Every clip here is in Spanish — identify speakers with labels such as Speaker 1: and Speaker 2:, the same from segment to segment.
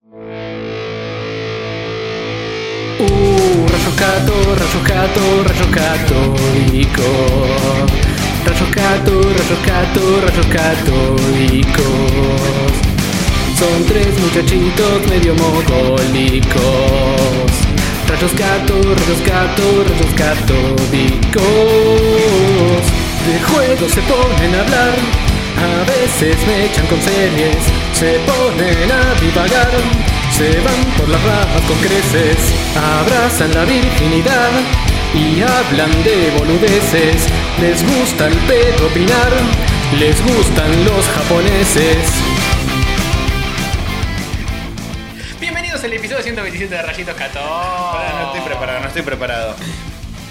Speaker 1: Uh, Rayocato, rayocato, rayocatólico. Rayocato, rayocato, rayocatólicos. Son tres muchachitos medio mogólicos. Rayos gato, rayos gato, rayos catódicos. De juego se ponen a hablar. A veces me echan con series. Se ponen a divagar. Se van por las ramas con creces, abrazan la virginidad y hablan de boludeces. Les gusta el pedo opinar, les gustan los japoneses.
Speaker 2: Bienvenidos al episodio 127 de Rayitos Cató.
Speaker 3: Pará, no estoy preparado, no estoy preparado.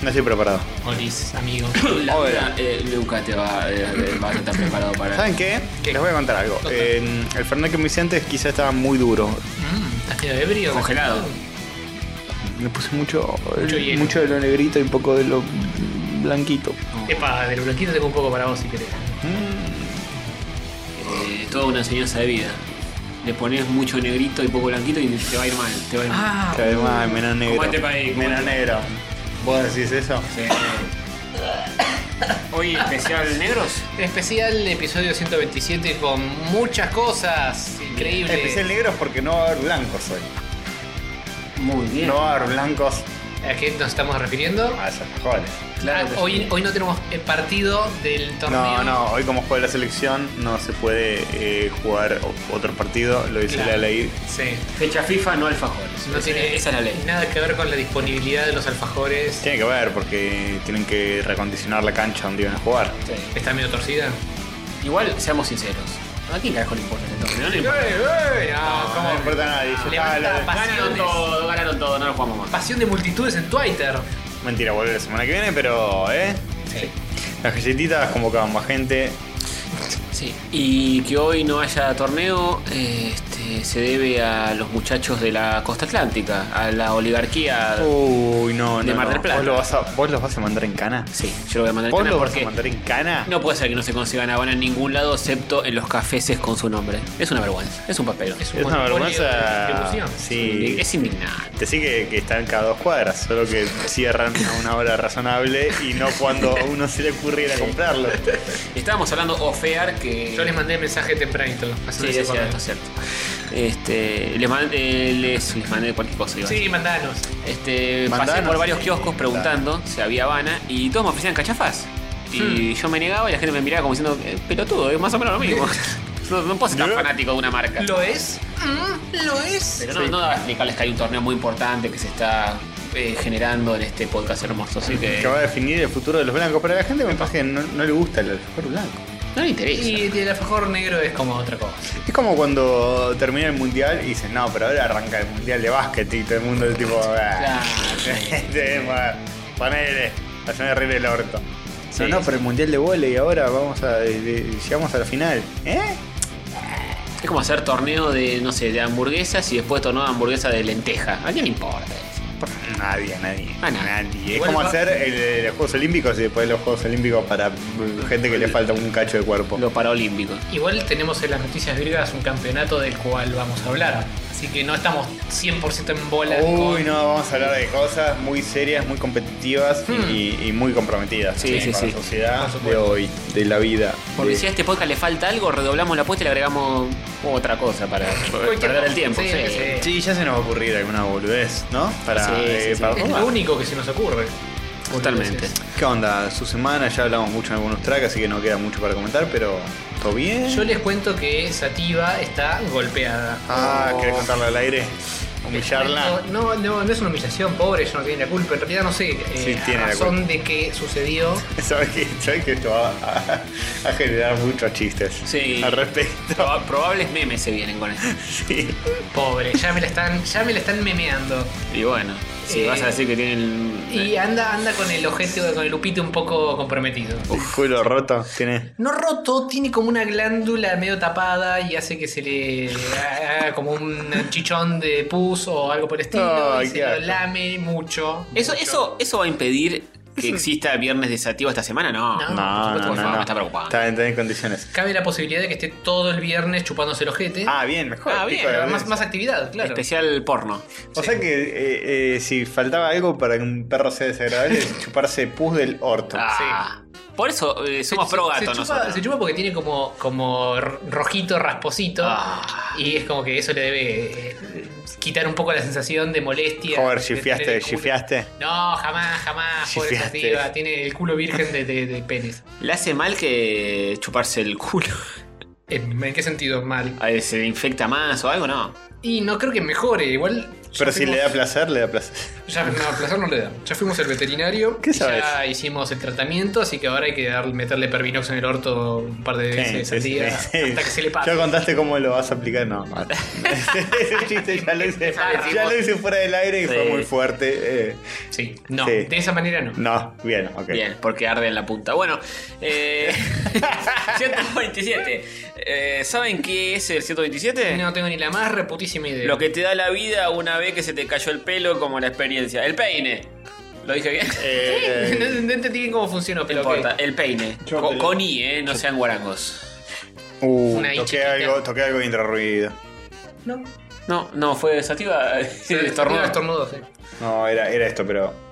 Speaker 3: No estoy preparado.
Speaker 2: Olis, amigo.
Speaker 4: La verdad, eh, Luca te va, eh, eh, vas a estar preparado para.
Speaker 3: ¿Saben qué? Les voy a contar algo.
Speaker 2: Ok.
Speaker 3: Eh, el Fernet que me hice antes quizá estaba muy duro.
Speaker 2: Mm, ¿Estás quedado ebrio?
Speaker 4: Congelado.
Speaker 3: Le puse mucho,
Speaker 2: Mucho hielo.
Speaker 3: mucho de lo negrito y un poco de lo blanquito.
Speaker 2: Epa, de los blanquitos tengo un poco para vos si querés.
Speaker 4: Eh, toda una enseñanza de vida. Le pones mucho negrito y poco blanquito y te va a ir mal. Te va a ir mal.
Speaker 2: Ah,
Speaker 3: Cada vez más, menos negro.
Speaker 4: Comate pa' ahí, comate.
Speaker 3: menos negro. ¿Vos decís eso?
Speaker 4: Sí. Hoy especial negros.
Speaker 2: especial episodio 127 con muchas cosas increíbles.
Speaker 3: Especial negros porque no va a haber blancos hoy.
Speaker 4: Muy bien.
Speaker 3: No va a haber blancos Ah,
Speaker 2: ¿A qué nos estamos refiriendo?
Speaker 3: a esas mejores.
Speaker 4: Claro,
Speaker 2: Ah,
Speaker 4: que
Speaker 2: hoy,
Speaker 4: sí.
Speaker 2: hoy no tenemos el partido del torneo.
Speaker 3: No, no, hoy como juega la selección no se puede eh, jugar o- otro partido, lo dice
Speaker 2: Claro.
Speaker 3: la ley.
Speaker 2: Sí.
Speaker 4: Fecha FIFA, no alfajores.
Speaker 2: No
Speaker 4: Esa-
Speaker 2: tiene
Speaker 4: Esa es la ley.
Speaker 2: Nada que ver con la disponibilidad de los alfajores.
Speaker 3: Tiene que ver porque tienen que recondicionar la cancha donde iban a jugar.
Speaker 4: Sí.
Speaker 2: Está medio torcida.
Speaker 4: Igual, seamos sinceros. ¿A quién carajo le importa este torneo? No le importa.
Speaker 2: No,
Speaker 3: No,
Speaker 2: ¿cómo?
Speaker 3: no importa a nadie. Ya está,
Speaker 2: Levanta
Speaker 3: la-
Speaker 2: pa-
Speaker 4: Ganaron
Speaker 2: pasiones.
Speaker 4: todo, ganaron todo, no lo jugamos más.
Speaker 2: Pasión de multitudes en Twitter.
Speaker 3: Mentira, vuelve la semana que viene, pero, ¿eh?
Speaker 4: Sí.
Speaker 3: Las galletitas convocaban más gente.
Speaker 4: Sí, y que hoy no haya torneo este, se debe a los muchachos de la costa atlántica, a la oligarquía.
Speaker 3: Uy, no, no.
Speaker 4: De Mar del
Speaker 3: no.
Speaker 4: Plata.
Speaker 3: ¿Vos, lo vas a- ¿Vos los vas a mandar en cana?
Speaker 4: Sí, yo lo voy a mandar en
Speaker 3: ¿Vos
Speaker 4: cana
Speaker 3: los vas
Speaker 4: porque
Speaker 3: a mandar en cana?
Speaker 4: no puede ser que no se consigan habana en ningún lado excepto en los cafeses con su nombre. Es una vergüenza, es un papel. Es,
Speaker 3: Es una
Speaker 2: Monopolio de
Speaker 3: vergüenza.
Speaker 2: distribución.
Speaker 3: Sí.
Speaker 4: es indignante.
Speaker 3: Te sí que, que están cada dos cuadras, solo que cierran a una hora razonable y no cuando a uno se le ocurriera comprarlo.
Speaker 4: Estábamos hablando ofear que.
Speaker 2: Yo les mandé mensaje tempranito. así
Speaker 4: Sí,
Speaker 2: me
Speaker 4: es
Speaker 2: se
Speaker 4: cierto, es cierto. Este, les, man- eh, les, les mandé cualquier cosa. iba a
Speaker 2: Sí, mandanos.
Speaker 4: Este, pasé
Speaker 3: Mandanos.
Speaker 4: por varios kioscos preguntando si había Habana y todos me ofrecían cachafaz. Y yo me negaba y la gente me miraba como diciendo, "Eh, pelotudo, es más o menos lo mismo. no, no puedo ser tan
Speaker 3: Yo-
Speaker 4: fanático de una marca.
Speaker 2: ¿Lo es? Mm, ¿Lo es?
Speaker 4: Pero no, no daba a explicarles que hay un torneo muy importante que se está eh, generando en este podcast hermoso. Así que
Speaker 3: Que va a definir el futuro de los blancos. Pero a la gente me pasa que no, no le gusta el alfajor blanco.
Speaker 4: no le interesa.
Speaker 2: Y el alfajor negro es como otra cosa.
Speaker 3: Es como cuando termina el mundial y dices, no, pero ahora arranca el mundial de básquet y todo el mundo es tipo. "Ah". Este, bueno, Ponele, hacerme reír el orto.
Speaker 4: Sí,
Speaker 3: no, no,
Speaker 4: sí.
Speaker 3: pero el mundial de volei ahora vamos a. de- de- llegamos a la final. ¿Eh?
Speaker 4: Es como hacer torneo de, no sé, de hamburguesas y después torneo de hamburguesa de lenteja. ¿A quién le importa? eso?
Speaker 3: Nadie, nadie.
Speaker 4: Ah, no.
Speaker 3: nadie. Es
Speaker 2: Igual
Speaker 3: como
Speaker 2: va-
Speaker 3: hacer el- los Juegos Olímpicos y después los Juegos Olímpicos para mm, gente que le falta un cacho de cuerpo.
Speaker 4: Lo paraolímpico.
Speaker 2: Igual tenemos en las noticias virgas un campeonato del cual vamos a hablar. Así que no estamos 100% en bola.
Speaker 3: Uy,
Speaker 2: con-
Speaker 3: no, vamos a hablar de cosas muy serias, muy competitivas y-
Speaker 2: Hmm.
Speaker 3: y, y muy comprometidas
Speaker 4: Sí,
Speaker 3: con
Speaker 4: sí,
Speaker 3: la
Speaker 4: sí.
Speaker 3: sociedad de hoy, de la vida.
Speaker 4: Porque
Speaker 3: de-
Speaker 4: si a este podcast le falta algo, redoblamos la apuesta y le agregamos otra cosa para
Speaker 2: Cualquier
Speaker 4: perder
Speaker 2: cosa.
Speaker 4: el tiempo.
Speaker 2: Sí,
Speaker 4: sí.
Speaker 2: sí.
Speaker 3: Sí, ya se nos va a ocurrir alguna boludez, ¿no? Para,
Speaker 4: Sí, sí,
Speaker 3: eh,
Speaker 4: sí.
Speaker 3: para
Speaker 2: Es
Speaker 3: tomar.
Speaker 2: lo único que se nos ocurre.
Speaker 4: Totalmente.
Speaker 3: ¿Qué onda? Su semana, ya hablamos mucho en algunos tracks, así que no queda mucho para comentar, pero ¿todo bien?
Speaker 2: Yo les cuento que Sativa está golpeada.
Speaker 3: Ah,
Speaker 4: Oh.
Speaker 3: ¿querés contarla al aire? ¿Humillarla?
Speaker 2: No, no, no es una humillación, pobre, yo no tiene la culpa. En realidad no sé eh,
Speaker 3: Sí, tiene
Speaker 2: a
Speaker 3: la
Speaker 2: razón de qué sucedió.
Speaker 3: ¿Sabes que, sabés que esto va a, a generar muchos chistes
Speaker 4: Sí.
Speaker 3: al respecto?
Speaker 4: Proba- probables memes se vienen con eso.
Speaker 3: Sí.
Speaker 2: Pobre, ya me la están, ya me la están memeando.
Speaker 4: Y bueno, si
Speaker 2: Eh,
Speaker 4: vas a decir que tienen. eh,
Speaker 2: Y anda, anda con el ojete, con el upite un poco comprometido.
Speaker 3: El culo roto tiene.
Speaker 2: No roto, tiene como una glándula medio tapada y hace que se le haga como un chichón de pus o algo por el estilo.
Speaker 3: Ay,
Speaker 2: y se
Speaker 3: qué
Speaker 2: lo
Speaker 3: asco.
Speaker 2: lame mucho.
Speaker 4: Eso, eso, eso va a impedir que exista viernes desactivo esta semana, no.
Speaker 2: No.
Speaker 3: No, no, no,
Speaker 4: Por favor,
Speaker 3: no.
Speaker 4: me está preocupando.
Speaker 3: Está en, está en condiciones.
Speaker 2: Cabe la posibilidad de que esté todo el viernes chupándose el ojete.
Speaker 3: Ah, bien, mejor.
Speaker 4: Ah,
Speaker 3: pico
Speaker 4: bien,
Speaker 3: de
Speaker 2: más,
Speaker 3: audiencia.
Speaker 2: más actividad, claro.
Speaker 4: Especial porno.
Speaker 3: O sea que eh, eh, si faltaba algo para que un perro sea desagradable es chuparse pus del orto.
Speaker 4: Ah, Por eso eh, somos
Speaker 2: Se-
Speaker 4: pro
Speaker 2: se
Speaker 4: gato
Speaker 2: chupa-
Speaker 4: nosotros.
Speaker 2: Se chupa porque tiene como, como r- rojito, rasposito.
Speaker 4: Ah.
Speaker 2: Y es como que eso le debe eh, quitar un poco la sensación de molestia.
Speaker 3: Joder,
Speaker 2: de tener
Speaker 3: chifiaste,
Speaker 2: el culo.
Speaker 3: chifiaste.
Speaker 2: No, jamás, jamás. Pobre
Speaker 3: Chifiaste.
Speaker 2: sativa, Tiene el culo virgen de, de, de penes.
Speaker 4: Le hace mal que chuparse el culo.
Speaker 2: ¿En, en qué sentido? Mal.
Speaker 4: A ver, ¿Se infecta más o algo? No.
Speaker 2: Y no creo que mejore. Igual. ya
Speaker 3: Pero si
Speaker 2: fuimos-
Speaker 3: le da placer, le da placer.
Speaker 2: Ya, no, placer no le da. Ya fuimos al veterinario.
Speaker 3: ¿Qué
Speaker 2: y
Speaker 3: sabes?
Speaker 2: Ya hicimos el tratamiento, así que ahora hay que dar- meterle pervinox en el orto un par de veces al día.
Speaker 3: sí.
Speaker 2: Hasta que se le pase.
Speaker 3: Ya contaste cómo lo vas a aplicar, no. Ese chiste ya lo hice,
Speaker 2: Ah,
Speaker 3: ya lo hice fuera del aire y fue
Speaker 4: Sí.
Speaker 3: muy fuerte. eh.
Speaker 2: Sí, no,
Speaker 3: Sí.
Speaker 2: de esa manera no.
Speaker 3: no, bien, ok.
Speaker 4: Bien, porque arde en la punta. Bueno, eh, 127. Eh, ¿Saben qué es el 127?
Speaker 2: No tengo ni la más reputísima idea.
Speaker 4: Lo que te da la vida una vez que se te cayó el pelo como la experiencia. El peine. ¿Lo dije bien?
Speaker 3: Eh,
Speaker 2: No, no entendí bien cómo funciona,
Speaker 4: No
Speaker 2: pero ok.
Speaker 4: importa, el peine.
Speaker 3: Yo
Speaker 4: Co-
Speaker 3: te lo-
Speaker 4: con I, eh, no sean guarangos.
Speaker 3: uh,
Speaker 2: Una ahí
Speaker 3: toqué,
Speaker 2: chiquita.
Speaker 3: algo, toqué algo de infrarruido.
Speaker 2: No,
Speaker 4: No, no, fue desativa.
Speaker 2: estornudo.
Speaker 4: Estornudo.
Speaker 2: estornudo, sí.
Speaker 3: No, era, era esto, pero.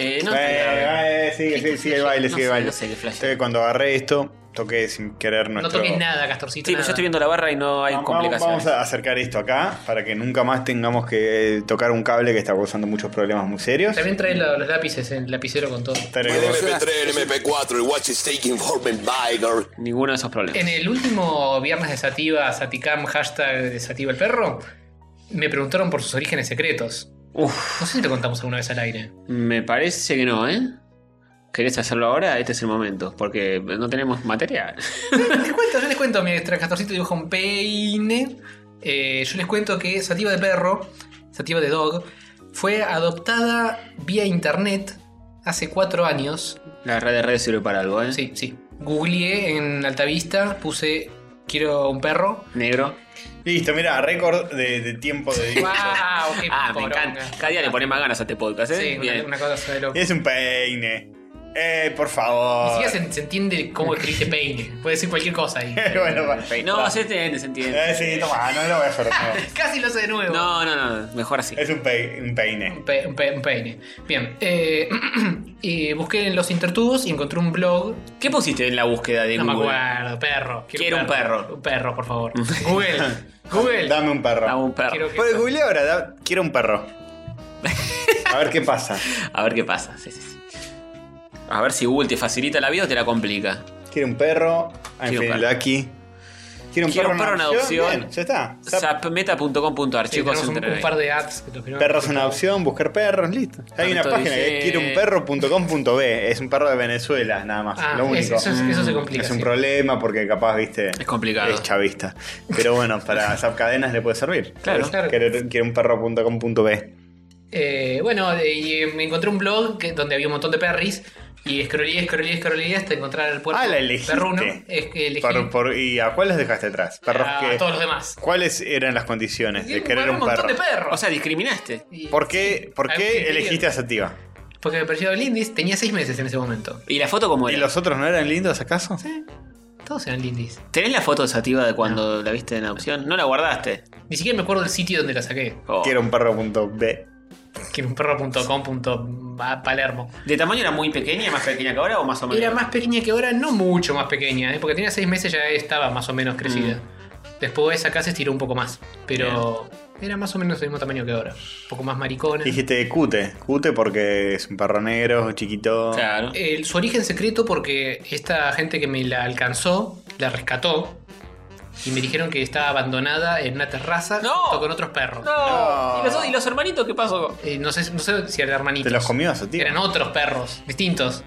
Speaker 4: Eh, no,
Speaker 3: Eh, eh, sigue, sigue, sigue el baile,
Speaker 4: No
Speaker 3: sigue el
Speaker 4: sé,
Speaker 3: baile.
Speaker 4: no sé qué flash.
Speaker 3: Entonces, cuando agarré esto, toqué sin querer
Speaker 2: No
Speaker 3: nuestro.
Speaker 2: toques nada, Castorcito.
Speaker 4: Sí, pero yo
Speaker 2: nada.
Speaker 4: estoy viendo la barra y no hay
Speaker 3: Vamos-
Speaker 4: complicaciones.
Speaker 3: Vamos a acercar esto acá para que nunca más tengamos que eh, tocar un cable que está causando muchos problemas muy serios.
Speaker 2: También trae lo- los lápices, el lapicero con todo.
Speaker 3: Pero-
Speaker 5: El MP3, el MP4, el Watch is taking for me by girl.
Speaker 4: Ninguno de esos problemas.
Speaker 2: En el último viernes de Sativa, Saticam, hashtag de Sativa el perro, me preguntaron por sus orígenes secretos.
Speaker 4: Uf,
Speaker 2: No sé si te contamos alguna vez al aire.
Speaker 4: me parece que no, ¿eh? ¿Querés hacerlo ahora? Este es el momento, porque no tenemos material.
Speaker 2: les cuento, yo les cuento, mientras Castorcito dibuja un peine, eh, yo les cuento que Sativa de perro, Sativa de dog, fue adoptada vía internet hace cuatro años.
Speaker 4: La red de redes sirve para algo, ¿eh?
Speaker 2: Sí, sí. Googleé en Altavista, puse quiero un perro.
Speaker 4: Negro.
Speaker 3: Listo, mira, récord de, de tiempo de
Speaker 2: ¡Wow!
Speaker 3: dibujo.
Speaker 2: qué
Speaker 4: Ah, me
Speaker 2: poronga.
Speaker 4: encanta. Cada día le pones más ganas a este podcast, ¿eh?
Speaker 2: Sí, una-
Speaker 4: Bien.
Speaker 2: una, cosa de loco.
Speaker 3: es un peine. Eh, por
Speaker 2: Ni
Speaker 3: favor.
Speaker 2: siquiera se, se entiende cómo escribiste peine. Puede decir cualquier cosa ahí.
Speaker 3: bueno, va.
Speaker 4: No, se entiende, se entiende.
Speaker 3: Eh, sí, toma, no lo voy a hacer. no.
Speaker 2: Casi lo hace de nuevo.
Speaker 4: No, no, no, mejor así.
Speaker 3: Es un, pe- un peine.
Speaker 2: Un, pe- un pe- un peine. Bien. eh, y busqué en los intertubos y encontré un blog.
Speaker 4: ¿Qué pusiste en la búsqueda de
Speaker 2: No me
Speaker 4: Google?
Speaker 2: acuerdo. Perro.
Speaker 4: Quiero un perro.
Speaker 2: Un perro, por favor. Google. Google.
Speaker 3: Dame un
Speaker 4: Ah,
Speaker 3: perro.
Speaker 4: un perro.
Speaker 2: Quiero que-
Speaker 3: Pues Google ahora, da- quiero un perro. A ver qué pasa.
Speaker 4: A ver qué pasa. sí, sí, sí. A ver si Google te facilita la vida o te la complica.
Speaker 3: Quiero un perro. I'm
Speaker 4: Quiero un
Speaker 3: feeling
Speaker 4: perro.
Speaker 3: lucky. Quiero un
Speaker 4: Quiero
Speaker 3: perro,
Speaker 4: un perro en adopción.
Speaker 3: Bien, ya está.
Speaker 4: Zapmeta.com.ar,
Speaker 2: Sí,
Speaker 4: chicos,
Speaker 2: tenemos un,
Speaker 4: entren
Speaker 2: un
Speaker 4: ahí.
Speaker 2: par de ads. que los primeros-
Speaker 3: Perros en adopción, buscar perros, listo. Hay una
Speaker 4: Tanto
Speaker 3: página que es
Speaker 4: dice-
Speaker 3: quirounperro.com.b, es un perro de Venezuela, nada más,
Speaker 2: Ah,
Speaker 3: lo
Speaker 2: es-
Speaker 3: único.
Speaker 2: eso, es- eso se complica.
Speaker 3: Es un
Speaker 2: sí.
Speaker 3: problema porque capaz, viste,
Speaker 4: Es complicado.
Speaker 3: es chavista. Pero bueno, para Zapcadenas le puede servir.
Speaker 4: Claro.
Speaker 3: Es
Speaker 2: Claro.
Speaker 3: querer- Quirounperro.com.b.
Speaker 2: Eh, bueno, eh, y me encontré un blog que- donde había un montón de perris. Y scrollé, scrollé, scrollé hasta encontrar el puerto
Speaker 3: Ah, la elegiste.
Speaker 2: perruno. Es que elegí
Speaker 3: Por- por- ¿Y a cuáles dejaste atrás? Perros
Speaker 2: a
Speaker 3: que-
Speaker 2: todos los demás.
Speaker 3: ¿Cuáles eran las condiciones de
Speaker 2: Tiene
Speaker 3: querer un perro?
Speaker 2: montón de perros.
Speaker 4: O sea, discriminaste.
Speaker 2: Y-
Speaker 3: ¿Por qué, por
Speaker 2: Hay un
Speaker 3: qué
Speaker 2: criterio.
Speaker 3: elegiste a Sativa?
Speaker 2: Porque me pareció lindis. Tenía seis meses en ese momento.
Speaker 4: ¿Y la foto cómo
Speaker 3: ¿Y
Speaker 4: era?
Speaker 3: los otros no eran lindos acaso?
Speaker 2: Todos eran lindis.
Speaker 4: ¿Tenés la foto sativa de cuando la viste en adopción? No la guardaste.
Speaker 2: Ni siquiera me acuerdo del sitio donde la saqué.
Speaker 4: Oh.
Speaker 3: Quiero un perro.b.
Speaker 2: Que era un perro.com.palermo.
Speaker 4: ¿De tamaño era muy pequeña, más pequeña que ahora o más o menos?
Speaker 2: Era más pequeña que ahora, no mucho más pequeña, ¿eh? porque tenía seis meses ya estaba más o menos crecida. Después acá se estiró un poco más, pero era más o menos del mismo tamaño que ahora. Un poco más maricona.
Speaker 3: Dijiste cute, cute porque es un perro negro, chiquito.
Speaker 4: Claro.
Speaker 2: El- su origen secreto porque esta gente que me la alcanzó, la rescató. Y me dijeron que estaba abandonada en una terraza
Speaker 4: No.
Speaker 2: junto con otros perros.
Speaker 3: No.
Speaker 4: No. ¿Y los, y los hermanitos qué pasó?
Speaker 2: Eh, no, sé, no sé si eran hermanitos.
Speaker 3: ¿Te los comió Sativa?
Speaker 2: Eran otros perros, distintos.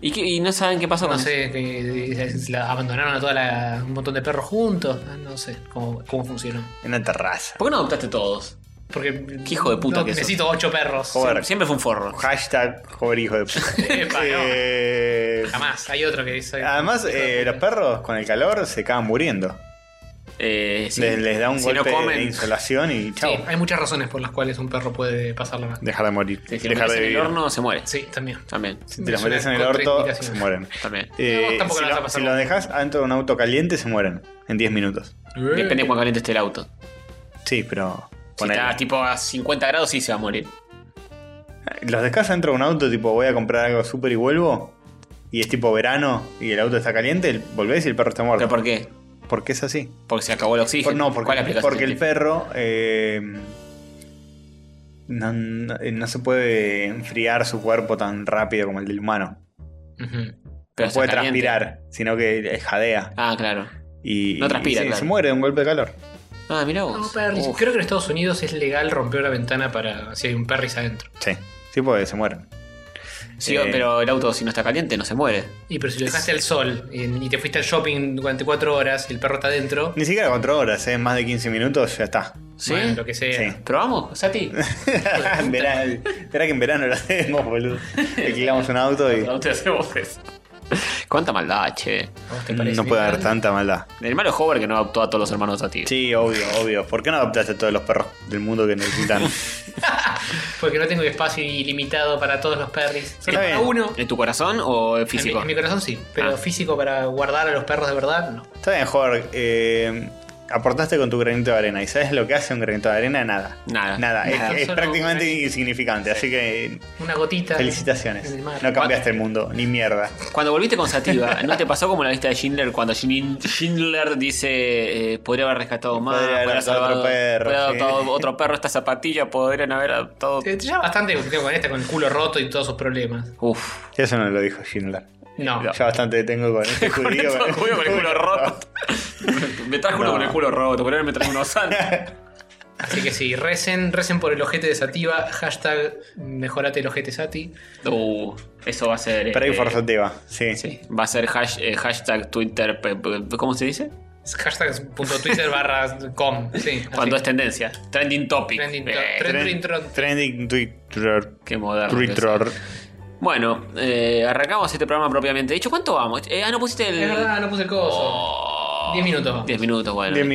Speaker 4: ¿Y, qué- y no saben qué pasó
Speaker 2: No
Speaker 4: con eso?
Speaker 2: sé, que eh, la abandonaron a toda la- un montón de perros juntos. Ah, No sé cómo, cómo funcionó.
Speaker 3: En una terraza.
Speaker 4: ¿Por qué no adoptaste todos?
Speaker 2: Porque.
Speaker 4: Qué hijo de puta
Speaker 2: no,
Speaker 4: que sos.
Speaker 2: Necesito ocho perros.
Speaker 3: Joder.
Speaker 4: Sie- Siempre fue un forro.
Speaker 3: Hashtag joven hijo de puta.
Speaker 2: Epa, no.
Speaker 3: Eh,
Speaker 2: Jamás, hay otro que dice.
Speaker 3: Además, eh, los perros con el calor se acaban muriendo.
Speaker 4: Eh, si-
Speaker 3: Les, les da un
Speaker 4: si
Speaker 3: golpe
Speaker 4: no
Speaker 3: de
Speaker 4: comen,
Speaker 3: insolación y chao.
Speaker 2: Sí, hay muchas razones por las cuales un perro puede pasarla mal.
Speaker 3: Dejar de morir.
Speaker 4: si lo
Speaker 3: dejar
Speaker 4: metes
Speaker 3: de
Speaker 4: en el
Speaker 3: vivir.
Speaker 4: horno, se muere.
Speaker 2: Sí, también.
Speaker 4: También.
Speaker 3: Si te los
Speaker 2: Es una
Speaker 3: metes en el orto,
Speaker 2: contraindicación.
Speaker 3: se mueren.
Speaker 4: También.
Speaker 3: Eh,
Speaker 2: No, tampoco
Speaker 3: si,
Speaker 2: la vas a
Speaker 3: lo,
Speaker 2: pasar
Speaker 3: si lo
Speaker 2: mal.
Speaker 3: dejas dentro de un auto caliente, se mueren. En 10 minutos.
Speaker 4: Depende de cuán caliente esté el auto.
Speaker 3: Sí, pero.
Speaker 4: Si
Speaker 3: ponele.
Speaker 4: está tipo a 50 grados, sí se va a morir.
Speaker 3: eh, Los dejas dentro de un auto, tipo, voy a comprar algo súper y vuelvo. Y es tipo verano y el auto está caliente, el- volvés y el perro está muerto.
Speaker 4: ¿Pero por qué?
Speaker 3: ¿Por qué es así?
Speaker 4: Porque se acabó el oxígeno.
Speaker 3: Por- no,
Speaker 4: ¿Cuál es la
Speaker 3: porque,
Speaker 4: explicación
Speaker 3: porque el
Speaker 4: científica?
Speaker 3: perro eh, no, no- eh, no se puede enfriar su cuerpo tan rápido como el del humano.
Speaker 2: Ujú.
Speaker 3: no
Speaker 4: Pero está
Speaker 3: puede
Speaker 4: caliente.
Speaker 3: transpirar, sino que jadea.
Speaker 4: Ah, claro.
Speaker 3: y,
Speaker 4: no
Speaker 3: y-
Speaker 4: transpira,
Speaker 3: sí,
Speaker 4: claro.
Speaker 3: se muere de un golpe de calor.
Speaker 4: Ah, mirá vos.
Speaker 2: No, perris.
Speaker 4: Uf.
Speaker 2: Creo que en Estados Unidos es legal romper la ventana para si hay un perris adentro.
Speaker 3: Sí, sí, porque se mueren.
Speaker 4: Sí,
Speaker 3: Eh,
Speaker 4: pero el auto si no está caliente no se muere.
Speaker 2: Y pero si lo dejaste al sol en- y te fuiste al shopping durante cuatro horas y el perro está adentro,
Speaker 3: Ni siquiera 4 horas, eh, más de 15 minutos ya está.
Speaker 4: ¿Sí?
Speaker 2: bueno, lo que sea.
Speaker 3: Sí.
Speaker 4: ¿Probamos, Sati?
Speaker 3: En verano- Verá que en verano lo hacemos, boludo. Alquilamos un auto y
Speaker 4: El auto hacemos eso. Cuánta maldad, che.
Speaker 2: ¿A vos te parece
Speaker 3: no puede
Speaker 2: bien?
Speaker 3: haber tanta maldad.
Speaker 4: El hermano Hover que no adoptó a todos los hermanos Sati.
Speaker 3: Sí, obvio, obvio. ¿Por qué no adoptaste a todos los perros del mundo que necesitan?
Speaker 2: Porque no tengo espacio ilimitado para todos los perris. Solo para
Speaker 3: bien. Eh,
Speaker 2: uno.
Speaker 4: ¿En tu corazón o en
Speaker 2: En mi,
Speaker 4: físico?
Speaker 2: en mi corazón sí, pero
Speaker 4: Ah.
Speaker 2: físico para guardar a los perros de verdad, no.
Speaker 3: Está bien, Jorge. eh, aportaste con tu granito de arena. ¿Y sabes lo que hace un granito de arena? Nada.
Speaker 4: Nada.
Speaker 3: Nada. Es-
Speaker 4: Nada.
Speaker 3: Es,
Speaker 2: Solo
Speaker 3: prácticamente
Speaker 2: un-
Speaker 3: insignificante. Así que
Speaker 2: Una gotita.
Speaker 3: felicitaciones.
Speaker 2: en el mar.
Speaker 3: No cambiaste el mundo, ni mierda.
Speaker 4: Cuando volviste con Sativa, ¿no te pasó como la lista de Schindler cuando Schindler Schindler dice eh, podría haber rescatado más,
Speaker 3: Podría haber
Speaker 4: podría
Speaker 3: adoptado otro perro,
Speaker 4: podría haber
Speaker 3: sí.
Speaker 4: adoptado otro perro, esta zapatilla podrían haber adoptado...
Speaker 2: Eh, Ya bastante que tengo con esta, con el culo roto y todos sus problemas.
Speaker 4: Uf,
Speaker 3: Eso no lo dijo Schindler.
Speaker 2: No.
Speaker 3: Ya bastante tengo con este
Speaker 4: con
Speaker 3: judío.
Speaker 4: esto, judío con el culo roto. me trajo uno
Speaker 3: No.
Speaker 4: con el culo roto, por ahora me trajo uno sano.
Speaker 2: Así que sí, recen, recen por el ojete de Sativa, hashtag mejorate el ojete Sati.
Speaker 4: Uh, eso va a ser...
Speaker 3: Para ir
Speaker 4: este,
Speaker 3: forzativa. Sí.
Speaker 4: sí, va a ser hash- eh, hashtag Twitter, pe- pe- ¿cómo se dice?
Speaker 2: Hashtag.twitter barra com. Sí,
Speaker 4: Cuando es
Speaker 2: así.
Speaker 4: tendencia. Trending topic.
Speaker 2: Trending
Speaker 4: Eh,
Speaker 2: to- trending tron-
Speaker 3: Trending Twitter.
Speaker 4: Qué moderno. que
Speaker 3: Twitter.
Speaker 4: es. Bueno, eh, arrancamos este programa propiamente dicho. ¿Cuánto vamos? Eh, ah, no pusiste el...
Speaker 2: Es verdad, no puse el coso.
Speaker 4: Oh.
Speaker 2: 10 minutos.
Speaker 4: 10 minutos, bueno.
Speaker 3: 10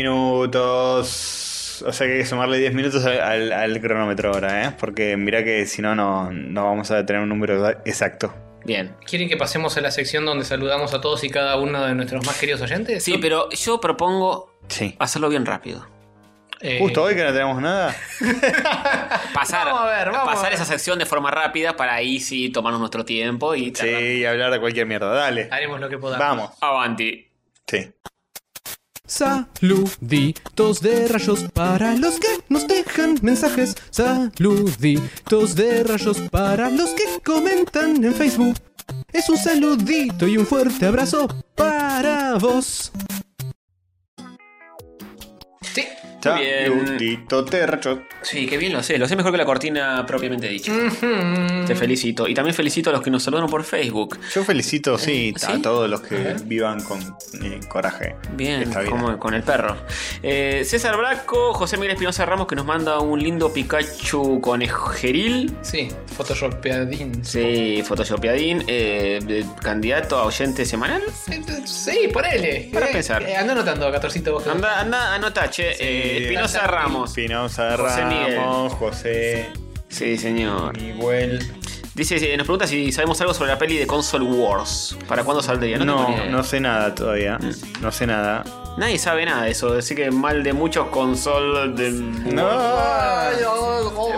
Speaker 3: minutos. O sea que hay que sumarle 10 minutos al, al- al cronómetro ahora, ¿eh? Porque mirá que si no, no, no vamos a tener un número exacto.
Speaker 4: Bien.
Speaker 2: ¿Quieren que pasemos a la sección donde saludamos a todos y cada uno de nuestros más queridos oyentes?
Speaker 4: Sí, pero yo propongo
Speaker 3: Sí.
Speaker 4: hacerlo bien rápido.
Speaker 2: Eh,
Speaker 3: Ah, Justo hoy que no tenemos nada.
Speaker 4: Pasar,
Speaker 2: Vamos a ver, vamos
Speaker 4: pasar
Speaker 2: a ver.
Speaker 4: esa sección de forma rápida para ahí sí tomarnos nuestro tiempo y charlar.
Speaker 3: Sí, hablar de cualquier mierda. Dale.
Speaker 2: Haremos lo que podamos.
Speaker 3: Vamos.
Speaker 4: Avanti.
Speaker 3: Sí.
Speaker 1: Saluditos de rayos para los que nos dejan mensajes. Saluditos de rayos para los que comentan en Facebook. Es un saludito y un fuerte abrazo para vos.
Speaker 2: Sí.
Speaker 4: Muy bien.
Speaker 3: Saludito, tercho.
Speaker 4: Sí, qué bien lo sé. Lo sé mejor que la cortina propiamente dicha. Te felicito. Y también felicito a los que nos saludaron por Facebook.
Speaker 3: Yo felicito, sí,
Speaker 4: ¿Eh? ¿Sí?
Speaker 3: a todos los que vivan con eh, coraje.
Speaker 4: Bien,
Speaker 3: esta vida.
Speaker 4: como con el perro. Eh, César Blasco, José Miguel Espinosa Ramos que nos manda un lindo Pikachu conejeril.
Speaker 2: Sí, photoshopeadín.
Speaker 4: Sí, photoshopeadín. eh, de- candidato a oyente semanal.
Speaker 2: Sí, sí, ponele.
Speaker 4: Para
Speaker 2: Eh,
Speaker 4: pensar.
Speaker 2: eh, anda anotando, Catorcito, vos que-
Speaker 4: Anda, anda, anota, che. eh, Espinosa
Speaker 2: Bastante.
Speaker 4: Ramos.
Speaker 3: Espinosa
Speaker 4: José Miguel.
Speaker 3: Ramos, José
Speaker 4: Sí, señor.
Speaker 3: Miguel.
Speaker 4: Dice, eh, nos pregunta si sabemos algo sobre la peli de Console Wars. ¿Para cuándo saldría?
Speaker 3: No,
Speaker 4: tengo ni
Speaker 3: no,
Speaker 4: idea.
Speaker 3: sé nada todavía. No sé nada.
Speaker 4: Nadie sabe nada de eso. Así que mal de muchos console del.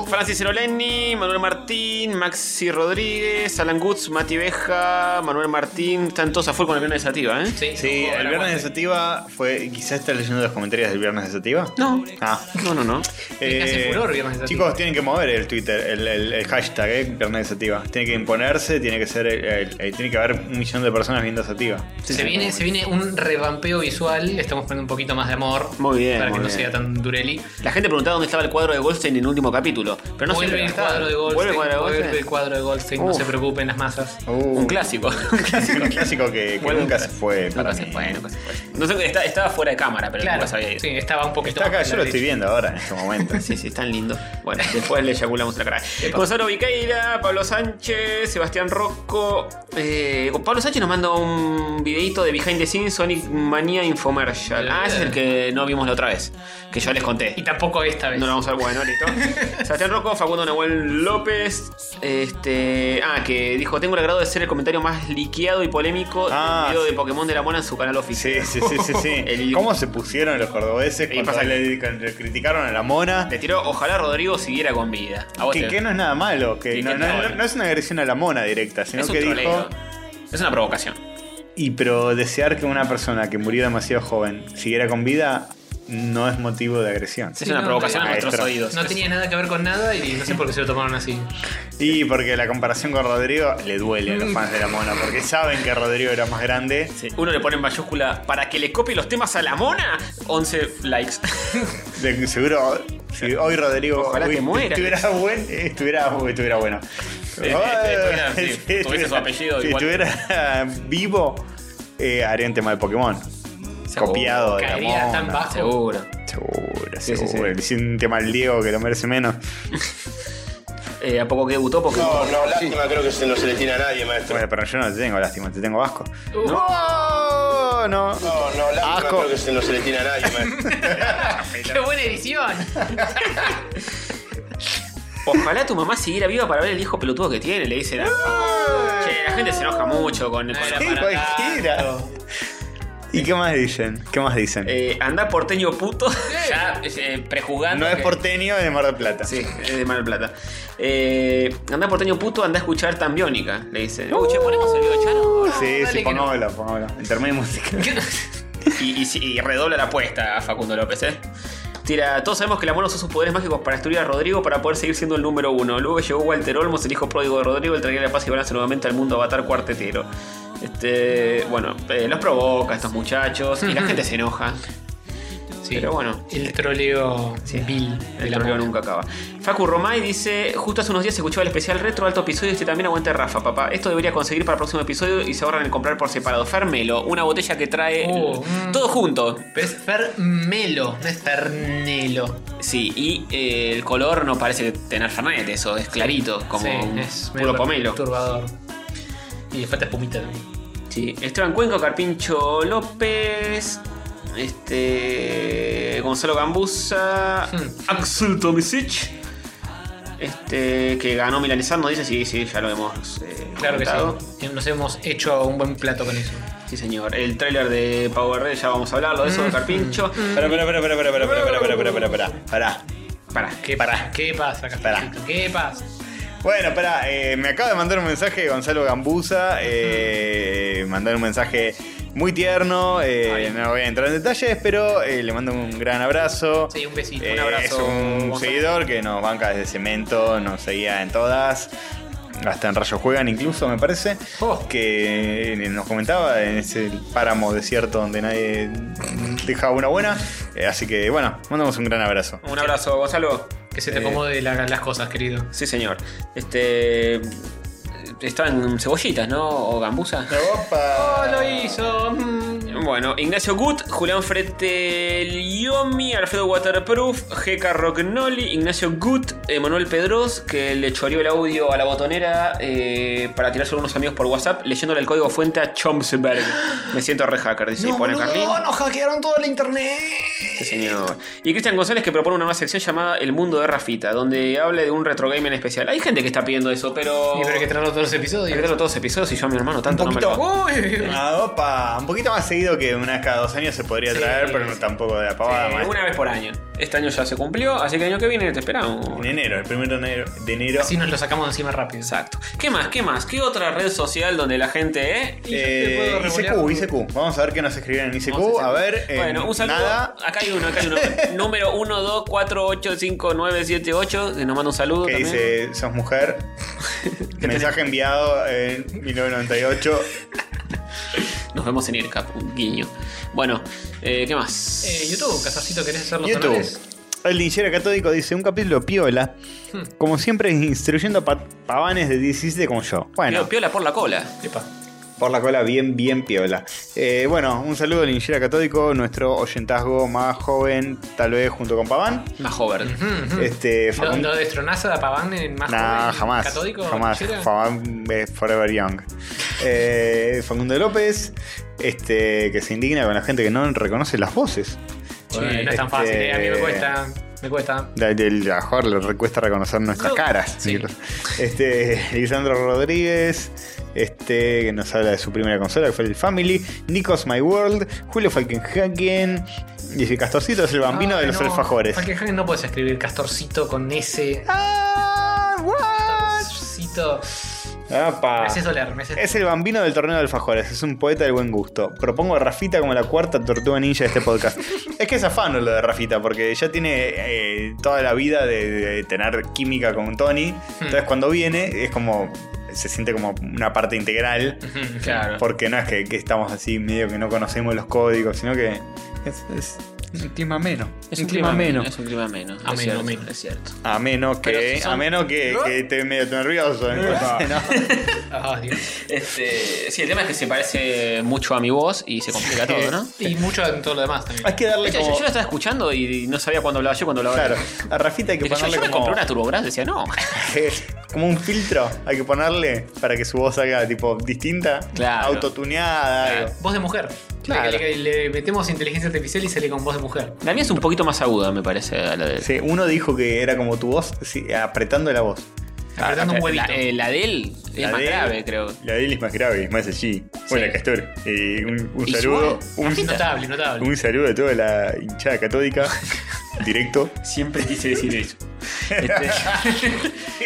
Speaker 4: Francis Eroleni, Manuel Martín, Maxi Rodríguez, Alan Goods, Mati Beja, Manuel Martín. Están todos a full con el viernes de Sativa, ¿eh?
Speaker 2: Sí,
Speaker 3: Sí,
Speaker 2: no,
Speaker 3: el
Speaker 2: la
Speaker 3: viernes de
Speaker 2: aguante.
Speaker 3: Sativa fue. Quizás estás leyendo los comentarios del viernes de Sativa.
Speaker 4: No.
Speaker 3: Ah.
Speaker 4: No, no, no.
Speaker 2: que hace furor viernes de Sativa.
Speaker 3: chicos, tienen que mover el Twitter, el, el- el hashtag, eh, viernes de Sativa. Tiene que imponerse, tiene que ser el- el- el- tiene que haber un millón de personas viendo Sativa.
Speaker 2: se, viene, se viene un revampeo visual. le Estamos poniendo un poquito más de amor.
Speaker 4: Muy bien,
Speaker 2: Para que
Speaker 4: muy
Speaker 2: no
Speaker 4: bien.
Speaker 2: sea tan dureli.
Speaker 4: La gente preguntaba dónde estaba el cuadro de Goldstein en el último capítulo. Pero no
Speaker 2: vuelve
Speaker 4: siempre
Speaker 2: el
Speaker 4: gana.
Speaker 2: cuadro de Goldstein.
Speaker 4: Vuelve el cuadro de
Speaker 2: vuelve el
Speaker 4: Goldstein.
Speaker 2: cuadro de Goldstein, no
Speaker 4: Uf.
Speaker 2: se preocupen las masas.
Speaker 3: Uh,
Speaker 4: Un clásico. Un clásico.
Speaker 3: un clásico que, que
Speaker 4: Bueno,
Speaker 3: nunca se fue. para
Speaker 4: Nunca se
Speaker 3: mí.
Speaker 4: fue, nunca se fue. No sé, está- estaba fuera de cámara, pero
Speaker 2: Claro,
Speaker 4: nunca sabía
Speaker 2: sí, estaba un poquito.
Speaker 3: Está acá,
Speaker 2: más
Speaker 3: yo lo estoy
Speaker 2: polarizado.
Speaker 3: viendo ahora en este momento.
Speaker 4: Sí, sí, tan lindo. Bueno, después le eyaculamos la cara. Gonzalo Viqueira, Pablo Sánchez, Sebastián Rocco. eh, Pablo Sánchez nos manda un videito de Behind the Scenes Sonic Mania Infomercial. Ah, ese es el que no vimos la otra vez, que yo les conté.
Speaker 2: Y tampoco esta vez.
Speaker 4: No lo vamos a ver, bueno, listo. Sebastián Rocco, Facundo Nahuel López. Este. Ah, que dijo: Tengo el agrado de ser el comentario más liqueado y polémico
Speaker 3: Ah,
Speaker 4: del video
Speaker 3: sí.
Speaker 4: de Pokémon de la Mona en su canal oficial.
Speaker 3: Sí, sí, sí, sí. sí.
Speaker 4: El-
Speaker 3: ¿Cómo se pusieron los cordobeses
Speaker 4: Y
Speaker 3: cuando
Speaker 4: pasa
Speaker 3: le, cuando le criticaron a la mona?
Speaker 4: Le tiró: Ojalá Rodrigo siguiera con vida. A vos
Speaker 3: Que,
Speaker 4: te-
Speaker 3: que no es nada malo, que
Speaker 4: Sí,
Speaker 3: no,
Speaker 4: que
Speaker 3: no-
Speaker 4: no,
Speaker 3: no- no es una agresión a la mona directa, sino
Speaker 4: es un
Speaker 3: que
Speaker 4: troleo.
Speaker 3: dijo.
Speaker 4: Es una provocación.
Speaker 3: Y pero desear que una persona que murió demasiado joven siguiera con vida no es motivo de agresión.
Speaker 4: es
Speaker 2: Sí,
Speaker 4: una
Speaker 2: no,
Speaker 4: provocación a
Speaker 3: maestro.
Speaker 4: nuestros oídos.
Speaker 2: No tenía nada que ver con nada y no sé por qué se lo tomaron así.
Speaker 3: Y porque la comparación con Rodrigo le duele a los fans de la mona, porque saben que Rodrigo era más grande.
Speaker 4: Sí. Uno le pone en mayúscula para que le copie los temas a la mona. 11 likes.
Speaker 3: De- seguro, si hoy Rodrigo
Speaker 4: Ojalá
Speaker 3: hoy
Speaker 4: que muera. Eh,
Speaker 3: Estuviera, buen- estuviera, estuviera bueno.
Speaker 4: estuviera, sí, tuviese su
Speaker 3: estuviera-
Speaker 4: apellido
Speaker 3: si
Speaker 4: igual.
Speaker 3: estuviera vivo, eh, haría un tema de Pokémon. Copiado de la
Speaker 2: Caería tan
Speaker 3: mona.
Speaker 2: bajo.
Speaker 4: Seguro.
Speaker 3: Seguro,
Speaker 4: Sí, sí,
Speaker 3: seguro. Le hicieron un tema al Diego que lo merece menos.
Speaker 4: Eh, ¿A poco que debutó? Porque
Speaker 5: No, no, lástima, creo que se- no se le tiene a nadie, maestro.
Speaker 3: Bueno, pero yo no te tengo lástima, te tengo asco.
Speaker 2: Uh.
Speaker 3: ¡No! No.
Speaker 5: No, no, lástima,
Speaker 3: Asco.
Speaker 5: creo que se- no se le tiene a nadie, maestro.
Speaker 2: ¡Qué buena edición!
Speaker 4: ojalá tu mamá siguiera viva para ver el hijo pelotudo que tiene. Le dicen. a- Che, la gente se enoja mucho con, con la
Speaker 3: Sí,
Speaker 4: parada.
Speaker 3: cualquiera. ¿Y qué más dicen? ¿Qué más dicen?
Speaker 4: Eh, andá porteño puto. ya eh, prejuzgando.
Speaker 3: no es
Speaker 4: que-
Speaker 3: porteño, es de Mar del Plata.
Speaker 4: Sí, es de Mar del Plata. Eh, andá porteño puto, andá a escuchar Tambiónica. Le dicen. Uh, che, ponemos el video de Chano.
Speaker 3: Sí,
Speaker 2: dale
Speaker 3: sí,
Speaker 2: que no.
Speaker 3: pongámoslo, pongámoslo. Intermedio de música.
Speaker 4: Y, y sí, y redobla la apuesta a Facundo López, ¿eh? Tira, todos sabemos que la mona usó sus poderes mágicos para estudiar a Rodrigo para poder seguir siendo el número uno. Luego llegó Walter Olmos, el hijo pródigo de Rodrigo, el traer la paz y balance nuevamente al mundo avatar cuartetero. Este, bueno, eh, los provoca a estos muchachos y la gente se enoja.
Speaker 2: Sí.
Speaker 4: Pero bueno.
Speaker 2: El troleo vil de
Speaker 4: El
Speaker 2: la
Speaker 4: troleo
Speaker 2: mona.
Speaker 4: nunca acaba. Facu Romay dice: Justo hace unos días escuchaba el especial retro, alto episodio. Este también aguante Rafa, papá. Esto debería conseguir para el próximo episodio y se ahorran en comprar por separado. Fermelo, una botella que trae
Speaker 2: Oh, mm.
Speaker 4: todo junto.
Speaker 2: Pero es Fermelo, no es Fernelo.
Speaker 4: Sí, y eh, el color no parece tener Fernet, eso es clarito, como un
Speaker 2: Sí, es medio
Speaker 4: puro pomelo.
Speaker 2: Perturbador. Y le falta espumita también.
Speaker 4: Sí, Esteban Cuenco, Carpincho López, este Gonzalo Gambusa,
Speaker 2: Hmm.
Speaker 4: Axel Tomisic, este que ganó Milanizar, nos dice, sí, sí, ya lo hemos eh,
Speaker 2: Claro que
Speaker 4: comentado.
Speaker 2: sí. Nos hemos hecho un buen plato con eso.
Speaker 4: Sí, señor. El tráiler de Power Rangers, ya vamos a hablarlo de eso,
Speaker 2: Hmm.
Speaker 4: de Carpincho.
Speaker 3: Espera, espera, espera, espera, espera, espera, espera, espera, espera, espera, espera, pará.
Speaker 4: Para.
Speaker 2: ¿Qué,
Speaker 3: Pará.
Speaker 2: ¿Qué pasa, Castorcito? ¿Qué pasa?
Speaker 3: Bueno, pará, eh, me acaba de mandar un mensaje de Gonzalo Gambusa, eh, mandar un mensaje muy tierno, eh, no voy a entrar en detalles, pero eh, le mando un gran abrazo.
Speaker 2: Sí, un besito.
Speaker 3: Eh,
Speaker 2: un abrazo.
Speaker 3: Es un
Speaker 4: Gonzalo.
Speaker 3: seguidor que nos banca desde Cemento, nos seguía en todas. Hasta en Rayo Juegan incluso, me parece.
Speaker 2: Oh.
Speaker 3: Que eh, nos comentaba en ese páramo desierto donde nadie deja una buena. Eh, así que bueno, mandamos un gran abrazo.
Speaker 4: Un abrazo, Gonzalo.
Speaker 2: Que se te
Speaker 4: Eh,
Speaker 2: acomode la- las cosas, querido.
Speaker 4: Sí, señor. Este. Estaban cebollitas, ¿no? O gambusa.
Speaker 2: ¡Oh, lo hizo! Mm.
Speaker 4: Bueno, Ignacio Gut, Julián Freteliomi, Alfredo Waterproof, GK Rocknoli, Ignacio Gut, Emanuel Pedros, que le choreó el audio a la botonera eh, para tirarse a unos amigos por WhatsApp, leyéndole el código fuente a Chomsberg. Me siento re hacker, dice, y pone Carlín.
Speaker 2: nos hackearon todo el internet!
Speaker 4: Sí, señor. Y Cristian González que propone una nueva sección llamada El Mundo de Rafita, donde habla de un retro game en especial. Hay gente que está pidiendo eso, pero...
Speaker 2: Y pero hay que traerlo todos los
Speaker 4: Hay
Speaker 2: episodios.
Speaker 4: que verlo todos los episodios y yo a mi hermano tanto no me lo...
Speaker 2: Uy.
Speaker 3: Ah, opa, un poquito más seguido que una vez cada dos años se podría
Speaker 2: Sí,
Speaker 3: traer, pero no
Speaker 2: sí.
Speaker 3: tampoco de la
Speaker 4: Eh,
Speaker 3: pavada. maestro.
Speaker 4: una vez por año. Este año ya se cumplió, así que el año que viene te esperamos.
Speaker 3: En enero, el primero de enero. de enero. eh,
Speaker 2: Así nos lo sacamos de encima rápido.
Speaker 4: Exacto. ¿Qué más? ¿Qué más? ¿Qué otra red social donde la gente, eh?
Speaker 2: Y yo te puedo
Speaker 3: Eh,
Speaker 2: revolear
Speaker 3: ICQ,
Speaker 2: un-
Speaker 3: ICQ. Vamos a ver qué nos escribieron en ICQ.
Speaker 4: Vamos
Speaker 3: A ver, eh,
Speaker 4: Bueno, un saludo.
Speaker 3: nada.
Speaker 4: Acá hay uno, acá hay uno. Número 12485978, que nos manda un saludo.
Speaker 3: que
Speaker 4: también.
Speaker 3: dice, sos mujer. Mensaje enviado en 1998.
Speaker 4: Nos vemos en IRCAP, un guiño. Bueno, eh, ¿qué más?
Speaker 2: Eh, YouTube, Castorcito, ¿querés hacer los
Speaker 3: YouTube.
Speaker 2: honores?
Speaker 3: El linchero catódico dice un capítulo piola.
Speaker 2: Hmm.
Speaker 3: Como siempre, instruyendo a pa- pavanes de 17 como yo. Bueno,
Speaker 4: Pio- Piola por la cola.
Speaker 2: Epa.
Speaker 3: por la cola, bien, bien piola. Eh, bueno, un saludo al linchero catódico, nuestro oyentazgo más joven, tal vez junto con Paván.
Speaker 4: Más joven.
Speaker 2: Ujú, ujú.
Speaker 3: Este,
Speaker 2: ¿Lo,
Speaker 3: Facundo-
Speaker 2: ¿Lo destronás a la Paván en más
Speaker 3: Nah,
Speaker 2: joven
Speaker 3: jamás.
Speaker 2: catódico?
Speaker 3: jamás.
Speaker 2: linchera?
Speaker 3: Facundo es Forever Young. Eh, Facundo López, este, que se indigna con la gente que no reconoce las voces.
Speaker 2: Bueno, no es
Speaker 3: Este-
Speaker 2: tan fácil, eh, a mí me cuesta. Me cuesta.
Speaker 3: La- del- A Jorge le cuesta reconocer nuestras
Speaker 2: No.
Speaker 3: caras.
Speaker 2: Sí.
Speaker 3: Este, Lisandro Rodríguez, este, que nos habla de su primera consola, que fue el Family. Nikos My World, Julio Falkenhagen. Y el Castorcito es el bambino
Speaker 2: Ah,
Speaker 3: de los
Speaker 2: no,
Speaker 3: alfajores.
Speaker 2: Falkenhagen no puedes escribir castorcito con ese.
Speaker 3: Ah, what?
Speaker 2: Castorcito.
Speaker 3: Apa.
Speaker 2: Me haces doler, me haces-
Speaker 3: Ah. Es el bambino del torneo de alfajores, es un poeta del buen gusto. Propongo a Rafita como la cuarta tortuga ninja de este podcast. es que es afano lo de Rafita, porque ya tiene eh, toda la vida de, de tener química con Tony. Entonces cuando viene es como, se siente como una parte integral.
Speaker 2: Ujú,
Speaker 4: Claro.
Speaker 3: Porque no es que, que estamos así medio que no conocemos los códigos, sino que es, es un clima ameno.
Speaker 4: Es un clima menos. Es un clima menos.
Speaker 2: Ameno,
Speaker 4: es cierto,
Speaker 2: ameno.
Speaker 4: es cierto.
Speaker 3: A menos
Speaker 4: Pero
Speaker 3: que,
Speaker 4: si son-
Speaker 3: a menos que, que esté medio nervioso. entonces, ¿no?
Speaker 2: Ah, Dios.
Speaker 4: Este, sí, el tema es que se parece mucho a mi voz y se complica
Speaker 3: Sí.
Speaker 4: todo, ¿no?
Speaker 2: Y mucho en todo lo demás también.
Speaker 3: Hay que
Speaker 4: De
Speaker 3: darle
Speaker 4: hecho, yo,
Speaker 3: como...
Speaker 4: yo lo estaba escuchando y no sabía cuándo hablaba yo cuando hablaba
Speaker 3: Claro,
Speaker 4: él.
Speaker 3: a Rafita hay que
Speaker 4: Dije, yo,
Speaker 3: ponerle
Speaker 4: yo me
Speaker 3: como...
Speaker 4: compré una turbografía decía, no.
Speaker 3: como un filtro hay que ponerle para que su voz salga tipo distinta,
Speaker 4: Claro.
Speaker 3: autotuneada.
Speaker 4: Claro.
Speaker 3: algo.
Speaker 2: Voz de mujer.
Speaker 3: Claro.
Speaker 2: Le, le- le metemos inteligencia artificial y sale con voz de mujer.
Speaker 4: La mía es un poquito más aguda, me parece, a la de él.
Speaker 3: Sí, uno dijo que era como tu voz, sí, apretando la voz.
Speaker 2: Apretando un huevito.
Speaker 4: La, eh, la de él es
Speaker 3: La
Speaker 4: más
Speaker 3: de él-
Speaker 4: grave, creo.
Speaker 3: La de él es más grave, es más allí. Hola, Castor. Eh, un, un
Speaker 4: Y
Speaker 3: saludo.
Speaker 4: suave.
Speaker 3: Un,
Speaker 2: Notable, notable.
Speaker 3: un saludo a toda la hinchada catódica. directo.
Speaker 4: Siempre quise decir eso. Este,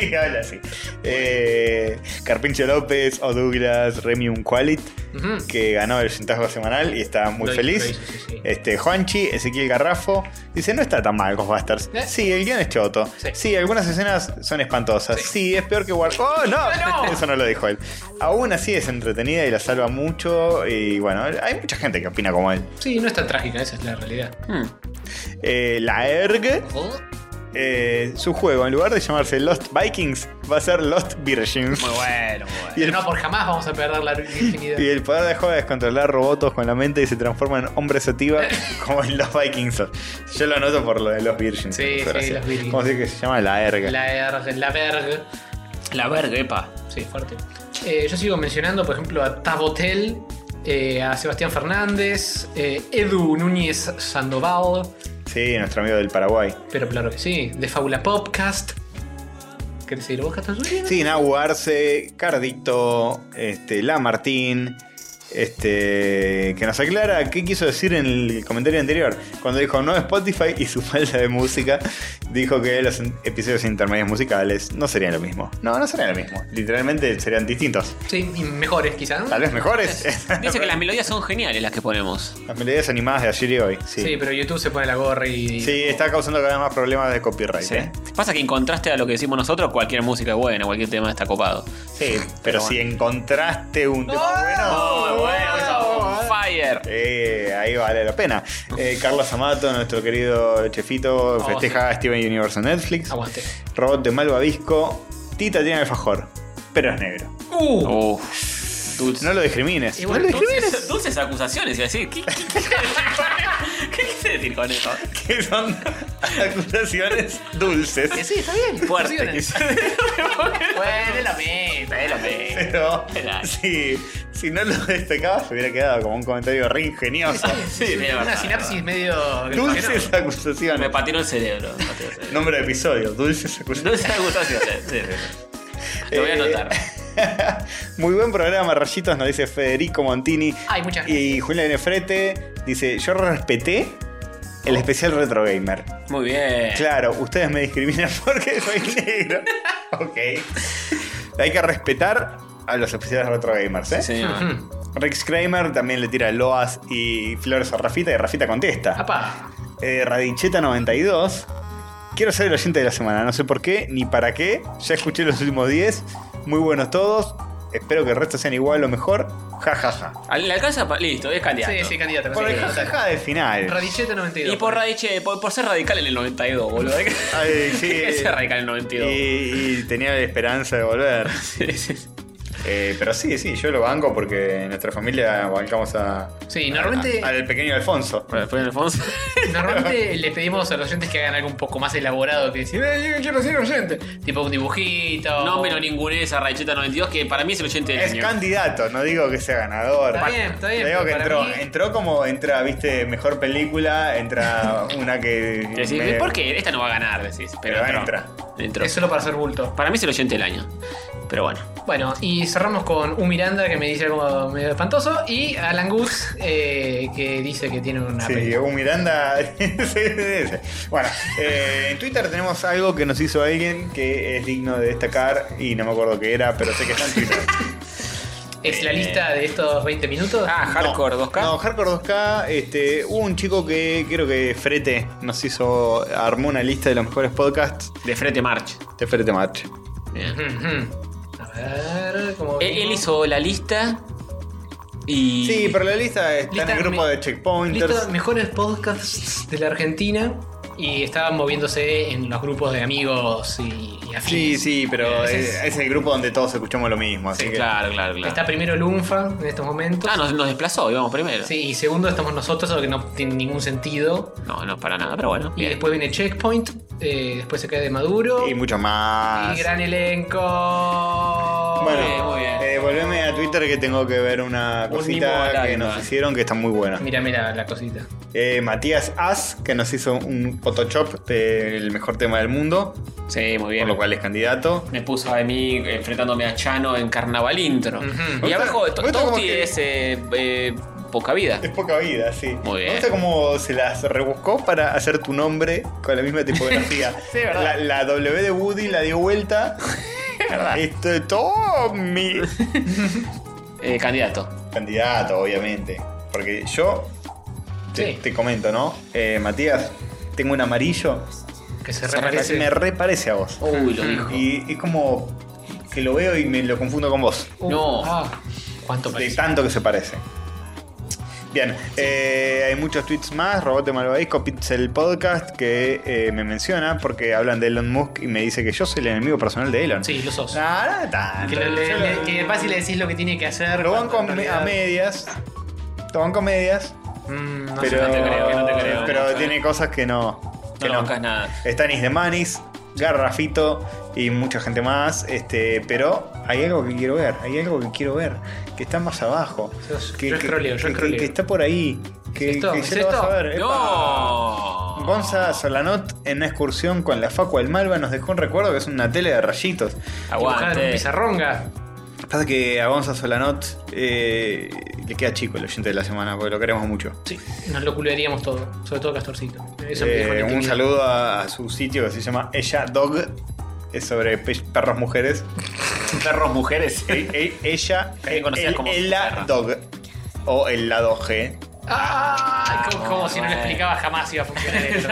Speaker 3: Y habla así. Eh, Carpincho López o Douglas Remium Qualit.
Speaker 2: Ujú.
Speaker 3: que ganó el centavo semanal y está muy
Speaker 2: Lo hizo,
Speaker 3: feliz.
Speaker 2: lo hizo, sí, sí.
Speaker 3: Este, Juanchi, Ezequiel Garrafo, dice, no está tan mal Ghostbusters.
Speaker 2: ¿Eh?
Speaker 3: Sí, el guión es choto. Sí.
Speaker 2: Sí.
Speaker 3: algunas escenas son espantosas. Sí, es peor que War... ¡Oh, no!
Speaker 2: ¡No!
Speaker 3: Eso no lo dijo él. Aún así es entretenida y la salva mucho. Y bueno, hay mucha gente que opina como él.
Speaker 2: Sí, no es tan trágica, esa es la realidad.
Speaker 4: hmm.
Speaker 3: Eh, la ERG,
Speaker 2: Oh.
Speaker 3: eh, su juego, en lugar de llamarse Lost Vikings, va a ser Lost Virgins.
Speaker 4: Muy bueno, muy bueno.
Speaker 3: Y el-
Speaker 2: no, por jamás vamos a perder la virginidad.
Speaker 3: Y el poder de Joda es controlar robots con la mente y se transforma en hombres sativa como en los Vikings. Yo lo anoto por lo de los Virgins.
Speaker 2: Sí,
Speaker 3: Eso,
Speaker 2: sí,
Speaker 3: gracias.
Speaker 2: los Virgins.
Speaker 3: ¿Cómo se dice que se llama? La erga.
Speaker 2: La erg, la verg.
Speaker 4: La verga, epa.
Speaker 2: Sí, fuerte. Eh, yo sigo mencionando, por ejemplo, a Tabotel, eh, a Sebastián Fernández, eh, Edu Núñez Sandoval,
Speaker 3: Sí, nuestro amigo del Paraguay.
Speaker 2: pero claro que sí, de Fábula Podcast. ¿Querés seguir vos, Castor Zúñiga?
Speaker 3: Sí, Nahu Arce, Cardito, este, La Martín. Este, que nos aclara qué quiso decir en el comentario anterior. Cuando dijo no Spotify y su falta de música, dijo que los en- episodios intermedios musicales no serían lo mismo. No, no serían lo mismo. Literalmente serían distintos.
Speaker 2: Sí, y mejores quizás, ¿no?
Speaker 3: Tal vez mejores.
Speaker 4: Dice que las melodías son geniales las que ponemos.
Speaker 3: Las melodías animadas de ayer y hoy, sí.
Speaker 2: Sí.
Speaker 3: Sí,
Speaker 2: pero YouTube se pone la gorra y.
Speaker 3: está causando cada vez más problemas de copyright,
Speaker 4: Sí.
Speaker 3: ¿eh?
Speaker 4: Pasa que en contraste a lo que decimos nosotros, cualquier música es buena, cualquier tema está copado.
Speaker 3: Sí, pero, si encontraste un tema
Speaker 4: ¡Oh,
Speaker 3: bueno,
Speaker 4: fire.
Speaker 3: eh, ahí vale la pena. Eh, Carlos Amato, nuestro querido chefito, festeja a Steven Universe en Netflix.
Speaker 2: Aguante.
Speaker 3: Robot de Malvavisco. Tita tiene alfajor, pero es negro.
Speaker 2: Uh,
Speaker 4: Uf. Dulce.
Speaker 3: No lo discrimines.
Speaker 2: Y bueno,
Speaker 3: no lo
Speaker 4: dulces, dulces acusaciones, iba a decir. ¿Qué, qué, qué, qué quise decir con eso?
Speaker 3: Que son acusaciones
Speaker 2: que
Speaker 3: dulces.
Speaker 2: sí, está bien.
Speaker 4: Fuerte.
Speaker 2: funciona.
Speaker 4: quise.
Speaker 2: Bueno, es lo mismo.
Speaker 4: Es lo mismo.
Speaker 3: Pero
Speaker 4: Dale.
Speaker 3: si, si no lo destacabas, hubiera quedado como un comentario re ingenioso.
Speaker 4: Sí, es verdad,
Speaker 2: Una
Speaker 4: es
Speaker 2: sinapsis
Speaker 4: verdad.
Speaker 2: medio.
Speaker 3: Dulces
Speaker 4: Me
Speaker 3: acusaciones.
Speaker 4: patinó el cerebro. me patinó el cerebro.
Speaker 3: Nombre de episodio, dulces acusaciones.
Speaker 4: Dulces acusaciones. Sí, sí, sí. Lo voy
Speaker 3: Eh,
Speaker 4: a anotar.
Speaker 3: Muy buen programa, rayitos, nos dice Federico Montini.
Speaker 2: Ay, muchas gracias.
Speaker 3: Y Julián Nefrete dice: Yo respeté el especial Retro Gamer.
Speaker 4: Muy bien.
Speaker 3: Claro, ustedes me discriminan porque soy negro. ok. Hay que respetar a los especiales Retro Gamers, ¿eh?
Speaker 4: Sí, señor.
Speaker 2: Ujú.
Speaker 3: Rex Kramer también le tira loas y flores a Rafita y Rafita contesta.
Speaker 2: Apa.
Speaker 3: Eh, Radicheta92. Quiero ser el oyente de la semana, no sé por qué ni para qué. Ya escuché los últimos 10. Muy buenos todos. Espero que el resto sean igual o mejor. Ja, ja, ja.
Speaker 4: ¿Alguien le alcanza? Pa- Listo, es candidato.
Speaker 2: Sí, sí, candidato.
Speaker 3: Por el
Speaker 2: sí,
Speaker 3: ja, ja,
Speaker 2: total.
Speaker 3: ja de final.
Speaker 2: Radichete 92.
Speaker 4: Y por, radiche- por, por ser radical en el 92, boludo. ¿eh? Hay que-
Speaker 3: Ay, sí.
Speaker 4: hay que ser radical en el 92.
Speaker 3: Y, y tenía la esperanza de volver.
Speaker 4: Sí, sí.
Speaker 3: Eh, pero sí, sí, yo lo banco porque en nuestra familia bancamos a.
Speaker 2: Sí, normalmente-
Speaker 3: a- al pequeño Alfonso.
Speaker 4: Bueno, después Alfonso.
Speaker 2: Normalmente les pedimos a los oyentes que hagan algo un poco más elaborado que decir, "Eh, yo quiero ser oyente. Tipo un dibujito.
Speaker 4: No me lo ningunees a Radicheta 92, que para mí es el oyente del
Speaker 3: Es
Speaker 4: año.
Speaker 3: candidato, no digo que sea ganador.
Speaker 2: Está bien, está bien,
Speaker 3: Digo
Speaker 2: pero
Speaker 3: que
Speaker 2: para
Speaker 3: entró,
Speaker 2: mí-
Speaker 3: entró como entra, viste, mejor película, entra una que.
Speaker 4: Que decís,
Speaker 3: me-
Speaker 4: ¿por qué? Esta no va a ganar, decís. Pero,
Speaker 3: Mm, eh. Pero
Speaker 4: entró. Entró.
Speaker 2: Es solo para hacer bulto.
Speaker 4: Para mí es el oyente del año. Pero bueno.
Speaker 2: Bueno, y cerramos con un Miranda que me dice algo medio espantoso y Alan Gus eh, que dice que tiene una
Speaker 3: Sí,
Speaker 2: peli.
Speaker 3: un Miranda. Sí, sí, sí. bueno, eh, en Twitter tenemos algo que nos hizo alguien que es digno de destacar y no me acuerdo qué era, pero sé que está en Twitter.
Speaker 2: ¿Es la lista de estos 20 minutos?
Speaker 4: Ah, Hardcore 2K.
Speaker 3: No, Hardcore 2K, este, hubo un chico que creo que Frete nos hizo, armó una lista de los mejores podcasts
Speaker 4: De Frete March.
Speaker 3: de Frete Match.
Speaker 4: Bien.
Speaker 2: Ujú. Mm-hmm. A ver, como
Speaker 4: Él, él hizo la lista y.
Speaker 3: Sí, pero la lista está
Speaker 2: Lista
Speaker 3: en el grupo
Speaker 2: me-
Speaker 3: de checkpointers.
Speaker 2: Lista de mejores podcasts de la Argentina y estaban moviéndose en los grupos de amigos y, y
Speaker 3: Sí,
Speaker 2: afines.
Speaker 3: sí, pero
Speaker 2: Ese
Speaker 3: es,
Speaker 2: es-
Speaker 3: es el grupo donde todos escuchamos lo mismo, así
Speaker 4: Sí,
Speaker 3: que.
Speaker 4: claro, claro, claro.
Speaker 2: Está primero Lunfa en estos momentos.
Speaker 4: Ah, nos, nos desplazó, íbamos primero.
Speaker 2: Sí, y segundo estamos nosotros, algo que no tiene ningún sentido.
Speaker 4: No, no, para nada, pero bueno.
Speaker 2: Y
Speaker 4: bien.
Speaker 2: después viene Checkpoint, eh, después se cae de Maduro.
Speaker 3: Y
Speaker 2: Y,
Speaker 3: mucho más.
Speaker 2: gran elenco.
Speaker 3: Bueno,
Speaker 4: muy bien.
Speaker 3: eh, volveme a Twitter que tengo que ver una
Speaker 4: Un mimo al
Speaker 3: cosita que
Speaker 4: alma.
Speaker 3: nos hicieron que está muy buena.
Speaker 2: Mira, mira la cosita.
Speaker 3: Eh, Matías As, que nos hizo un Photoshop del mejor tema del mundo,
Speaker 4: Sí, muy bien.
Speaker 3: por lo cual es candidato.
Speaker 4: Me puso a mí enfrentándome a Chano en Carnaval Intro.
Speaker 2: Ujú.
Speaker 4: Y abajo,
Speaker 3: Vos
Speaker 4: to-
Speaker 3: estás como
Speaker 4: Tosti
Speaker 3: que-
Speaker 4: es eh, eh, poca vida.
Speaker 3: Es poca vida, sí.
Speaker 4: Muy bien.
Speaker 3: Me gusta cómo se las rebuscó para hacer tu nombre con la misma tipografía.
Speaker 2: Sí,
Speaker 3: la,
Speaker 2: verdad.
Speaker 3: la W de Woody la dio vuelta. Esto es Tommy.
Speaker 4: Eh, candidato.
Speaker 3: Candidato, obviamente. Porque yo te,
Speaker 2: Sí.
Speaker 3: te comento, ¿no? Eh, Matías, tengo un amarillo.
Speaker 2: Que se
Speaker 3: O sea, me
Speaker 2: reparece.
Speaker 3: parece- me reparece a vos.
Speaker 4: Uy, lo dijo.
Speaker 3: Y es como que lo veo y me lo confundo con vos.
Speaker 2: Uh,
Speaker 4: No.
Speaker 2: ah, ¿Cuánto
Speaker 3: De
Speaker 2: parece?
Speaker 3: tanto que se parece. Bien, eh, hay muchos tweets más. Robote Malvadisco, Pixel Podcast, que eh, me menciona porque hablan de Elon Musk y me dice que yo soy el enemigo personal de Elon.
Speaker 2: Sí, lo sos.
Speaker 3: Nah, no tanto.
Speaker 2: Que, le,
Speaker 3: Yo
Speaker 2: le-
Speaker 3: lo-
Speaker 2: le- que fácil le decís lo que tiene que hacer.
Speaker 3: lo banco a,
Speaker 2: cuando en
Speaker 3: me- a
Speaker 2: realidad-
Speaker 3: medias. Lo banco a medias.
Speaker 2: Mm, no sé,
Speaker 3: pero
Speaker 2: no te creo, que no te creo.
Speaker 3: pero
Speaker 4: mucho,
Speaker 3: tiene
Speaker 4: eh.
Speaker 3: cosas que no.
Speaker 4: No
Speaker 3: que
Speaker 4: lo bancas nada.
Speaker 3: Está Nis de Manis, Garrafito y mucha gente más. Este, pero hay algo que quiero ver, hay algo que quiero ver, que está más abajo.
Speaker 2: Dios,
Speaker 3: que,
Speaker 2: yo
Speaker 3: que-
Speaker 2: escroleo, yo
Speaker 3: que- que-
Speaker 2: escroleo.
Speaker 3: que está por ahí. Que,
Speaker 2: ¿Es esto?
Speaker 3: que
Speaker 2: ¿Es
Speaker 3: ya lo vas
Speaker 2: esto?
Speaker 3: a ver. ¡Epa!
Speaker 4: ¡No!
Speaker 3: Gonza Solanot en una excursión con la Facua del Malva nos dejó un recuerdo que es una tele de rayitos.
Speaker 2: Dibujar un
Speaker 4: Aguante.
Speaker 2: pizarronga.
Speaker 3: Pasa que a Gonza Solanot eh, le queda chico el oyente de la semana porque lo queremos mucho.
Speaker 2: Sí, nos lo culearíamos todo, sobre todo Castorcito. Eso me
Speaker 3: Eh,
Speaker 2: dijo en la
Speaker 3: un
Speaker 2: intimidad.
Speaker 3: saludo a, a su sitio que se llama Ella Dog. Es sobre pe- perros mujeres.
Speaker 4: Perros mujeres.
Speaker 3: E- e- ella,
Speaker 4: También conocidas
Speaker 3: el-
Speaker 4: como
Speaker 3: Ella
Speaker 4: perras.
Speaker 3: Dog. O el lado G.
Speaker 2: ¡Ah! Como, como si no lo
Speaker 4: bueno.
Speaker 2: explicaba jamás iba a funcionar esto.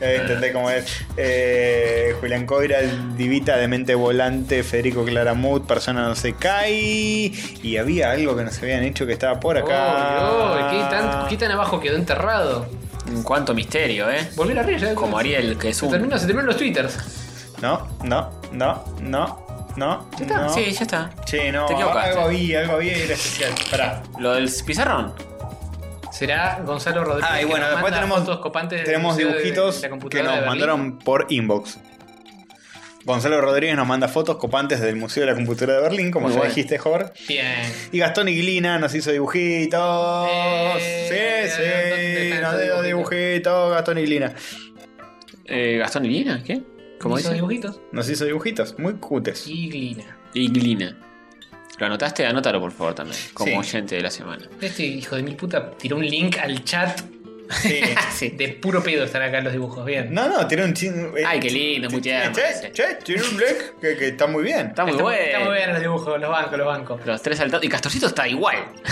Speaker 3: Eh, Entendé cómo es. Eh, Julián Coira, el divita de mente volante, Federico Claramut, persona no se cae. Y había algo que nos habían hecho que estaba por acá.
Speaker 2: Uy, uy, ¿qué, tan, qué tan abajo quedó enterrado?
Speaker 4: Cuánto misterio, ¿eh?
Speaker 2: Volver arriba ya.
Speaker 4: Como Ariel, que es
Speaker 2: Se
Speaker 4: un.
Speaker 2: terminó, se terminaron los twitters.
Speaker 3: No, no, no, no, no. no.
Speaker 4: Sí, ya está.
Speaker 3: Che, no,
Speaker 4: Te equivocaste.
Speaker 3: algo había, algo había y era especial. Pará.
Speaker 4: Lo del pizarrón.
Speaker 2: Será Gonzalo Rodríguez.
Speaker 3: Ah, y
Speaker 2: que
Speaker 3: bueno,
Speaker 2: nos
Speaker 3: después
Speaker 2: manda
Speaker 3: tenemos,
Speaker 2: fotos copantes del
Speaker 3: tenemos
Speaker 2: museo de-
Speaker 3: dibujitos
Speaker 2: de la
Speaker 3: que
Speaker 2: computadora de
Speaker 3: nos
Speaker 2: Berlín.
Speaker 3: mandaron por inbox. Gonzalo Rodríguez nos manda fotos copantes del Museo de la Computadora de Berlín, como
Speaker 4: Muy
Speaker 3: ya
Speaker 4: bueno.
Speaker 3: dijiste, Jorge.
Speaker 2: Bien.
Speaker 3: Y Gastón Iguilina nos hizo dibujitos.
Speaker 2: Eh, ¿dónde
Speaker 3: sí, sí,
Speaker 2: están
Speaker 3: nos
Speaker 2: esos
Speaker 3: dio dibujitos, Gastón Iguilina.
Speaker 4: Eh, Gastón Iglina, ¿qué? ¿Cómo
Speaker 2: Hizo
Speaker 4: dice?
Speaker 2: dibujitos.
Speaker 3: Nos hizo dibujitos, muy cutes.
Speaker 2: Y Glina.
Speaker 4: Iglina. ¿Lo anotaste? Anótalo, por favor, también. Como
Speaker 3: Sí.
Speaker 4: oyente de la semana.
Speaker 2: Este hijo de mil puta tiró un link al chat
Speaker 3: Sí.
Speaker 4: Sí.
Speaker 2: De puro pedo están acá los dibujos, bien.
Speaker 3: No, no, tiene un chin. eh,
Speaker 4: Ay, qué lindo,
Speaker 3: che,
Speaker 4: muy tierno,
Speaker 3: Che,
Speaker 4: sí.
Speaker 3: che, tiene un black que, que está muy bien.
Speaker 4: Está muy
Speaker 2: Está-
Speaker 4: bueno.
Speaker 2: Está muy bien los dibujos, los bancos, los bancos.
Speaker 4: Los tres saltados. Y Castorcito está igual.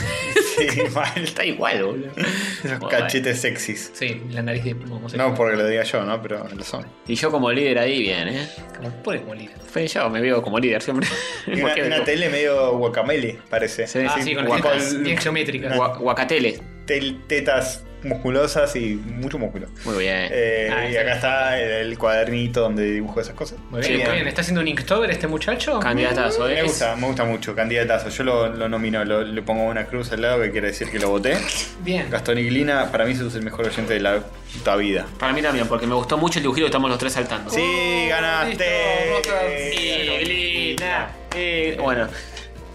Speaker 3: Sí, mal.
Speaker 4: está igual, boludo.
Speaker 3: Esos
Speaker 4: Bueno,
Speaker 3: cachetes sexys.
Speaker 2: Sí, la nariz de pulmón.
Speaker 3: No porque lo diga yo, ¿no? Pero lo son.
Speaker 4: Y yo como líder ahí, bien, ¿eh?
Speaker 2: Como pobre molida.
Speaker 4: Fue yo, me veo como líder siempre.
Speaker 3: Y
Speaker 4: ¿Por
Speaker 3: una,
Speaker 4: qué?
Speaker 3: una tele medio guacamele, parece.
Speaker 4: Sí,
Speaker 2: Ah, sí, con
Speaker 3: guapo.
Speaker 2: las tetas bien geométricas.
Speaker 4: Gua- guacatele.
Speaker 3: Tel- tetas musculosas y mucho músculo.
Speaker 4: Muy bien.
Speaker 3: Eh,
Speaker 2: Ah,
Speaker 3: y
Speaker 2: sí.
Speaker 3: acá está el, el cuadernito donde dibujo esas cosas.
Speaker 2: Muy bien,
Speaker 4: Sí,
Speaker 2: muy
Speaker 4: eh.
Speaker 2: bien. ¿Está haciendo un Inktober este muchacho?
Speaker 4: Candidatazo, ¿eh?
Speaker 3: Me
Speaker 4: Es-
Speaker 3: gusta, me gusta mucho, candidatazo. Yo lo, lo nomino, lo- le pongo una cruz al lado que quiere decir que lo voté.
Speaker 2: Bien.
Speaker 3: Gastón Iglina, para mí sos el mejor oyente de la puta vida.
Speaker 4: Para mí también, porque me gustó mucho el dibujito que estamos los tres saltando.
Speaker 3: Sí,
Speaker 2: Oh, listo, vamos a-
Speaker 3: ganaste.
Speaker 2: Sí.
Speaker 4: Iglina. Eh, bueno.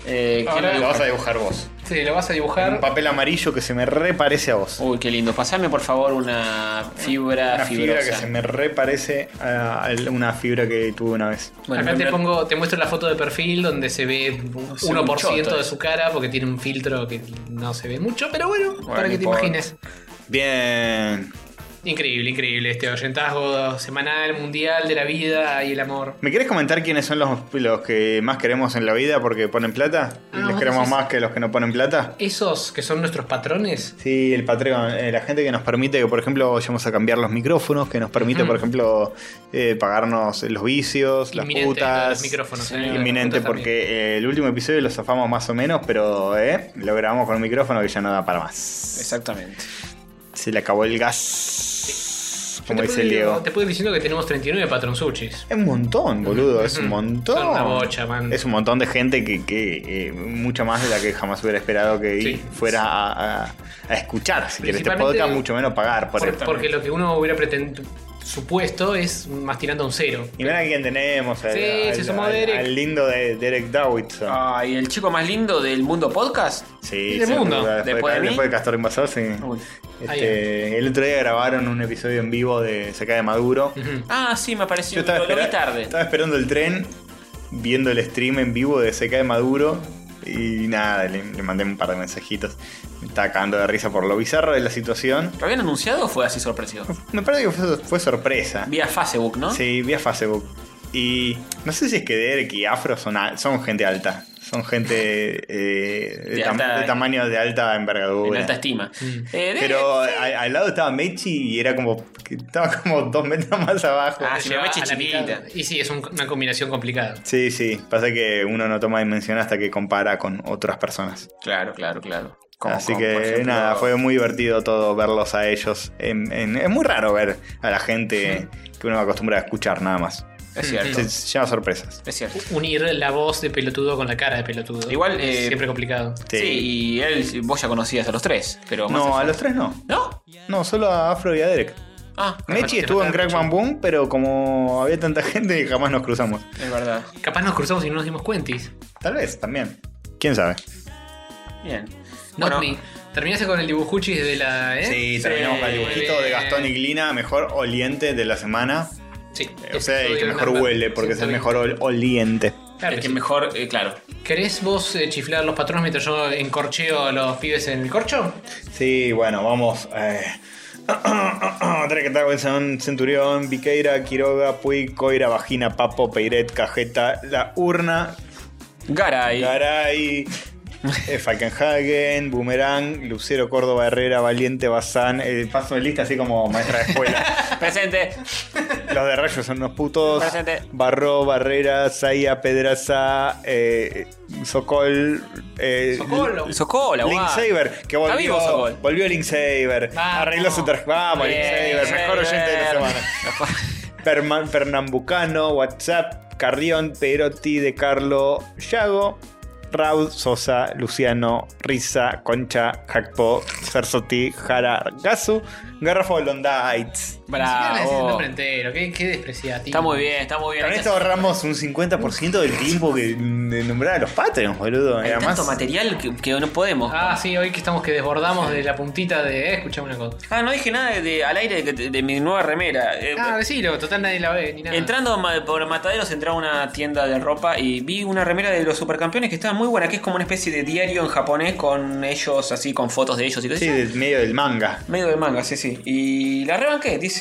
Speaker 4: Eh, ¿quién
Speaker 2: Ahora-
Speaker 4: lo
Speaker 3: Lo
Speaker 4: dibuja?
Speaker 3: vas a dibujar vos.
Speaker 2: Sí, lo vas a
Speaker 3: Un
Speaker 2: dibujar.
Speaker 3: papel amarillo que se me reparece a vos.
Speaker 4: Uy, qué lindo. Pasame por favor una fibra
Speaker 3: Una fibra
Speaker 4: fibrosa.
Speaker 3: que se me reparece a a una fibra que tuve una vez.
Speaker 4: Bueno,
Speaker 2: Acá te
Speaker 4: primero-
Speaker 2: pongo, te muestro la foto de perfil donde se ve un
Speaker 4: se ve
Speaker 2: 1%
Speaker 4: un choto,
Speaker 2: de
Speaker 4: eh.
Speaker 2: su cara porque tiene un filtro que no se ve mucho, pero bueno, para
Speaker 3: no
Speaker 2: que te
Speaker 3: importa.
Speaker 2: imagines.
Speaker 3: Bien.
Speaker 2: Increíble, increíble este oyentazgo semanal, mundial de la vida y el amor.
Speaker 3: ¿Me querés comentar quiénes son los, los que más queremos en la vida porque ponen plata?
Speaker 2: Ah,
Speaker 3: ¿Los
Speaker 2: vos
Speaker 3: queremos
Speaker 2: decís-
Speaker 3: más que los que no ponen plata?
Speaker 2: Esos que son nuestros patrones,
Speaker 3: Sí, el Patreon, eh, la gente que nos permite que, por ejemplo, vayamos a cambiar los micrófonos, que nos permite, por ejemplo, eh, pagarnos los vicios, las
Speaker 2: inminente,
Speaker 3: putas.
Speaker 2: los micrófonos.
Speaker 4: Sí,
Speaker 2: eh, las
Speaker 3: Inminente,
Speaker 2: putas también.
Speaker 3: porque eh, el último episodio lo zafamos más o menos, pero eh, lo grabamos con un micrófono que ya no da para más.
Speaker 4: Exactamente.
Speaker 3: Se le acabó el gas.
Speaker 2: Yo
Speaker 3: Como
Speaker 2: te
Speaker 3: dice
Speaker 2: puedo
Speaker 3: el
Speaker 2: ir-
Speaker 3: Diego.
Speaker 2: Te puedo ir diciendo que tenemos 39 patronsuchis.
Speaker 3: Es un montón, boludo, es un montón.
Speaker 2: Son una bocha, man.
Speaker 3: Es un montón de gente que, que eh, mucha más de la que jamás hubiera esperado que
Speaker 2: Sí.
Speaker 3: fuera a, a- a escuchar, si querés, este
Speaker 2: Principalmente-
Speaker 3: podcast, mucho menos pagar por
Speaker 2: Por-
Speaker 3: esto.
Speaker 2: porque lo que uno hubiera pretendido supuesto es más tirando a un cero.
Speaker 3: Y mira quién tenemos, al,
Speaker 2: Sí, se
Speaker 3: al-
Speaker 2: sumó
Speaker 3: al-
Speaker 2: Derek.
Speaker 3: al lindo de Derek Dawitson.
Speaker 4: Ah, y el chico más lindo del mundo podcast.
Speaker 3: Sí,
Speaker 2: Y del
Speaker 3: sí,
Speaker 2: mundo.
Speaker 3: Después,
Speaker 4: Después de
Speaker 3: de,
Speaker 4: mí.
Speaker 3: después de Castor Invasor, sí.
Speaker 4: Uy.
Speaker 2: Ahí
Speaker 3: Este, el otro día grabaron un episodio en vivo de Saca de Maduro.
Speaker 4: Ah, sí, me
Speaker 3: Yo
Speaker 4: apareció.
Speaker 3: estaba,
Speaker 4: Lo, lo vi
Speaker 3: espera-
Speaker 4: tarde.
Speaker 3: estaba esperando el tren, viendo el stream en vivo de CK de Maduro. Y nada, le, le mandé un par de mensajitos. Me estaba cagando de risa por lo bizarro de la situación.
Speaker 4: ¿Lo habían anunciado o fue así sorpresivo?
Speaker 3: Me parece que fue, fue sorpresa.
Speaker 4: Vía Facebook, ¿no?
Speaker 3: Sí, vi a Facebook. Y no sé si es que Derek y Afro son, al- son gente alta. Son gente eh, de,
Speaker 4: De
Speaker 3: tam-
Speaker 4: alta-
Speaker 3: de tamaño de alta
Speaker 4: En
Speaker 3: envergadura.
Speaker 4: alta estima. Eh, de-
Speaker 3: Pero al, al lado estaba Mechi y era como. que Estaba como dos metros más abajo.
Speaker 4: Ah, sí, me
Speaker 2: Lleva
Speaker 4: meche
Speaker 2: a la
Speaker 4: chiquita.
Speaker 2: mitad. Y sí, es un- una combinación complicada.
Speaker 3: Sí, sí. Pasa que uno no toma dimensión hasta que compara con otras personas.
Speaker 4: Claro, claro, claro. Como-
Speaker 3: Así
Speaker 4: como,
Speaker 3: que
Speaker 4: por ejemplo,
Speaker 3: nada, fue muy divertido todo verlos a ellos. En- en- es muy raro ver a la gente que uno acostumbra a escuchar nada más.
Speaker 4: Es cierto.
Speaker 3: Se, se llama sorpresas.
Speaker 4: Es cierto.
Speaker 2: Unir la voz de pelotudo con la cara de pelotudo.
Speaker 4: Igual,
Speaker 2: Es
Speaker 4: eh,
Speaker 2: siempre complicado.
Speaker 4: Sí. y él, vos ya conocías a los tres, pero más
Speaker 3: No,
Speaker 4: allá.
Speaker 3: a los tres no.
Speaker 4: ¿No?
Speaker 3: No, solo a Afro y a Derek.
Speaker 4: Ah,
Speaker 3: Mechi
Speaker 2: que
Speaker 3: estuvo
Speaker 2: no
Speaker 3: en
Speaker 2: te
Speaker 3: Crack
Speaker 2: escucho.
Speaker 3: Bam Boom, pero como había tanta gente, jamás nos cruzamos.
Speaker 4: es verdad.
Speaker 2: Capaz nos cruzamos y no nos dimos cuentis.
Speaker 3: Tal vez también. ¿Quién sabe?
Speaker 4: Bien.
Speaker 2: Not
Speaker 4: Bueno,
Speaker 2: me. Terminaste con el dibujuchis de la. ¿eh?
Speaker 3: Sí, terminamos con el
Speaker 2: muy
Speaker 3: dibujito de
Speaker 2: bien.
Speaker 3: Gastón Iglina, mejor oliente de la semana.
Speaker 2: Sí,
Speaker 3: O sea, el que
Speaker 2: episodio
Speaker 3: mejor
Speaker 2: number
Speaker 3: huele, porque es el
Speaker 2: 120.
Speaker 3: mejor ol- oliente.
Speaker 2: Claro que
Speaker 4: el que
Speaker 2: sí.
Speaker 4: mejor, eh, claro.
Speaker 2: ¿Querés vos eh, chiflar los patrones mientras yo encorcheo a los pibes en el corcho?
Speaker 3: Sí, bueno, vamos. Eh. Derek Dawson, Centurión, Viqueira, Quiroga, Puig, Coira, Vagina, Papo, Peiret, Cajeta, La Urna,
Speaker 4: Garay.
Speaker 3: Garay, eh, Falkenhagen, Boomerang, Lucero, Córdoba, Herrera, Valiente, Bazán. eh, paso de lista así como maestra de escuela.
Speaker 4: Presente.
Speaker 3: Los de rayos son unos putos.
Speaker 4: Presente.
Speaker 3: Barro, Barrera, Saya, Pedraza, eh, Socol. eh,
Speaker 2: Socolo.
Speaker 4: Socola,
Speaker 3: Link
Speaker 4: guau.
Speaker 3: Saber, que volvió.
Speaker 4: Está vivo Sokol.
Speaker 3: volvió Link Saber.
Speaker 2: Vamos.
Speaker 3: Arregló su traje. Vamos, Link
Speaker 4: Bien,
Speaker 3: Saber, mejor oyente de la
Speaker 4: bien.
Speaker 3: semana. Perman- Pernambucano, WhatsApp, Carrión, Perotti, De Carlo, Yago, Raud, Sosa, Luciano, Risa, Concha, Jacpo, Cersotti, Jara, Gasu, Garrafo Londites.
Speaker 2: Ni siquiera
Speaker 3: Ah,
Speaker 2: le decís
Speaker 3: oh.
Speaker 2: el
Speaker 4: Bravo.
Speaker 2: nombre entero, qué, qué despreciativo.
Speaker 4: Está muy bien, está muy bien.
Speaker 3: Con
Speaker 4: Hay que
Speaker 3: esto ahorramos un 50% del tiempo que de nombrar a los Patreons, boludo.
Speaker 4: Hay
Speaker 3: Era
Speaker 4: tanto
Speaker 3: más-
Speaker 4: material que, que no podemos. Ah.
Speaker 2: Ah, sí, hoy que estamos que desbordamos de la puntita de. Eh, escuchame una cosa.
Speaker 4: Ah, no dije nada de, de- al aire de, de- de mi nueva remera. Eh,
Speaker 2: Ah, decilo, total nadie la ve ni nada.
Speaker 4: Entrando a ma- por Mataderos, entré a una tienda de ropa y vi una remera de los supercampeones que estaba muy buena, que es como una especie de diario en japonés con ellos, así, con fotos de ellos y todo
Speaker 3: Sí,
Speaker 4: eso.
Speaker 3: del medio del manga.
Speaker 4: Medio del manga, sí, sí. Y la rebanqué, dice.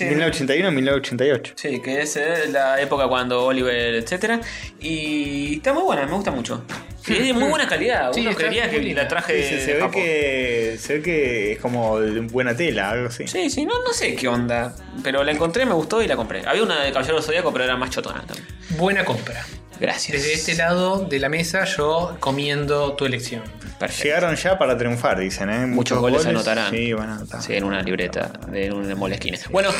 Speaker 3: 1981-1988.
Speaker 4: Sí, que es eh, la época cuando Oliver, etcétera. Y está muy buena, me gusta mucho. Y es de muy buena calidad.
Speaker 2: Sí,
Speaker 4: Uno
Speaker 2: está
Speaker 4: creería
Speaker 2: muy
Speaker 4: que
Speaker 2: linda.
Speaker 4: la traje
Speaker 3: Sí, sí,
Speaker 4: de
Speaker 3: se, ve
Speaker 4: Eh, Japón.
Speaker 3: que, se ve que es como de buena tela, algo así.
Speaker 4: Sí, sí, no, no sé qué onda. Pero la encontré, me gustó y la compré. Había una de Caballero Zodíaco, pero era más chotona también.
Speaker 2: Buena compra.
Speaker 4: Gracias.
Speaker 2: Desde este lado de la mesa, yo comiendo tu elección.
Speaker 4: Perfecto.
Speaker 3: Llegaron ya para triunfar, dicen, ¿eh?
Speaker 4: Muchos goles anotarán.
Speaker 3: Sí, van a anotar.
Speaker 4: Sí, en una libreta, de un de moleskine. Bueno,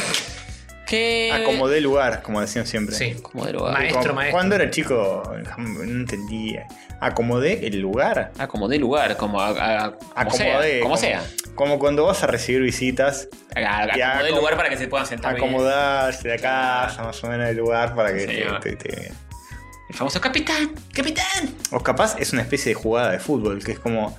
Speaker 4: ¿qué.
Speaker 3: Acomodé lugar, Ah, como decían siempre.
Speaker 2: Sí.
Speaker 4: Como de lugar.
Speaker 2: Maestro.
Speaker 3: Como- Cuando era chico, jam- no entendía. Acomodé el lugar.
Speaker 4: Acomodé lugar, Ah, como, a- a- como sea.
Speaker 3: Acomodé.
Speaker 4: Como sea.
Speaker 3: Como cuando vas a recibir visitas,
Speaker 4: A- a-
Speaker 3: Y
Speaker 4: Acomodé
Speaker 3: acom-
Speaker 4: lugar para que se puedan sentar. bien.
Speaker 3: acomodarse la casa, más o menos el lugar para que
Speaker 4: Sí,
Speaker 3: te-
Speaker 4: va.
Speaker 3: te- te-
Speaker 4: El famoso capitán, capitán.
Speaker 3: O capaz es una especie de jugada de fútbol, que es como,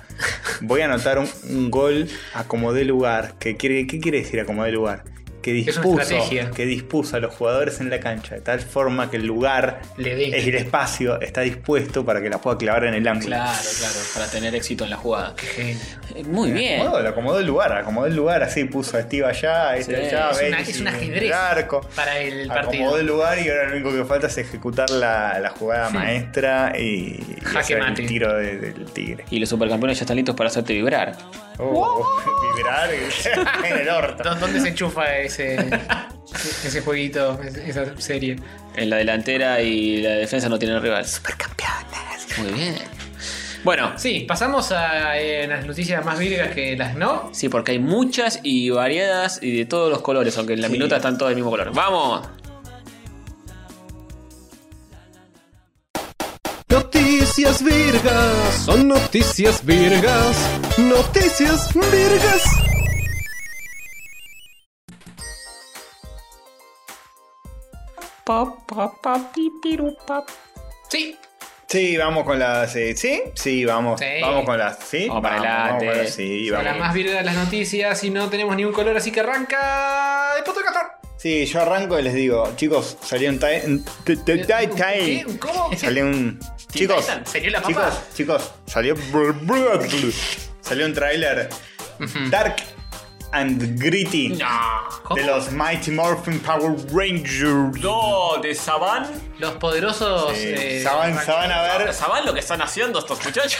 Speaker 3: voy a anotar un, un gol, acomodé lugar. ¿Qué quiere, qué quiere decir acomodé lugar? Que
Speaker 2: Es una
Speaker 3: dispuso,
Speaker 2: estrategia.
Speaker 3: que dispuso a los jugadores en la cancha de tal forma que el lugar,
Speaker 2: Le dé.
Speaker 3: el espacio, está dispuesto para que la pueda clavar en el ángulo.
Speaker 4: Claro, claro, para tener éxito en la jugada.
Speaker 2: Qué genio.
Speaker 4: Eh, Muy bien.
Speaker 3: Acomodó, lo acomodó el lugar, acomodó el lugar, así puso a Steve allá, este
Speaker 4: Sí,
Speaker 3: allá,
Speaker 4: es
Speaker 2: Es, una-
Speaker 3: Benji
Speaker 2: es un
Speaker 3: en el
Speaker 2: ajedrez
Speaker 3: arco.
Speaker 2: para el
Speaker 3: Acomodó
Speaker 2: partido.
Speaker 3: el lugar y ahora lo único que falta es ejecutar la, la jugada maestra y, y
Speaker 2: Jaque
Speaker 3: hacer
Speaker 2: mate.
Speaker 3: el tiro de- del tigre.
Speaker 4: Y los supercampeones ya están listos para hacerte vibrar.
Speaker 3: Oh, vibrar y- en el orto.
Speaker 2: ¿Dó- ¿Dónde se enchufa ese, ese jueguito, es- esa serie?
Speaker 4: En la delantera y la defensa no tienen rival. Supercampeones. Muy bien. Bueno,
Speaker 2: Sí, pasamos a eh, las noticias más virgas que las no.
Speaker 4: sí, porque hay muchas y variadas y de todos los colores, aunque en la
Speaker 3: Sí.
Speaker 4: minuta están todos del mismo color. ¡Vamos!
Speaker 1: Noticias virgas, son noticias virgas, noticias virgas.
Speaker 2: Sí,
Speaker 3: Sí, vamos con las. eh, sí, sí, vamos.
Speaker 2: Sí.
Speaker 3: Vamos con las. Sí,
Speaker 4: Vamos para
Speaker 3: vamos,
Speaker 4: adelante.
Speaker 3: vamos con las, sí,
Speaker 2: son
Speaker 3: vamos.
Speaker 2: las más virgas de las noticias y no tenemos ningún color, así que arranca el puto castor.
Speaker 3: Sí, yo arranco y les digo, chicos, salió un. Tai- t- t- Tai Tai.
Speaker 2: ¿Qué? ¿Cómo?
Speaker 3: Salió un. Chicos,
Speaker 2: Titan, ¿salió la
Speaker 3: chicos,
Speaker 2: papa?
Speaker 3: chicos, salió. Salió un tráiler Dark and Gritty
Speaker 4: No.
Speaker 3: de
Speaker 2: ¿Cómo?
Speaker 3: los Mighty Morphin Power Rangers.
Speaker 4: No, de Saban.
Speaker 2: Los poderosos...
Speaker 3: Eh,
Speaker 2: eh,
Speaker 3: ya van- ya van a ver.
Speaker 4: Saban lo que están haciendo estos muchachos.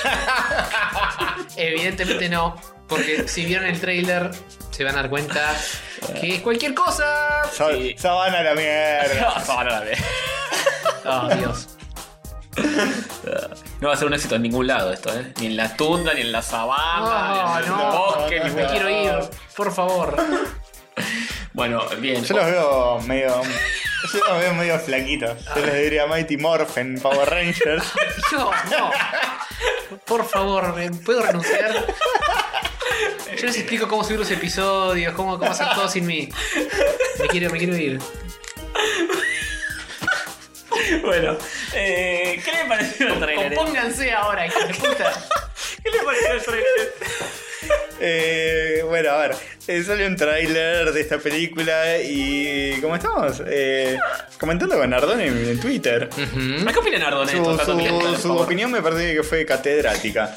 Speaker 2: Evidentemente no, porque si vieron el trailer se van a dar cuenta que es cualquier cosa.
Speaker 3: Ya-
Speaker 4: Sí.
Speaker 3: ya van a la mierda.
Speaker 4: Saban a la vez.
Speaker 2: Oh, Dios.
Speaker 4: No va a ser un éxito en ningún lado esto, ¿eh? Ni en la tunda, ni en la sabana,
Speaker 2: No,
Speaker 4: ni en el
Speaker 2: no,
Speaker 4: bosque,
Speaker 3: no,
Speaker 4: ni
Speaker 3: no.
Speaker 2: Me
Speaker 4: nada.
Speaker 2: quiero ir, por favor.
Speaker 4: Bueno, bien.
Speaker 3: Yo los veo medio. Yo los veo medio flaquitos. Yo les diría Mighty Morphin, Power Rangers.
Speaker 2: Yo, no. Por favor, ¿me ¿puedo renunciar? Yo les explico cómo subir los episodios, cómo, cómo hacer todo sin mí. Me quiero, me quiero ir.
Speaker 4: Bueno, eh, ¿qué le pareció el trailer?
Speaker 2: Compónganse ahora, hijos de puta.
Speaker 4: ¿Qué le pareció el trailer?
Speaker 3: Eh, bueno, a ver. eh, sale un tráiler de esta película y. ¿Cómo estamos? Eh, comentando con Ardón en, en Twitter. ¿Mm?
Speaker 2: Ujú.
Speaker 4: ¿Qué opina Nardone de
Speaker 3: Su,
Speaker 4: esto?
Speaker 3: su-
Speaker 4: Tanto que- por
Speaker 3: su
Speaker 4: favor.
Speaker 3: opinión me parece que fue catedrática.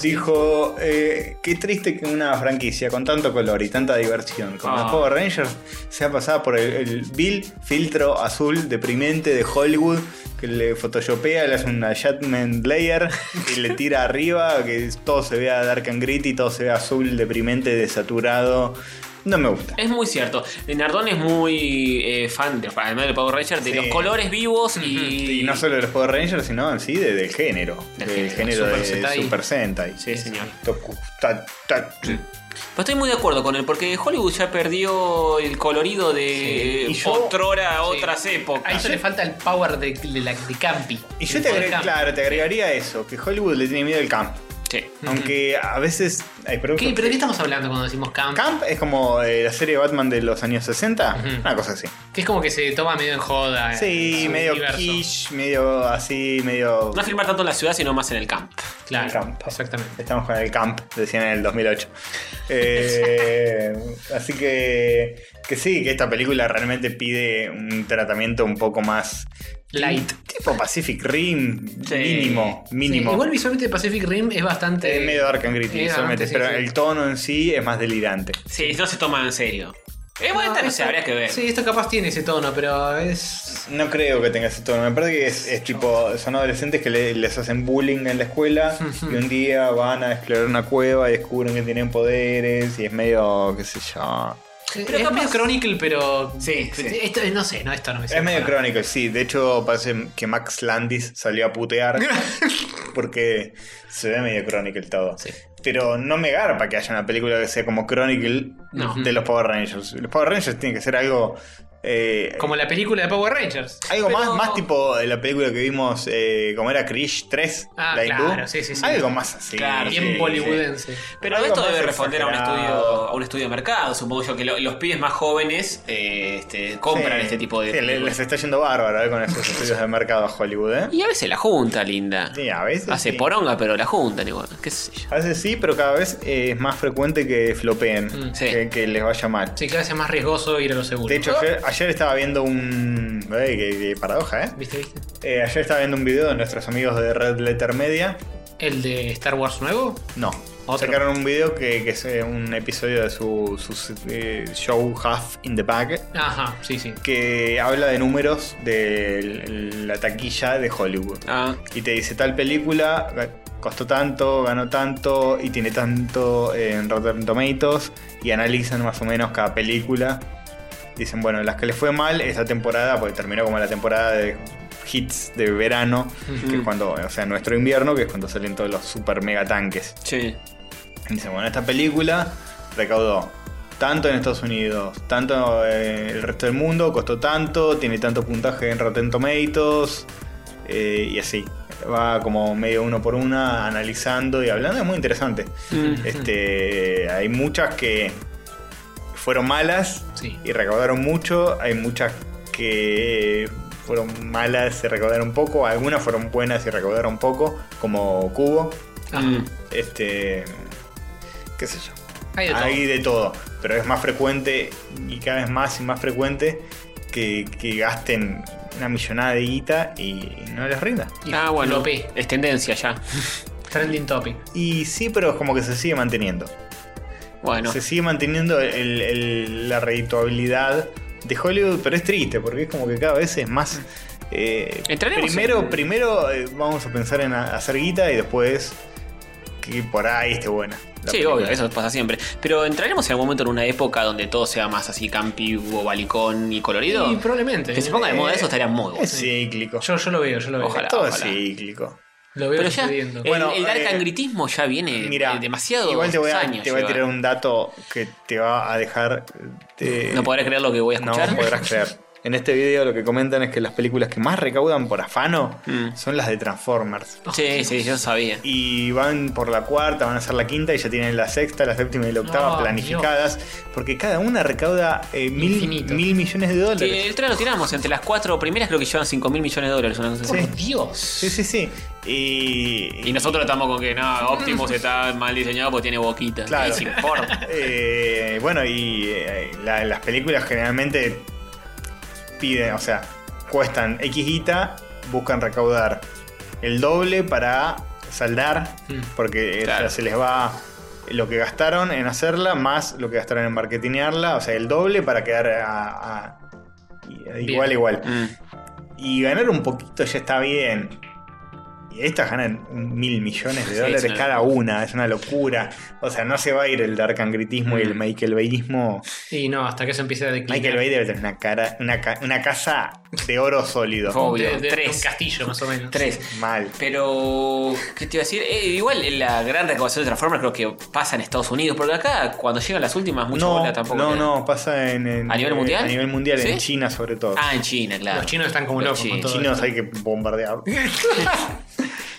Speaker 3: Dijo, eh, qué triste que una franquicia con tanto color y tanta diversión como
Speaker 4: Ah.
Speaker 3: los Power Rangers sea pasada por el, el vil filtro azul deprimente de Hollywood que le photoshopea, le hace un adjustment layer y le tira arriba, que todo se vea dark and gritty, todo se vea azul deprimente, desaturado. No me gusta.
Speaker 4: Es muy cierto. Nardone es muy eh, fan, de, además de Power Rangers, de
Speaker 3: Sí.
Speaker 4: los colores vivos y.
Speaker 3: Y no solo de los Power Rangers, sino en sí de- del género.
Speaker 4: Del
Speaker 3: Del,
Speaker 4: género,
Speaker 3: género
Speaker 2: Super
Speaker 3: de
Speaker 2: Sentai.
Speaker 3: Super Sentai.
Speaker 4: Sí, señor.
Speaker 3: Toku- ta- ta-
Speaker 4: Pero estoy muy de acuerdo con él, porque Hollywood ya perdió el colorido de
Speaker 3: Y yo-
Speaker 4: otrora,
Speaker 2: Sí.
Speaker 4: otras
Speaker 2: A
Speaker 4: épocas.
Speaker 2: eso le falta el power de, de la- de Campi.
Speaker 3: Y yo
Speaker 2: El
Speaker 3: te,
Speaker 2: poder
Speaker 3: agre-
Speaker 2: Campi.
Speaker 3: claro, te agregaría eso, que Hollywood le tiene miedo al campo.
Speaker 4: Sí.
Speaker 3: Aunque a veces hay productos.
Speaker 2: ¿Qué- ¿Pero de qué estamos hablando cuando decimos camp?
Speaker 3: Camp es como eh, la serie de Batman de los años 60,
Speaker 2: Ujú.
Speaker 3: una cosa así.
Speaker 2: Que es como que se toma medio en joda. eh,
Speaker 3: Sí,
Speaker 2: su
Speaker 3: medio
Speaker 2: universo.
Speaker 3: quiche, medio así, medio.
Speaker 4: No filmar tanto en la ciudad, sino más en el camp.
Speaker 2: Claro,
Speaker 3: Camp.
Speaker 2: exactamente.
Speaker 3: Estamos con el camp, decían en el 2008. Eh, así que, que sí, que esta película realmente pide un tratamiento un poco más
Speaker 2: Light.
Speaker 3: tipo Pacific Rim,
Speaker 4: Sí.
Speaker 3: mínimo, mínimo.
Speaker 2: Sí, igual visualmente Pacific Rim es bastante.
Speaker 3: Es medio Dark and Gritty
Speaker 2: Eh,
Speaker 3: visualmente,
Speaker 2: sí,
Speaker 3: pero
Speaker 2: sí.
Speaker 3: el tono en sí es más delirante.
Speaker 4: Sí, no se toma en serio. Eh, bueno,
Speaker 2: No,
Speaker 4: no, sé,
Speaker 2: Ah, esto-
Speaker 4: habría que ver.
Speaker 2: Sí, esto capaz tiene ese tono, pero es.
Speaker 3: No creo que tenga ese tono. Me parece que es, es tipo, son adolescentes que le- les hacen bullying en la escuela y un día van a explorar una cueva y descubren que tienen poderes y es medio, qué sé yo.
Speaker 2: Pero es
Speaker 4: capaz-
Speaker 2: medio Chronicle, pero.
Speaker 3: Sí, sí.
Speaker 2: Esto, no sé, no, esto no me
Speaker 3: Es
Speaker 2: sirve
Speaker 3: medio
Speaker 2: para-
Speaker 3: crónico, sí. De hecho, parece que Max Landis salió a putear porque se ve medio Chronicle todo.
Speaker 2: Sí.
Speaker 3: Pero no me garpa que haya una película que sea como Chronicle
Speaker 2: No.
Speaker 3: de los Power Rangers. Los Power Rangers tienen que ser algo. eh,
Speaker 2: Como la película de Power Rangers.
Speaker 3: algo
Speaker 4: pero-
Speaker 3: más, más tipo de la película que vimos, eh, como era Krish 3,
Speaker 2: Ah,
Speaker 3: la
Speaker 2: claro,
Speaker 3: hindú.
Speaker 2: sí, sí, sí.
Speaker 3: Algo más así.
Speaker 4: Claro,
Speaker 2: Bien
Speaker 3: sí, sí.
Speaker 2: bollywoodense.
Speaker 4: Pero
Speaker 3: Algo
Speaker 4: esto
Speaker 3: más
Speaker 4: debe responder a un,
Speaker 3: exagerado.
Speaker 4: estudio, a un estudio de mercado, supongo yo, que lo- los pibes más jóvenes eh, este, compran
Speaker 3: Sí,
Speaker 4: este tipo de...
Speaker 3: sí, le- les
Speaker 4: películas.
Speaker 3: está yendo bárbaro eh, con esos estudios de mercado a Hollywood, ¿eh?
Speaker 4: Y a veces la junta, linda.
Speaker 3: Sí, a veces.
Speaker 4: Hace
Speaker 3: sí.
Speaker 4: poronga, pero la juntan igual. ¿Qué sé yo?
Speaker 3: A veces sí, pero cada vez eh, es más frecuente que flopeen,
Speaker 2: Mm,
Speaker 4: sí.
Speaker 3: que, que les vaya mal.
Speaker 2: Sí, cada vez es más riesgoso ir a lo seguro.
Speaker 3: De hecho, ayer, ayer estaba viendo un... Ey, qué, qué paradoja, ¿eh?
Speaker 2: ¿Viste, viste?
Speaker 3: Eh, Ayer estaba viendo un video de nuestros amigos de Red Letter Media.
Speaker 2: ¿El de Star Wars nuevo?
Speaker 3: No.
Speaker 2: Otro.
Speaker 3: Sacaron un video que, que es eh, un episodio de su, su, eh, show Half in the Bag
Speaker 2: Ajá, sí, sí.
Speaker 3: que habla de números de l- la taquilla de Hollywood.
Speaker 4: Ah,
Speaker 3: y te dice tal película ga- costó tanto, ganó tanto y tiene tanto eh, en Rotten Tomatoes y analizan más o menos cada película. Dicen, bueno, las que les fue mal esa temporada, porque terminó como la temporada de hits de verano, que es cuando, o sea, nuestro invierno, que es cuando salen todos los super mega tanques.
Speaker 4: sí.
Speaker 3: Y Dicen, bueno, esta película recaudó tanto en Estados Unidos, tanto en el resto del mundo, costó tanto, tiene tanto puntaje en Rotten Tomatoes eh, y así. Va como medio uno por una analizando y hablando, es muy interesante. Este, hay muchas que fueron malas
Speaker 2: Sí.
Speaker 3: y recaudaron mucho, hay muchas que fueron malas y recaudaron poco, algunas fueron buenas y recaudaron poco, como Cubo.
Speaker 2: Ajá.
Speaker 4: Mm.
Speaker 3: Este. qué sé yo.
Speaker 2: Hay de todo.
Speaker 3: Hay de todo. Pero es más frecuente y cada vez más y más frecuente que, que gasten una millonada de guita y no les rinda.
Speaker 2: Y
Speaker 4: Ah, bueno.
Speaker 2: Lope.
Speaker 4: Es tendencia ya.
Speaker 2: Trending topic.
Speaker 3: Y sí, pero es como que se sigue manteniendo.
Speaker 4: Bueno.
Speaker 3: Se sigue manteniendo el- el- la redituabilidad de Hollywood, pero es triste porque es como que cada vez es más. eh,
Speaker 4: Entraremos
Speaker 3: primero,
Speaker 4: en-
Speaker 3: primero eh, vamos a pensar en a- hacer guita y después que por ahí esté buena. la
Speaker 4: Sí,
Speaker 3: película.
Speaker 4: obvio, eso pasa siempre. Pero entraremos en algún momento en una época donde todo sea más así campi, balicón y colorido.
Speaker 2: Y probablemente. ¿eh?
Speaker 4: que se ponga de
Speaker 3: eh,
Speaker 4: moda eso estaría muy bueno.
Speaker 3: Es cíclico.
Speaker 2: Yo, yo lo veo, yo lo veo.
Speaker 4: Ojalá.
Speaker 3: Todo es cíclico.
Speaker 2: Lo veo
Speaker 4: Pero ya
Speaker 2: sucediendo.
Speaker 4: el,
Speaker 3: Bueno,
Speaker 4: el dark
Speaker 3: eh,
Speaker 4: angritismo ya viene
Speaker 3: Mira,
Speaker 4: eh, demasiado
Speaker 3: igual te voy a,
Speaker 4: años
Speaker 3: te voy a
Speaker 4: lleva.
Speaker 3: tirar un dato que te va a dejar. eh,
Speaker 4: No podrás creer lo que voy a
Speaker 3: no
Speaker 4: escuchar.
Speaker 3: podrás creer. En este video lo que comentan es que las películas que más recaudan por afano
Speaker 4: Mm.
Speaker 3: son las de Transformers.
Speaker 4: sí, sí, yo sabía.
Speaker 3: Y van por la cuarta, van a ser la quinta y ya tienen la sexta, la séptima y la octava
Speaker 2: No,
Speaker 3: planificadas. Porque cada una recauda eh, mil,
Speaker 2: Infinito.
Speaker 3: mil millones de
Speaker 4: Sí,
Speaker 3: dólares.
Speaker 4: el tren lo tiramos. Entre las cuatro primeras creo que llevan 5 mil millones de dólares. una cosa así.
Speaker 2: Por Dios.
Speaker 3: Sí, sí, sí. Y,
Speaker 4: Y nosotros estamos con que no, Optimus está mal diseñado porque tiene boquita.
Speaker 3: Claro.
Speaker 4: Sí, importa.
Speaker 3: Eh, bueno, y eh, la- las películas generalmente piden, o sea, cuestan X guita, buscan recaudar el doble para saldar,
Speaker 2: Mm.
Speaker 3: porque eh,
Speaker 4: Claro.
Speaker 3: ya se les va lo que gastaron en hacerla, más lo que gastaron en marketinearla, o sea, el doble para quedar a- a- igual,
Speaker 2: Bien.
Speaker 3: igual.
Speaker 4: Mm.
Speaker 3: Y ganar un poquito ya está bien. Y estas ganan un mil millones de
Speaker 4: Sí,
Speaker 3: dólares
Speaker 4: es una
Speaker 3: cada una, es una locura. O sea, no se va a ir el Dark Angritismo
Speaker 4: Mm.
Speaker 3: y el Michael Bayismo.
Speaker 2: Y no, hasta que eso empiece a declinar.
Speaker 3: Michael Bay debe tener una, cara, una, ca- una casa de oro sólido.
Speaker 4: Oh.
Speaker 2: De-
Speaker 4: Obvio,
Speaker 2: de- de
Speaker 4: tres.
Speaker 2: Un castillo, más o menos.
Speaker 4: Tres.
Speaker 3: Mal.
Speaker 4: Pero, ¿qué te iba a decir? Eh, igual en la gran recaudación de Transformers creo que pasa en Estados Unidos, porque acá cuando llegan las últimas, mucha
Speaker 3: No,
Speaker 4: bola tampoco.
Speaker 3: no,
Speaker 4: le-
Speaker 3: no, pasa en, en-
Speaker 4: ¿A nivel
Speaker 3: eh,
Speaker 4: mundial?
Speaker 3: A nivel mundial, en
Speaker 4: ¿Sí?
Speaker 3: China sobre todo.
Speaker 4: Ah, en China, claro.
Speaker 2: Los chinos están como
Speaker 4: Los
Speaker 2: locos con todo.
Speaker 4: chinos.
Speaker 3: Chinos
Speaker 2: esto.
Speaker 3: hay que bombardear.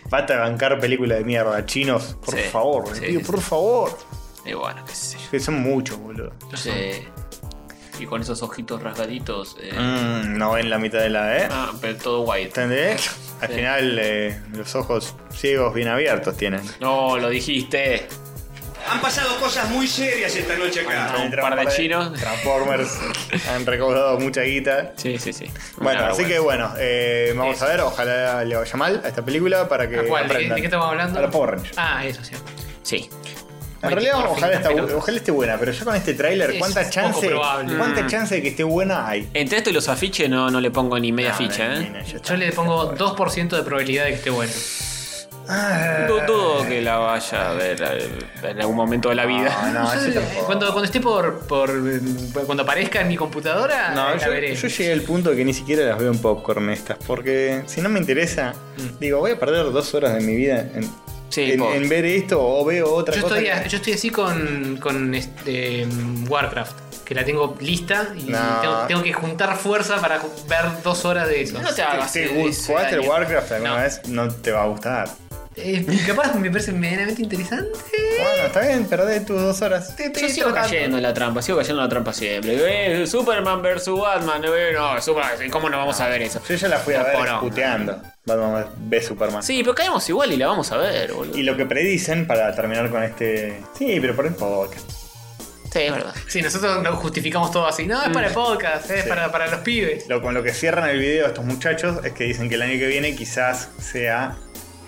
Speaker 3: Basta de bancar películas de mierda, chinos, por
Speaker 4: Sí,
Speaker 3: favor, les
Speaker 4: sí,
Speaker 3: pido,
Speaker 4: sí.
Speaker 3: por favor.
Speaker 4: Y bueno, qué sé yo.
Speaker 3: Que son muchos, boludo.
Speaker 4: Sí. Y con esos ojitos rasgaditos. eh,
Speaker 3: Mm, no ven la mitad de la, ¿eh?
Speaker 4: Ah, pero todo white.
Speaker 3: ¿Entendés? Al
Speaker 4: Sí.
Speaker 3: final, eh, los ojos ciegos bien abiertos tienen.
Speaker 4: No, lo dijiste.
Speaker 6: Han pasado cosas muy serias esta noche
Speaker 2: Ah,
Speaker 6: acá.
Speaker 4: Un par de chinos.
Speaker 3: Transformers han recaudado mucha guita.
Speaker 4: Sí, sí, sí.
Speaker 3: Bueno,
Speaker 4: Una
Speaker 3: así que
Speaker 4: vergüenza.
Speaker 3: bueno, eh, vamos
Speaker 4: Eso.
Speaker 3: a ver, ojalá le vaya mal a esta película para que
Speaker 2: ¿A cuál? ¿De, qué-
Speaker 3: aprendan.
Speaker 2: de qué estamos hablando?
Speaker 3: A los Power Rangers.
Speaker 2: Ah, eso, sí.
Speaker 4: Sí.
Speaker 3: En
Speaker 2: Mighty
Speaker 3: realidad,
Speaker 2: Morphin,
Speaker 3: ojalá,
Speaker 2: las
Speaker 3: está bu-
Speaker 2: pelotas.
Speaker 3: ojalá esté buena, pero ya con este tráiler,
Speaker 2: Es
Speaker 3: ¿cuánta
Speaker 2: poco
Speaker 3: chance,
Speaker 2: probable.
Speaker 3: cuánta chance de que esté buena hay?
Speaker 4: Entre esto y los afiches no, no le pongo ni media
Speaker 3: Ah,
Speaker 4: ficha, ¿eh?
Speaker 3: nena, ya está.
Speaker 2: Yo le pongo 2% de probabilidad de que esté bueno.
Speaker 3: Ah,
Speaker 4: Du- Dudo que la vaya a ver eh, en algún momento de la vida.
Speaker 3: Ah, no,
Speaker 2: Yo,
Speaker 3: yo tampoco.
Speaker 2: cuando, cuando esté por, por, eh, Cuando aparezca en mi
Speaker 4: Ah,
Speaker 2: computadora,
Speaker 3: No,
Speaker 2: eh, la
Speaker 3: yo,
Speaker 2: veré.
Speaker 3: yo llegué al punto que ni siquiera las veo en popcorn estas, porque si no me interesa, digo, voy a perder dos horas de mi vida en,
Speaker 4: Mm. Sí,
Speaker 3: en-
Speaker 4: po.
Speaker 3: en ver esto o veo otra
Speaker 2: Yo
Speaker 3: cosa.
Speaker 2: estoy,
Speaker 3: que-
Speaker 2: yo estoy así con, con este, mm, Warcraft, que la tengo lista y
Speaker 3: No.
Speaker 2: tengo, tengo que juntar fuerza para ju- ver dos horas de eso.
Speaker 4: No te hagas.
Speaker 3: Sí,
Speaker 4: ese- ese
Speaker 3: jugaste el
Speaker 4: daño.
Speaker 3: Warcraft alguna
Speaker 2: No.
Speaker 3: vez, no te va a gustar.
Speaker 2: Eh, capaz me parece medianamente interesante.
Speaker 3: Bueno, está bien, perdés tus dos horas.
Speaker 2: Te- te-
Speaker 4: Yo sigo
Speaker 2: tratando.
Speaker 4: cayendo en la trampa, sigo cayendo en la trampa siempre. Eh, Superman vs Batman, eh, no, Superman, ¿cómo no vamos a ver eso?
Speaker 3: Yo ya la fui a
Speaker 4: No,
Speaker 3: ver
Speaker 4: porón.
Speaker 3: puteando. Batman v Superman.
Speaker 4: Sí, pero caemos igual y la vamos a ver, boludo.
Speaker 3: Y lo que predicen para terminar con este. Sí, pero por el podcast.
Speaker 4: Sí, es verdad.
Speaker 2: Sí, nosotros nos justificamos todo así. No, es para el podcast, es
Speaker 3: Sí.
Speaker 2: para, para los pibes.
Speaker 3: Lo, con lo que cierran el video estos muchachos es que dicen que el año que viene quizás sea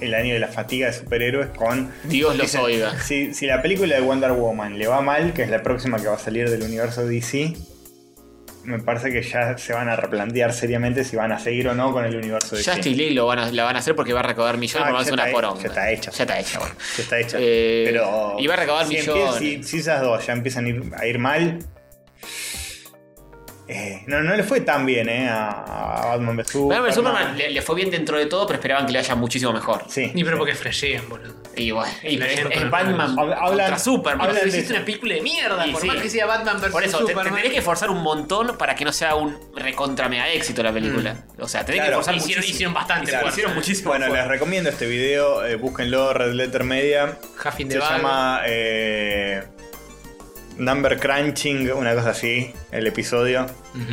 Speaker 3: el año de la fatiga de superhéroes con.
Speaker 4: Dios los
Speaker 3: Dicen,
Speaker 4: oiga.
Speaker 3: Si, si la película de Wonder Woman le va mal, que es la próxima que va a salir del universo DC, me parece que ya se van a replantear seriamente si van a seguir o no con el universo DC.
Speaker 4: Justice League lo van a, la van a hacer porque va a recaudar millones
Speaker 3: Ah,
Speaker 4: porque va a
Speaker 3: ya
Speaker 4: ser una
Speaker 3: está he-
Speaker 4: poronga.
Speaker 3: ya está Uh, hecha.
Speaker 4: Ya está hecha, bueno.
Speaker 3: Ya está hecha.
Speaker 4: Eh,
Speaker 3: Pero.
Speaker 4: y va a recaudar
Speaker 3: si
Speaker 4: millones.
Speaker 3: empie- Si, si esas dos ya empiezan a ir, a ir mal. eh, no, no le fue tan bien, ¿eh? A, a Batman vs.
Speaker 4: Batman
Speaker 3: Superman.
Speaker 4: vs Superman le, le fue bien dentro de todo, pero esperaban que le haya muchísimo mejor.
Speaker 3: Sí.
Speaker 2: Ni pero porque flashean, boludo.
Speaker 4: Y bueno, y
Speaker 2: Pero
Speaker 4: es,
Speaker 2: es-
Speaker 4: es Batman
Speaker 3: Habla- hablan-
Speaker 4: contra Superman.
Speaker 3: hablan
Speaker 2: Pero
Speaker 3: de-
Speaker 2: hiciste una película de mierda,
Speaker 4: Y
Speaker 2: por
Speaker 4: sí.
Speaker 2: más que sea Batman vs.
Speaker 4: Por eso, te- te,
Speaker 2: Superman.
Speaker 4: tenés que forzar un montón para que no sea un recontra mega éxito la película. O sea, tenés que
Speaker 3: Claro.
Speaker 4: forzar
Speaker 2: hicieron,
Speaker 4: muchísimo.
Speaker 2: hicieron bastante
Speaker 4: Claro,
Speaker 2: fuerza.
Speaker 4: hicieron muchísimo.
Speaker 3: Bueno,
Speaker 4: esfuerzo.
Speaker 3: les recomiendo este video. eh, búsquenlo, Red Letter Media.
Speaker 2: Half in the
Speaker 3: Se
Speaker 2: Bag.
Speaker 3: llama. eh, Number Crunching, una cosa así, el episodio.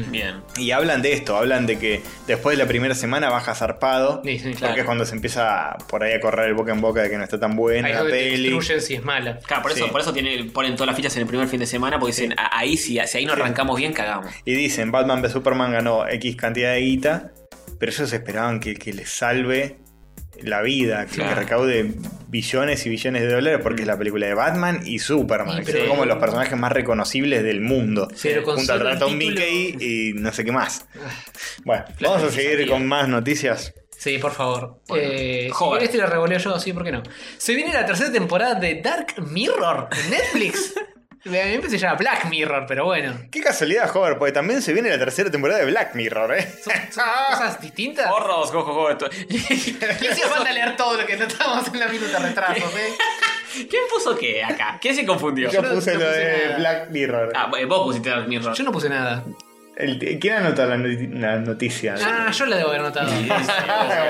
Speaker 4: Bien.
Speaker 3: Y hablan de esto, hablan de que después de la primera semana baja zarpado.
Speaker 2: Sí, sí, claro.
Speaker 3: Porque es cuando se empieza por ahí a correr el boca en boca de que no está tan buena
Speaker 2: Ahí es
Speaker 3: la
Speaker 2: donde te
Speaker 3: peli.
Speaker 2: destruyen si es mala.
Speaker 4: Claro, por eso,
Speaker 3: Sí.
Speaker 4: por eso tiene, ponen todas las fichas en el primer fin de semana, porque dicen, "Ah, ahí si, si ahí no arrancamos bien, cagamos.
Speaker 3: Y dicen, Batman vs Superman ganó X cantidad de guita, pero ellos esperaban que, que les salve la vida, que,
Speaker 4: Claro.
Speaker 3: que recaude billones y billones de dólares, porque es la película de Batman y Superman,
Speaker 2: Sí,
Speaker 3: que
Speaker 2: Mm. pero-
Speaker 3: son como los personajes más reconocibles del mundo.
Speaker 2: Pero con
Speaker 3: Junto al
Speaker 2: solo el
Speaker 3: ratón
Speaker 2: título- Ah.
Speaker 3: Mickey y no sé qué más. Bueno, vamos a seguir con más noticias.
Speaker 2: Sí, por favor.
Speaker 4: Bueno,
Speaker 2: Eh, si
Speaker 4: joder.
Speaker 2: bien este lo revoleo yo, sí, ¿por qué no? Se viene la tercera temporada de Dark Mirror en Netflix. A mí me se llama Black Mirror, pero bueno.
Speaker 3: Qué casualidad, joder, porque también se viene la tercera temporada de Black Mirror, ¿eh?
Speaker 2: ¿Son, son cosas distintas?
Speaker 4: Horros, cojo, cojo. esto.
Speaker 2: ¿Quién se falta leer todo lo que tratamos en la minuta retrasos, eh?
Speaker 4: ¿Quién puso qué acá? ¿Quién se confundió?
Speaker 3: Yo
Speaker 2: no-
Speaker 3: puse
Speaker 2: no
Speaker 3: lo
Speaker 2: puse
Speaker 3: de
Speaker 2: nada.
Speaker 3: Black Mirror.
Speaker 4: Ah, eh, vos pusiste Dark Mirror.
Speaker 2: Yo no puse nada.
Speaker 3: El- ¿Quién anota la, noti- la noticia?
Speaker 2: Ah, yo la debo haber notado.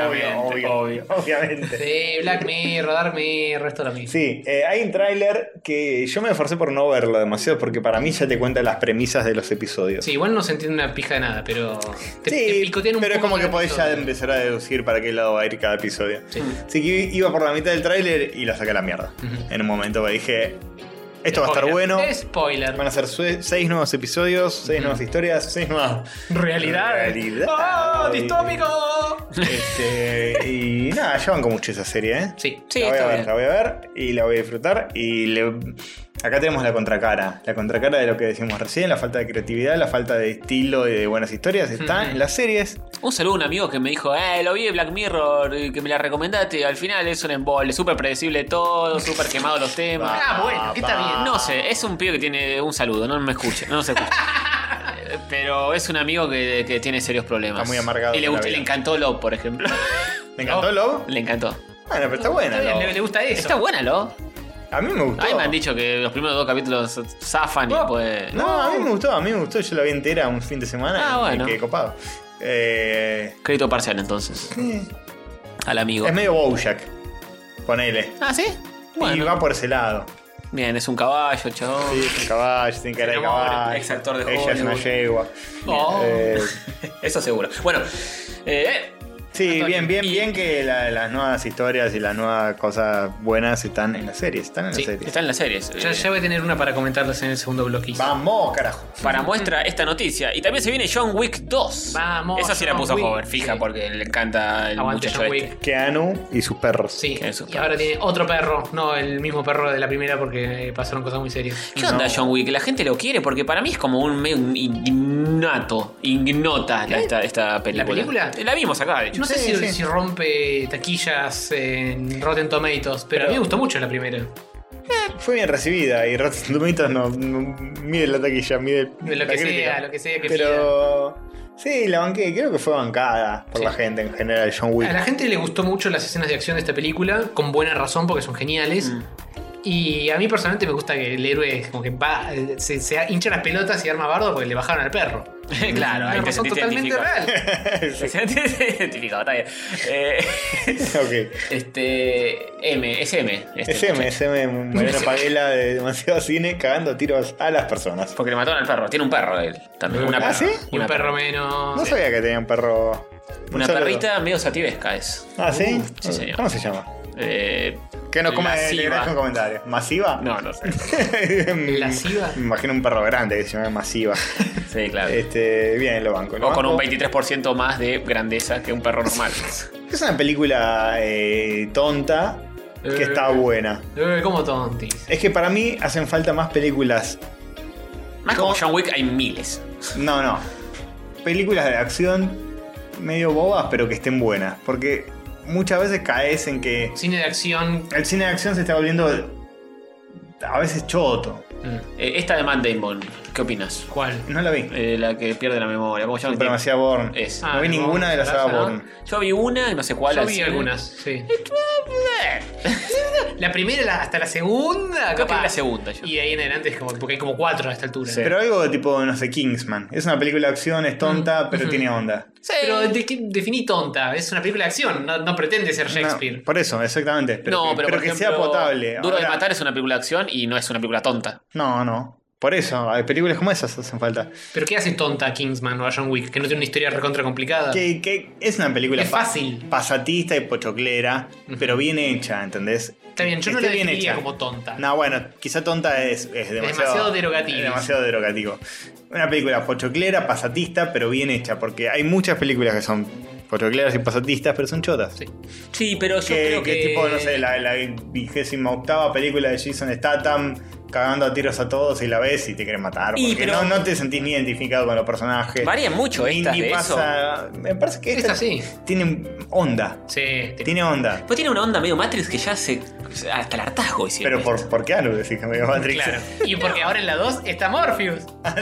Speaker 4: obviamente,
Speaker 3: obvio, obvio, obviamente.
Speaker 2: Sí, Black Mirror, Dark Mirror, esto lo mismo.
Speaker 3: Sí, eh, hay un tráiler que yo me esforcé por no verlo demasiado porque para mí ya te cuenta las premisas de los episodios.
Speaker 2: Sí, igual no se entiende una pija de nada, pero te,
Speaker 3: Sí,
Speaker 2: te picotean un
Speaker 3: pero es
Speaker 2: poco
Speaker 3: como que
Speaker 2: la
Speaker 3: podés ya
Speaker 2: episodio.
Speaker 3: empezar a deducir para qué lado va a ir cada episodio.
Speaker 2: Sí.
Speaker 3: Así que iba por la mitad del tráiler y lo saqué a la mierda. En un momento me dije, esto va a estar
Speaker 2: Spoiler.
Speaker 3: bueno.
Speaker 2: Spoiler.
Speaker 3: Van a ser sue- seis nuevos episodios, seis nuevas historias, seis nuevas...
Speaker 2: Realidad.
Speaker 3: Realidad.
Speaker 2: ¡Ah, distópico!
Speaker 3: este, y nada, llevan con mucho esa serie, ¿eh?
Speaker 2: Sí.
Speaker 4: Sí,
Speaker 3: la voy a
Speaker 4: está
Speaker 3: ver,
Speaker 4: bien.
Speaker 3: la voy a ver y la voy a disfrutar. Y le- acá tenemos la contracara. La contracara de lo que decimos recién, la falta de creatividad, la falta de estilo y de buenas historias. Está en las series.
Speaker 4: Un saludo a un amigo que me dijo, eh, lo vi de Black Mirror, y que me la recomendaste. Al final es un embole, súper predecible todo, súper quemado los temas.
Speaker 2: Ah, bueno, que está bien.
Speaker 4: No sé, es un pibe que tiene un saludo, no me escucha, no se escucha. Eh, Pero es un amigo que, que tiene serios problemas.
Speaker 3: Está muy amargado
Speaker 4: Y le,
Speaker 3: con la
Speaker 4: gustó-
Speaker 3: vida.
Speaker 4: le encantó Love, por ejemplo.
Speaker 3: Me encantó Love.
Speaker 4: le encantó.
Speaker 3: Bueno, pero está buena.
Speaker 2: Está bien,
Speaker 3: Love.
Speaker 2: le, le gusta eso.
Speaker 4: Está buena, Love.
Speaker 3: A mí me gustó.
Speaker 4: A mí me han dicho que los primeros dos capítulos zafan y pues.
Speaker 3: No, a mí me gustó, a mí me gustó. Yo la vi entera un fin de semana
Speaker 4: Ah,
Speaker 3: y
Speaker 4: bueno.
Speaker 3: quedé copado. Eh,
Speaker 4: Crédito parcial entonces. Al amigo.
Speaker 3: es medio Bojack. Ponele.
Speaker 4: Ah, ¿sí?
Speaker 3: Y va por ese lado.
Speaker 4: Bien, es un caballo, chabón.
Speaker 3: Sí, es un caballo, tiene cara de
Speaker 4: enamora,
Speaker 3: caballo.
Speaker 4: ex actor de
Speaker 3: Ella es una
Speaker 4: Hollywood.
Speaker 3: yegua.
Speaker 2: Oh.
Speaker 3: Eh,
Speaker 4: Eso seguro. Bueno, eh,
Speaker 3: sí, bien, bien,
Speaker 4: Y-
Speaker 3: bien que la- las nuevas historias y las nuevas cosas buenas están en las series. Están en
Speaker 2: Sí,
Speaker 3: las series.
Speaker 4: están las series.
Speaker 2: Ya,
Speaker 4: Eh,
Speaker 2: ya voy a tener una para comentarlas en el segundo bloque.
Speaker 3: Vamos, carajo.
Speaker 4: Para muestra esta noticia. Y también se viene John Wick 2.
Speaker 2: Vamos,
Speaker 4: Esa sí la
Speaker 2: John
Speaker 4: puso
Speaker 2: Wick.
Speaker 4: Hover, fija,
Speaker 2: Sí.
Speaker 4: porque le encanta el
Speaker 2: Aguante
Speaker 4: muchacho
Speaker 2: John
Speaker 4: este.
Speaker 2: Wick.
Speaker 3: Keanu y sus perros.
Speaker 2: Sí,
Speaker 4: Que eso,
Speaker 2: y ahora tiene otro perro, no el mismo perro de la primera porque eh, pasaron cosas muy serias.
Speaker 4: ¿Qué onda John Wick? La gente lo quiere porque para mí es como un medio ignato, ignota la- esta, esta película.
Speaker 2: ¿Eh?
Speaker 4: Eh,
Speaker 2: película?
Speaker 4: La vimos acá, de hecho.
Speaker 2: No sé
Speaker 3: Sí,
Speaker 2: si,
Speaker 3: sí.
Speaker 2: si rompe taquillas en Rotten Tomatoes, pero, a mí me gustó mucho la primera.
Speaker 3: Fue bien recibida y Rotten Tomatoes no, no mide la taquilla, mide
Speaker 2: Lo
Speaker 3: la
Speaker 2: que sea,
Speaker 3: crítica.
Speaker 2: lo que sea que
Speaker 3: Pero sí, la banqué, creo que fue bancada por
Speaker 2: Sí. Ah,
Speaker 3: la gente en general, John Wick.
Speaker 2: A la gente le gustó mucho las escenas de acción de esta película, con buena razón porque son geniales.
Speaker 3: Mm.
Speaker 2: Y a mí personalmente me gusta que el héroe como que va, eh, se, se hincha las pelotas y arma bardo porque le bajaron al perro.
Speaker 4: Claro, ahí
Speaker 2: una
Speaker 4: te
Speaker 2: razón
Speaker 4: sentiste
Speaker 2: totalmente
Speaker 4: identificado.
Speaker 2: real.
Speaker 4: Se siente identificado, está bien. Eh,
Speaker 3: Ok.
Speaker 4: este. M, es M. este
Speaker 3: SM,
Speaker 4: muchacho.
Speaker 3: SM, Mariano Paguela de demasiado cine cagando tiros a las personas.
Speaker 4: Porque le mataron al perro. Tiene un perro él también. Una
Speaker 3: ¿Ah,
Speaker 4: perra.
Speaker 3: sí?
Speaker 2: Y un
Speaker 4: Una
Speaker 2: perro
Speaker 4: perra.
Speaker 2: menos.
Speaker 3: No
Speaker 2: Sí.
Speaker 3: sabía que tenía un perro.
Speaker 4: Una
Speaker 3: un solo.
Speaker 4: perrita medio sativesca es.
Speaker 3: Ah, ¿sí?
Speaker 4: sí, señor.
Speaker 3: ¿Cómo se llama?
Speaker 4: Eh,
Speaker 3: Que nos come
Speaker 4: Lasciva.
Speaker 3: le dejo un comentario. ¿Masiva?
Speaker 4: No, no sé.
Speaker 2: ¿Lasciva?
Speaker 3: Me imagino un perro grande que se llama Masiva.
Speaker 4: Sí, claro.
Speaker 3: Este, bien, lo banco. lo
Speaker 4: o con
Speaker 3: banco.
Speaker 4: un 23% más de grandeza que un perro normal.
Speaker 3: Es una película eh, tonta que
Speaker 2: Eh.
Speaker 3: está buena.
Speaker 2: Eh, ¿Cómo tontis?
Speaker 3: Es que para mí hacen falta más películas.
Speaker 4: Más como John Wick hay miles.
Speaker 3: No, no. Películas de acción medio bobas, pero que estén buenas. Porque muchas veces caes en que
Speaker 2: Cine de acción.
Speaker 3: el cine de acción se está volviendo a veces choto.
Speaker 2: mm,
Speaker 4: Eh, esta de Matt Damon, ¿qué opinas?
Speaker 2: ¿Cuál?
Speaker 3: No la vi.
Speaker 4: Eh, la que pierde la memoria, ¿cómo se llama?
Speaker 3: Supremacía Born.
Speaker 4: Es.
Speaker 2: Ah,
Speaker 3: no vi
Speaker 2: no,
Speaker 3: ninguna de las sagas
Speaker 2: ¿no?
Speaker 3: Born.
Speaker 4: Yo vi una y no sé cuál.
Speaker 2: Yo
Speaker 4: al
Speaker 2: vi
Speaker 4: cine.
Speaker 2: algunas, sí. La primera la- hasta la segunda,
Speaker 4: Creo que
Speaker 2: capaz.
Speaker 4: vi la segunda yo.
Speaker 2: Y de ahí en adelante es como, porque hay como cuatro a esta altura.
Speaker 3: Pero algo tipo, no sé, Kingsman. Es una película de acción, es tonta,
Speaker 4: Mm,
Speaker 3: pero tiene onda.
Speaker 4: Sí.
Speaker 2: Pero de- que- definí tonta, es una película de acción, no, no pretende ser
Speaker 3: No,
Speaker 2: Shakespeare.
Speaker 3: por eso, exactamente. Pero,
Speaker 4: no, pero,
Speaker 3: pero
Speaker 4: por
Speaker 3: que
Speaker 4: ejemplo,
Speaker 3: sea potable.
Speaker 4: Duro de
Speaker 3: Ahora-
Speaker 4: matar es una película de acción y no es una película tonta.
Speaker 3: No, no. Por eso, hay películas como esas hacen falta.
Speaker 2: Pero ¿qué hace tonta a Kingsman o a John Wick? Que no tiene una historia recontra
Speaker 4: Ah.
Speaker 2: complicada.
Speaker 3: Que, que es una película
Speaker 2: Es
Speaker 3: pa-
Speaker 2: fácil.
Speaker 3: pasatista y pochoclera, pero bien hecha, ¿entendés?
Speaker 2: Está bien, yo no
Speaker 3: Esté
Speaker 2: la
Speaker 3: bien
Speaker 2: definiría
Speaker 3: hecha.
Speaker 2: como tonta.
Speaker 3: No, bueno, quizá tonta es, es demasiado,
Speaker 2: demasiado derogativo.
Speaker 3: es demasiado derogativo. Una película pochoclera, pasatista, pero bien hecha, porque hay muchas películas que son pochocleras y pasatistas, pero son chotas.
Speaker 2: Sí.
Speaker 4: Sí, pero yo
Speaker 3: Que, que tipo, no sé, la, la vigésima octava película de Jason Statham cagando a tiros a todos y la ves y te quieren matar.
Speaker 4: Y,
Speaker 3: Porque
Speaker 4: pero-
Speaker 3: no, no te sentís ni identificado con los personajes.
Speaker 4: Varían mucho
Speaker 3: Ni-
Speaker 4: estas
Speaker 3: ni
Speaker 4: de
Speaker 3: pasa- Me parece que
Speaker 2: Es
Speaker 3: esta
Speaker 2: así.
Speaker 3: tiene onda.
Speaker 2: Sí, te-
Speaker 3: Tiene onda.
Speaker 4: Pues tiene una onda medio Matrix que ya se. hasta el hartazgo hicieron.
Speaker 3: Pero por, ¿por qué Anu decís que me dio Matrix?
Speaker 2: claro. Y porque ahora en la 2 está Morpheus.
Speaker 3: ¡Ah,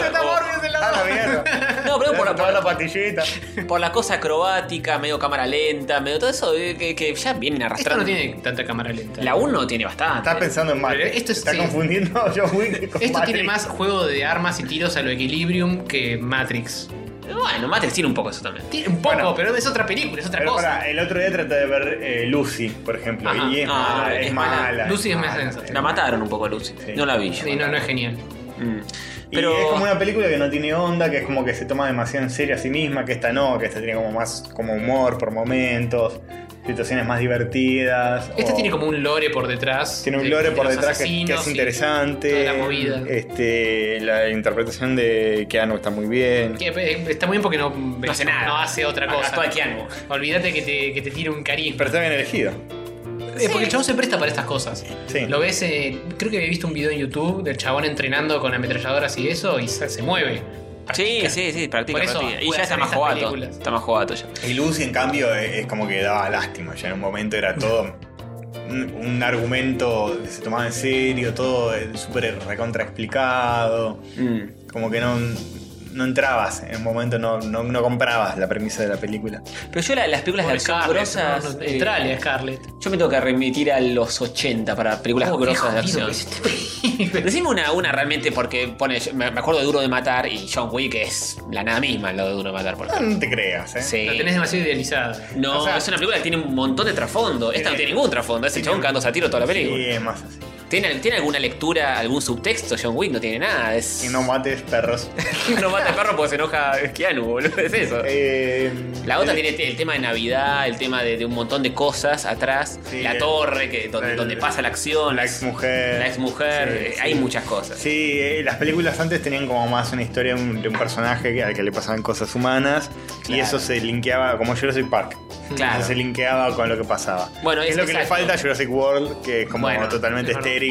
Speaker 3: se está Morbius en la ¡Ah, la mierda!
Speaker 4: No, pero
Speaker 3: Le hacen
Speaker 4: por la-
Speaker 3: tomar la pastillita.
Speaker 4: Por la cosa acrobática, medio cámara lenta, medio todo eso eh, que, que ya vienen
Speaker 2: Esto
Speaker 4: arrastrando.
Speaker 2: no tiene tanta cámara lenta.
Speaker 4: La 1 tiene bastante.
Speaker 3: Está pensando en Matrix.
Speaker 2: Pero esto es-
Speaker 3: está
Speaker 2: sí.
Speaker 3: confundiendo a John Wick con
Speaker 2: Esto tiene
Speaker 3: Matrix.
Speaker 2: más juego de armas y tiros a lo Equilibrium que Matrix.
Speaker 4: Bueno, Matrix tiene un poco eso también.
Speaker 2: Tiene un poco,
Speaker 3: Bueno.
Speaker 2: pero es otra película, es otra
Speaker 3: Pero
Speaker 2: cosa.
Speaker 3: pará, el otro día traté de ver eh, Lucy, por ejemplo.
Speaker 2: Ajá.
Speaker 3: Y es,
Speaker 4: Ah,
Speaker 3: mala,
Speaker 4: es
Speaker 3: es
Speaker 4: mala.
Speaker 3: mala.
Speaker 2: Lucy es más
Speaker 3: mala.
Speaker 2: densa.
Speaker 4: La mataron un poco a Lucy.
Speaker 3: Sí.
Speaker 4: No la vi yo.
Speaker 2: Sí, no, no es genial.
Speaker 4: Mm.
Speaker 3: Y
Speaker 4: Pero.
Speaker 3: es como una película que no tiene onda, que es como que se toma demasiado en serio a sí misma, que esta no, que esta tiene como más como humor por momentos, situaciones más divertidas.
Speaker 2: Este
Speaker 3: o-
Speaker 2: tiene como un lore por detrás.
Speaker 3: Oh. Tiene un
Speaker 2: de-
Speaker 3: lore
Speaker 2: de
Speaker 3: por
Speaker 2: los
Speaker 3: detrás que- que,
Speaker 2: asesinos
Speaker 3: es
Speaker 2: y
Speaker 3: interesante.
Speaker 2: toda la movida.
Speaker 3: Este, la interpretación de Keanu está muy bien.
Speaker 2: Que, eh, está muy bien porque no, no
Speaker 4: hace nada.
Speaker 2: No hace otra cosa.
Speaker 4: Actúa Keanu.
Speaker 2: Olvídate que te, que te tire un carisma.
Speaker 3: Pero está bien elegido.
Speaker 2: Eh, Porque el chabón se presta para estas cosas.
Speaker 3: Sí.
Speaker 2: Lo ves, eh, creo que había visto un video en YouTube del chabón entrenando con ametralladoras y eso y se, se mueve.
Speaker 4: Sí,
Speaker 2: Practica.
Speaker 4: sí, sí, practica,
Speaker 2: Por eso
Speaker 4: practica. Y
Speaker 2: puede hacer
Speaker 4: ya está más
Speaker 2: esas
Speaker 4: jovato.
Speaker 2: películas.
Speaker 4: Está más jovato ya.
Speaker 3: Y Lucy, en cambio, e-, es, es como que daba lástima. Ya en un momento era todo un, un argumento que se tomaba en serio, todo eh, súper recontraexplicado.
Speaker 4: Mm.
Speaker 3: Como que no. no entrabas, en un momento no, no, no comprabas la premisa de la película.
Speaker 4: Pero yo la- las películas de acción grosas.
Speaker 2: no, no,
Speaker 4: eh,
Speaker 2: entrale a Scarlett.
Speaker 4: yo me tengo que remitir a los 80 para películas
Speaker 2: Oh, qué
Speaker 4: grosas de
Speaker 2: jodido
Speaker 4: acción.
Speaker 2: que es este pibe.
Speaker 4: Decime una, una realmente porque pone, yo me me acuerdo de Duro de Matar y John Wick es la nada misma lo de Duro de Matar. Por ejemplo.
Speaker 3: No te creas, ¿eh?
Speaker 4: Sí.
Speaker 2: La Ah, tenés demasiado idealizada.
Speaker 4: No,
Speaker 3: o sea, eh,
Speaker 4: es una película que tiene un montón de trasfondo. Esta no tiene ningún trasfondo, es el chabón cagándose a tiro toda la
Speaker 3: Sí,
Speaker 4: película.
Speaker 3: es más así.
Speaker 4: ¿Tiene, ¿Tiene alguna lectura, algún subtexto? John Wick no tiene nada. Es...
Speaker 3: Y no mates perros.
Speaker 4: no mata al perro porque se enoja Keanu, boludo. Es eso.
Speaker 3: Eh,
Speaker 4: La otra tiene te- el tema de Navidad, el tema de, de un montón de cosas atrás.
Speaker 3: Sí,
Speaker 4: la
Speaker 3: el-
Speaker 4: torre, que, donde,
Speaker 3: el-
Speaker 4: donde pasa la acción.
Speaker 3: La
Speaker 4: las-
Speaker 3: exmujer.
Speaker 4: La exmujer.
Speaker 3: Sí,
Speaker 4: eh,
Speaker 3: sí.
Speaker 4: Hay muchas cosas.
Speaker 3: Sí, eh, las películas antes tenían como más una historia de un, de un personaje que- al que le pasaban cosas humanas y
Speaker 4: Claro.
Speaker 3: eso se linkeaba como Jurassic Park.
Speaker 4: Claro.
Speaker 3: Eso Se linkeaba con lo que pasaba.
Speaker 4: Bueno, es-
Speaker 3: es lo que le
Speaker 4: exacto.
Speaker 3: falta a Jurassic World, que es como
Speaker 4: Bueno,
Speaker 3: totalmente
Speaker 2: es verdad.
Speaker 3: estéril.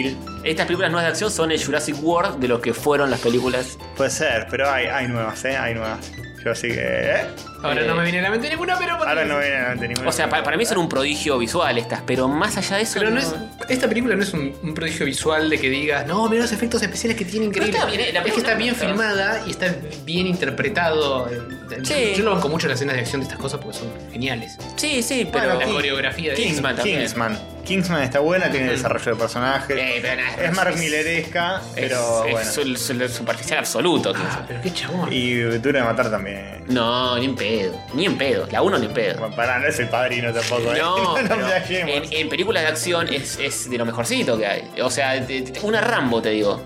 Speaker 4: Estas películas nuevas de acción son el Jurassic World de lo que fueron las películas.
Speaker 3: Puede ser, pero hay, hay nuevas, ¿eh? Hay nuevas. Yo así que. ¿eh?
Speaker 2: Ahora
Speaker 4: Eh,
Speaker 2: no me viene a la mente ninguna, pero.
Speaker 3: Ahora no viene ante ninguna.
Speaker 4: O sea, pa- para, mí son un prodigio visual estas, pero más allá de eso.
Speaker 2: Pero no es, esta película no es un, un prodigio visual de que digas, no, mira los efectos especiales que tiene increíble.
Speaker 4: está bien, eh, la
Speaker 2: es que
Speaker 4: película
Speaker 2: está bien
Speaker 4: está-
Speaker 2: filmada y está bien interpretado. eh,
Speaker 4: Sí.
Speaker 2: Yo lo banco mucho las escenas de acción de estas cosas porque son geniales.
Speaker 4: Sí, sí, pero.
Speaker 2: Bueno, la coreografía de
Speaker 4: Kingsman también. Mm.
Speaker 3: Kingsman. Kingsman está buena, tiene desarrollo de personajes.
Speaker 4: Eh, pero nada,
Speaker 3: es Mark Milleresca,
Speaker 4: es-
Speaker 3: pero
Speaker 4: es,
Speaker 3: bueno.
Speaker 4: el- es el superficial absoluto.
Speaker 2: Ah, pero qué chabón.
Speaker 3: Y Duro de Matar también.
Speaker 4: No, ni en pedo. Ni en pedo. La uno ni en pedo.
Speaker 3: Bueno, pará, no es el padrino tampoco, ¿eh?
Speaker 4: No,
Speaker 3: no
Speaker 4: pero
Speaker 3: viajemos.
Speaker 4: en, en películas de acción es, es de lo mejorcito que hay. O sea, de- de- una Rambo, te digo.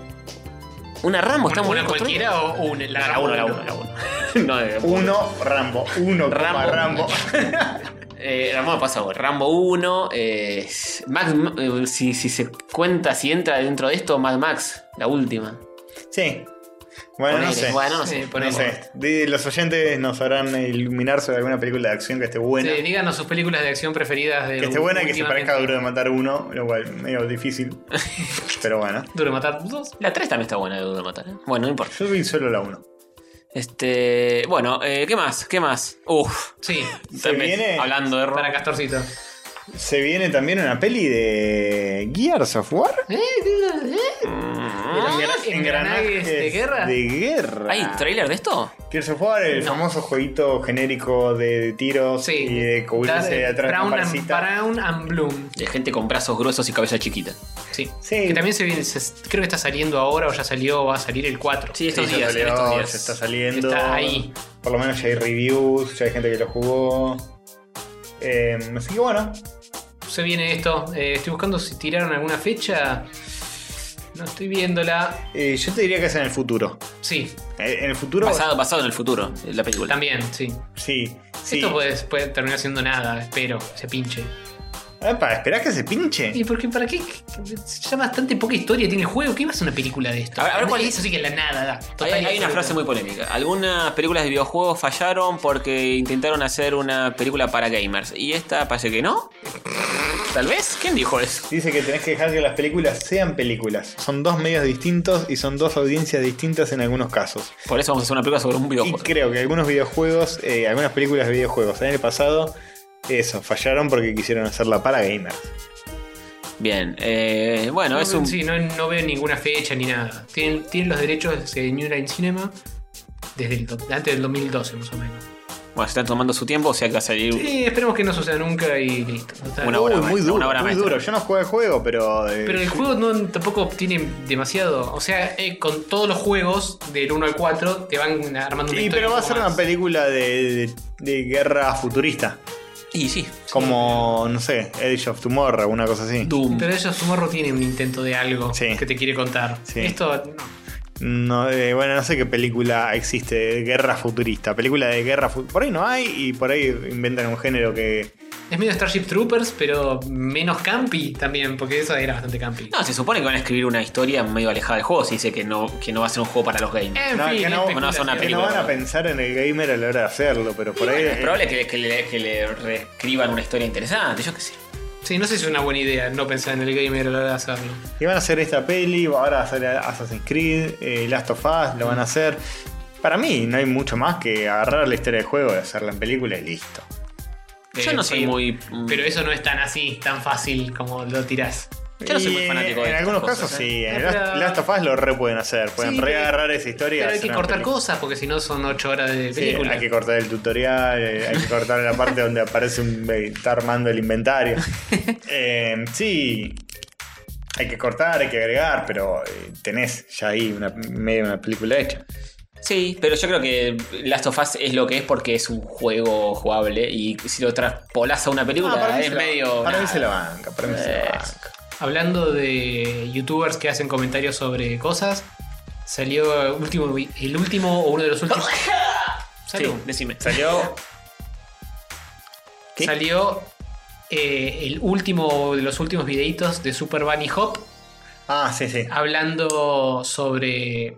Speaker 4: Una Rambo está muy
Speaker 2: ¿Una
Speaker 4: bien construida.
Speaker 2: cualquiera o una?
Speaker 4: No, la
Speaker 2: Rambo
Speaker 4: 1, la 1,
Speaker 2: uno.
Speaker 4: la 1. No, de-
Speaker 3: Uno, Rambo. Uno, Rambo.
Speaker 4: Rambo.
Speaker 3: Rambo.
Speaker 4: Eh, Rambo me pasa, güey. Rambo 1. Eh, Max, eh, si, si se cuenta, si entra dentro de esto, Mad Max, la última.
Speaker 3: sí. Bueno, no
Speaker 4: Ponele,
Speaker 3: sé.
Speaker 4: Bueno, no
Speaker 2: Sí,
Speaker 4: sé.
Speaker 2: ponele.
Speaker 3: No sé. Di- Los oyentes nos sabrán iluminar sobre alguna película de acción que esté buena.
Speaker 2: Sí, díganos sus películas de acción preferidas de.
Speaker 3: Que esté buena y que se
Speaker 2: últimamente.
Speaker 3: parezca a Duro de Matar uno, lo cual medio difícil. pero bueno.
Speaker 2: Duro de matar dos.
Speaker 4: La 3 también está buena de Duro de Matar. ¿eh? Bueno, no importa.
Speaker 3: Yo vi solo la uno.
Speaker 4: Este. Bueno, eh, ¿qué más? ¿Qué más? Uf.
Speaker 2: Sí,
Speaker 3: Se
Speaker 4: también
Speaker 3: viene-
Speaker 4: Hablando de
Speaker 2: para
Speaker 4: Rambo.
Speaker 2: Castorcito.
Speaker 3: Ah. Se viene también una peli de Gears of War.
Speaker 2: ¿Eh? ¿Qué- eh?
Speaker 3: Ah.
Speaker 4: Ah,
Speaker 3: Engra-
Speaker 2: ¿Engranajes de guerra?
Speaker 3: De guerra.
Speaker 4: ¿Hay trailer de esto?
Speaker 3: Gears of War, el famoso jueguito genérico de tiros
Speaker 2: Sí.
Speaker 3: y de
Speaker 2: Dar-
Speaker 3: cubrirse de atrás con
Speaker 2: Brown and,
Speaker 3: pancita.
Speaker 2: Brown and Bloom.
Speaker 4: De gente con brazos gruesos y cabeza chiquita.
Speaker 2: Sí.
Speaker 3: Sí.
Speaker 2: Que también se, viene- se- creo que está saliendo ahora o ya salió o va a salir el Eh, 4.
Speaker 4: Sí,
Speaker 3: Sí,
Speaker 4: estos
Speaker 3: ya
Speaker 4: días.
Speaker 3: salió,
Speaker 4: en estos días.
Speaker 3: ya está saliendo.
Speaker 2: Está ahí.
Speaker 3: Por lo menos ya hay reviews, ya hay gente que lo jugó. Eh, así que bueno,
Speaker 2: Se viene esto. Eh, estoy buscando si tiraron alguna fecha. No estoy viéndola.
Speaker 3: eh, yo te diría que es en el futuro.
Speaker 2: Sí,
Speaker 3: Eh, en el futuro.
Speaker 4: Pasado, pasado en el futuro, la película.
Speaker 2: también, sí.
Speaker 3: Sí. sí.
Speaker 2: Esto puede, puede terminar siendo nada, espero, se pinche.
Speaker 3: Epa, ¿esperás que se pinche?
Speaker 2: ¿Y por qué? ¿Para qué? Ya bastante poca historia tiene el juego. ¿Qué vas a una película de esto?
Speaker 4: A ver, a ver cuál-
Speaker 2: Eso sí que es la nada. da.
Speaker 4: Hay,
Speaker 2: Total
Speaker 4: hay
Speaker 2: y
Speaker 4: una
Speaker 2: absoluta.
Speaker 4: frase muy polémica. Algunas películas de videojuegos fallaron porque intentaron hacer una película para gamers. Y esta parece que no. Tal vez. ¿Quién dijo eso?
Speaker 3: Dice que tenés que dejar que las películas sean películas. Son dos medios distintos y son dos audiencias distintas en algunos casos.
Speaker 4: Por eso vamos a hacer una película sobre un
Speaker 3: Y
Speaker 4: videojuego.
Speaker 3: creo que algunos videojuegos, eh, algunas películas de videojuegos en el pasado, eso, fallaron porque quisieron hacerla para gamers.
Speaker 4: Bien. eh, bueno,
Speaker 2: No,
Speaker 4: es un.
Speaker 2: Sí, no, no veo ninguna fecha ni nada. Tienen, tienen los derechos de New Line Cinema desde el do- antes del 2012 más o menos.
Speaker 4: Bueno, se están tomando su tiempo, o sea que va a salir.
Speaker 2: Sí, esperemos que no suceda nunca y listo. Total.
Speaker 4: Una obra
Speaker 3: Uy, muy
Speaker 4: maestra,
Speaker 3: duro,
Speaker 4: una obra
Speaker 3: muy
Speaker 4: maestra.
Speaker 3: duro. Yo no juego el juego, pero. eh,
Speaker 2: Pero el juego no, tampoco obtiene demasiado. O sea, eh, con todos los juegos del 1 al 4 te van armando una
Speaker 3: sí,
Speaker 2: historia
Speaker 3: pero va a
Speaker 2: un
Speaker 3: ser
Speaker 2: poco
Speaker 3: una
Speaker 2: más.
Speaker 3: película de, de- de guerra futurista.
Speaker 4: Y sí.
Speaker 3: Como, no sé, Edge of Tomorrow, una cosa así.
Speaker 4: Doom.
Speaker 2: Pero ellos, Sumorro, tiene un intento de algo
Speaker 3: Sí.
Speaker 2: que te quiere contar.
Speaker 3: Sí.
Speaker 2: Esto no.
Speaker 3: No, eh, bueno, no sé qué película existe de guerra futurista. Película de guerra fu- Por ahí no hay y por ahí inventan un género que.
Speaker 2: es medio Starship Troopers, pero menos campi también, porque eso era bastante campi.
Speaker 4: No, se supone que van a escribir una historia medio alejada del juego. Si dice que no, que no va a ser un juego para los gamers.
Speaker 2: En este
Speaker 3: No,
Speaker 2: fin,
Speaker 3: que no,
Speaker 4: no hace una
Speaker 2: especulación.
Speaker 3: Que no
Speaker 4: película,
Speaker 3: van a
Speaker 4: ¿no?
Speaker 3: pensar en el gamer a la hora de hacerlo, pero por ahí.
Speaker 4: Es probable que, que le, que le reescriban una historia interesante. Yo qué sé.
Speaker 2: Sí, no sé si es una buena idea no pensar en el gamer a la hora de hacerlo.
Speaker 3: Y van a hacer esta peli, ahora va a hacer Assassin's Creed, eh, Last of Us,
Speaker 4: Mm.
Speaker 3: lo van a hacer. Para mí no hay mucho más que agarrar la historia del juego y hacerla en película y listo.
Speaker 4: Yo
Speaker 2: Eh,
Speaker 4: no soy
Speaker 2: sí.
Speaker 4: muy. mm,
Speaker 2: Pero eso no es tan así, tan fácil como lo tirás.
Speaker 4: Yo no soy muy
Speaker 3: Y
Speaker 4: fanático de
Speaker 3: En
Speaker 4: estas
Speaker 3: algunos
Speaker 4: cosas,
Speaker 3: casos
Speaker 4: ¿eh?
Speaker 3: sí. En
Speaker 2: Pero-
Speaker 3: Last, Last of Us lo re pueden hacer. Pueden
Speaker 2: Sí, pero-
Speaker 3: reagarrar esa historia.
Speaker 2: Pero hay
Speaker 3: hacer
Speaker 2: que
Speaker 3: una
Speaker 2: cortar
Speaker 3: película.
Speaker 2: cosas porque si no son 8 horas de
Speaker 3: Sí,
Speaker 2: película.
Speaker 3: hay que cortar el tutorial, eh, hay que cortar la parte donde aparece un eh, está armando el inventario. Eh, sí, hay que cortar, hay que agregar, pero eh, tenés ya ahí una, medio una película hecha.
Speaker 4: Sí, pero yo creo que Last of Us es lo que es porque es un juego jugable y si lo traspolas a una película
Speaker 3: Ah, para mí
Speaker 4: es
Speaker 3: se la-
Speaker 4: medio...
Speaker 3: Para mí
Speaker 4: nada.
Speaker 3: se la banca, para mí se la
Speaker 4: Eh,
Speaker 3: banca.
Speaker 2: Hablando de youtubers que hacen comentarios sobre cosas, salió último, vi- el último o uno de los últimos.
Speaker 4: Sí,
Speaker 2: Salud.
Speaker 4: decime.
Speaker 3: Salió ¿Qué?
Speaker 2: Salió eh, el último de los últimos videitos de Super Bunny Hop
Speaker 3: Ah, sí, sí.
Speaker 2: hablando sobre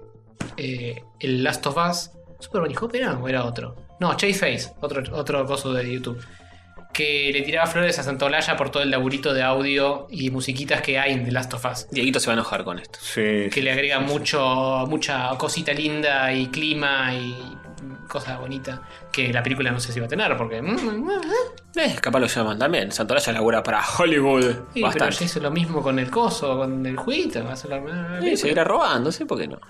Speaker 2: eh, el Last of Us. ¿Super Bunny Hop era o era otro? No, Chase Face, otro, otro coso de YouTube. Que le tiraba flores a Santolaya por todo el laburito de audio y musiquitas que hay en The Last of Us.
Speaker 4: Dieguito se va a enojar con esto.
Speaker 3: Sí.
Speaker 2: que le agrega mucho mucha cosita linda y clima y cosas bonitas que la película no sé si va a tener porque mm,
Speaker 4: Eh, capaz lo llaman también. Santolaya labura para Hollywood.
Speaker 2: Sí, pero ya
Speaker 4: Bastante.
Speaker 2: hizo lo mismo con el coso con el jueguito va a ser la misma
Speaker 4: Sí,
Speaker 2: película.
Speaker 4: seguirá robando, sí, ¿por qué no?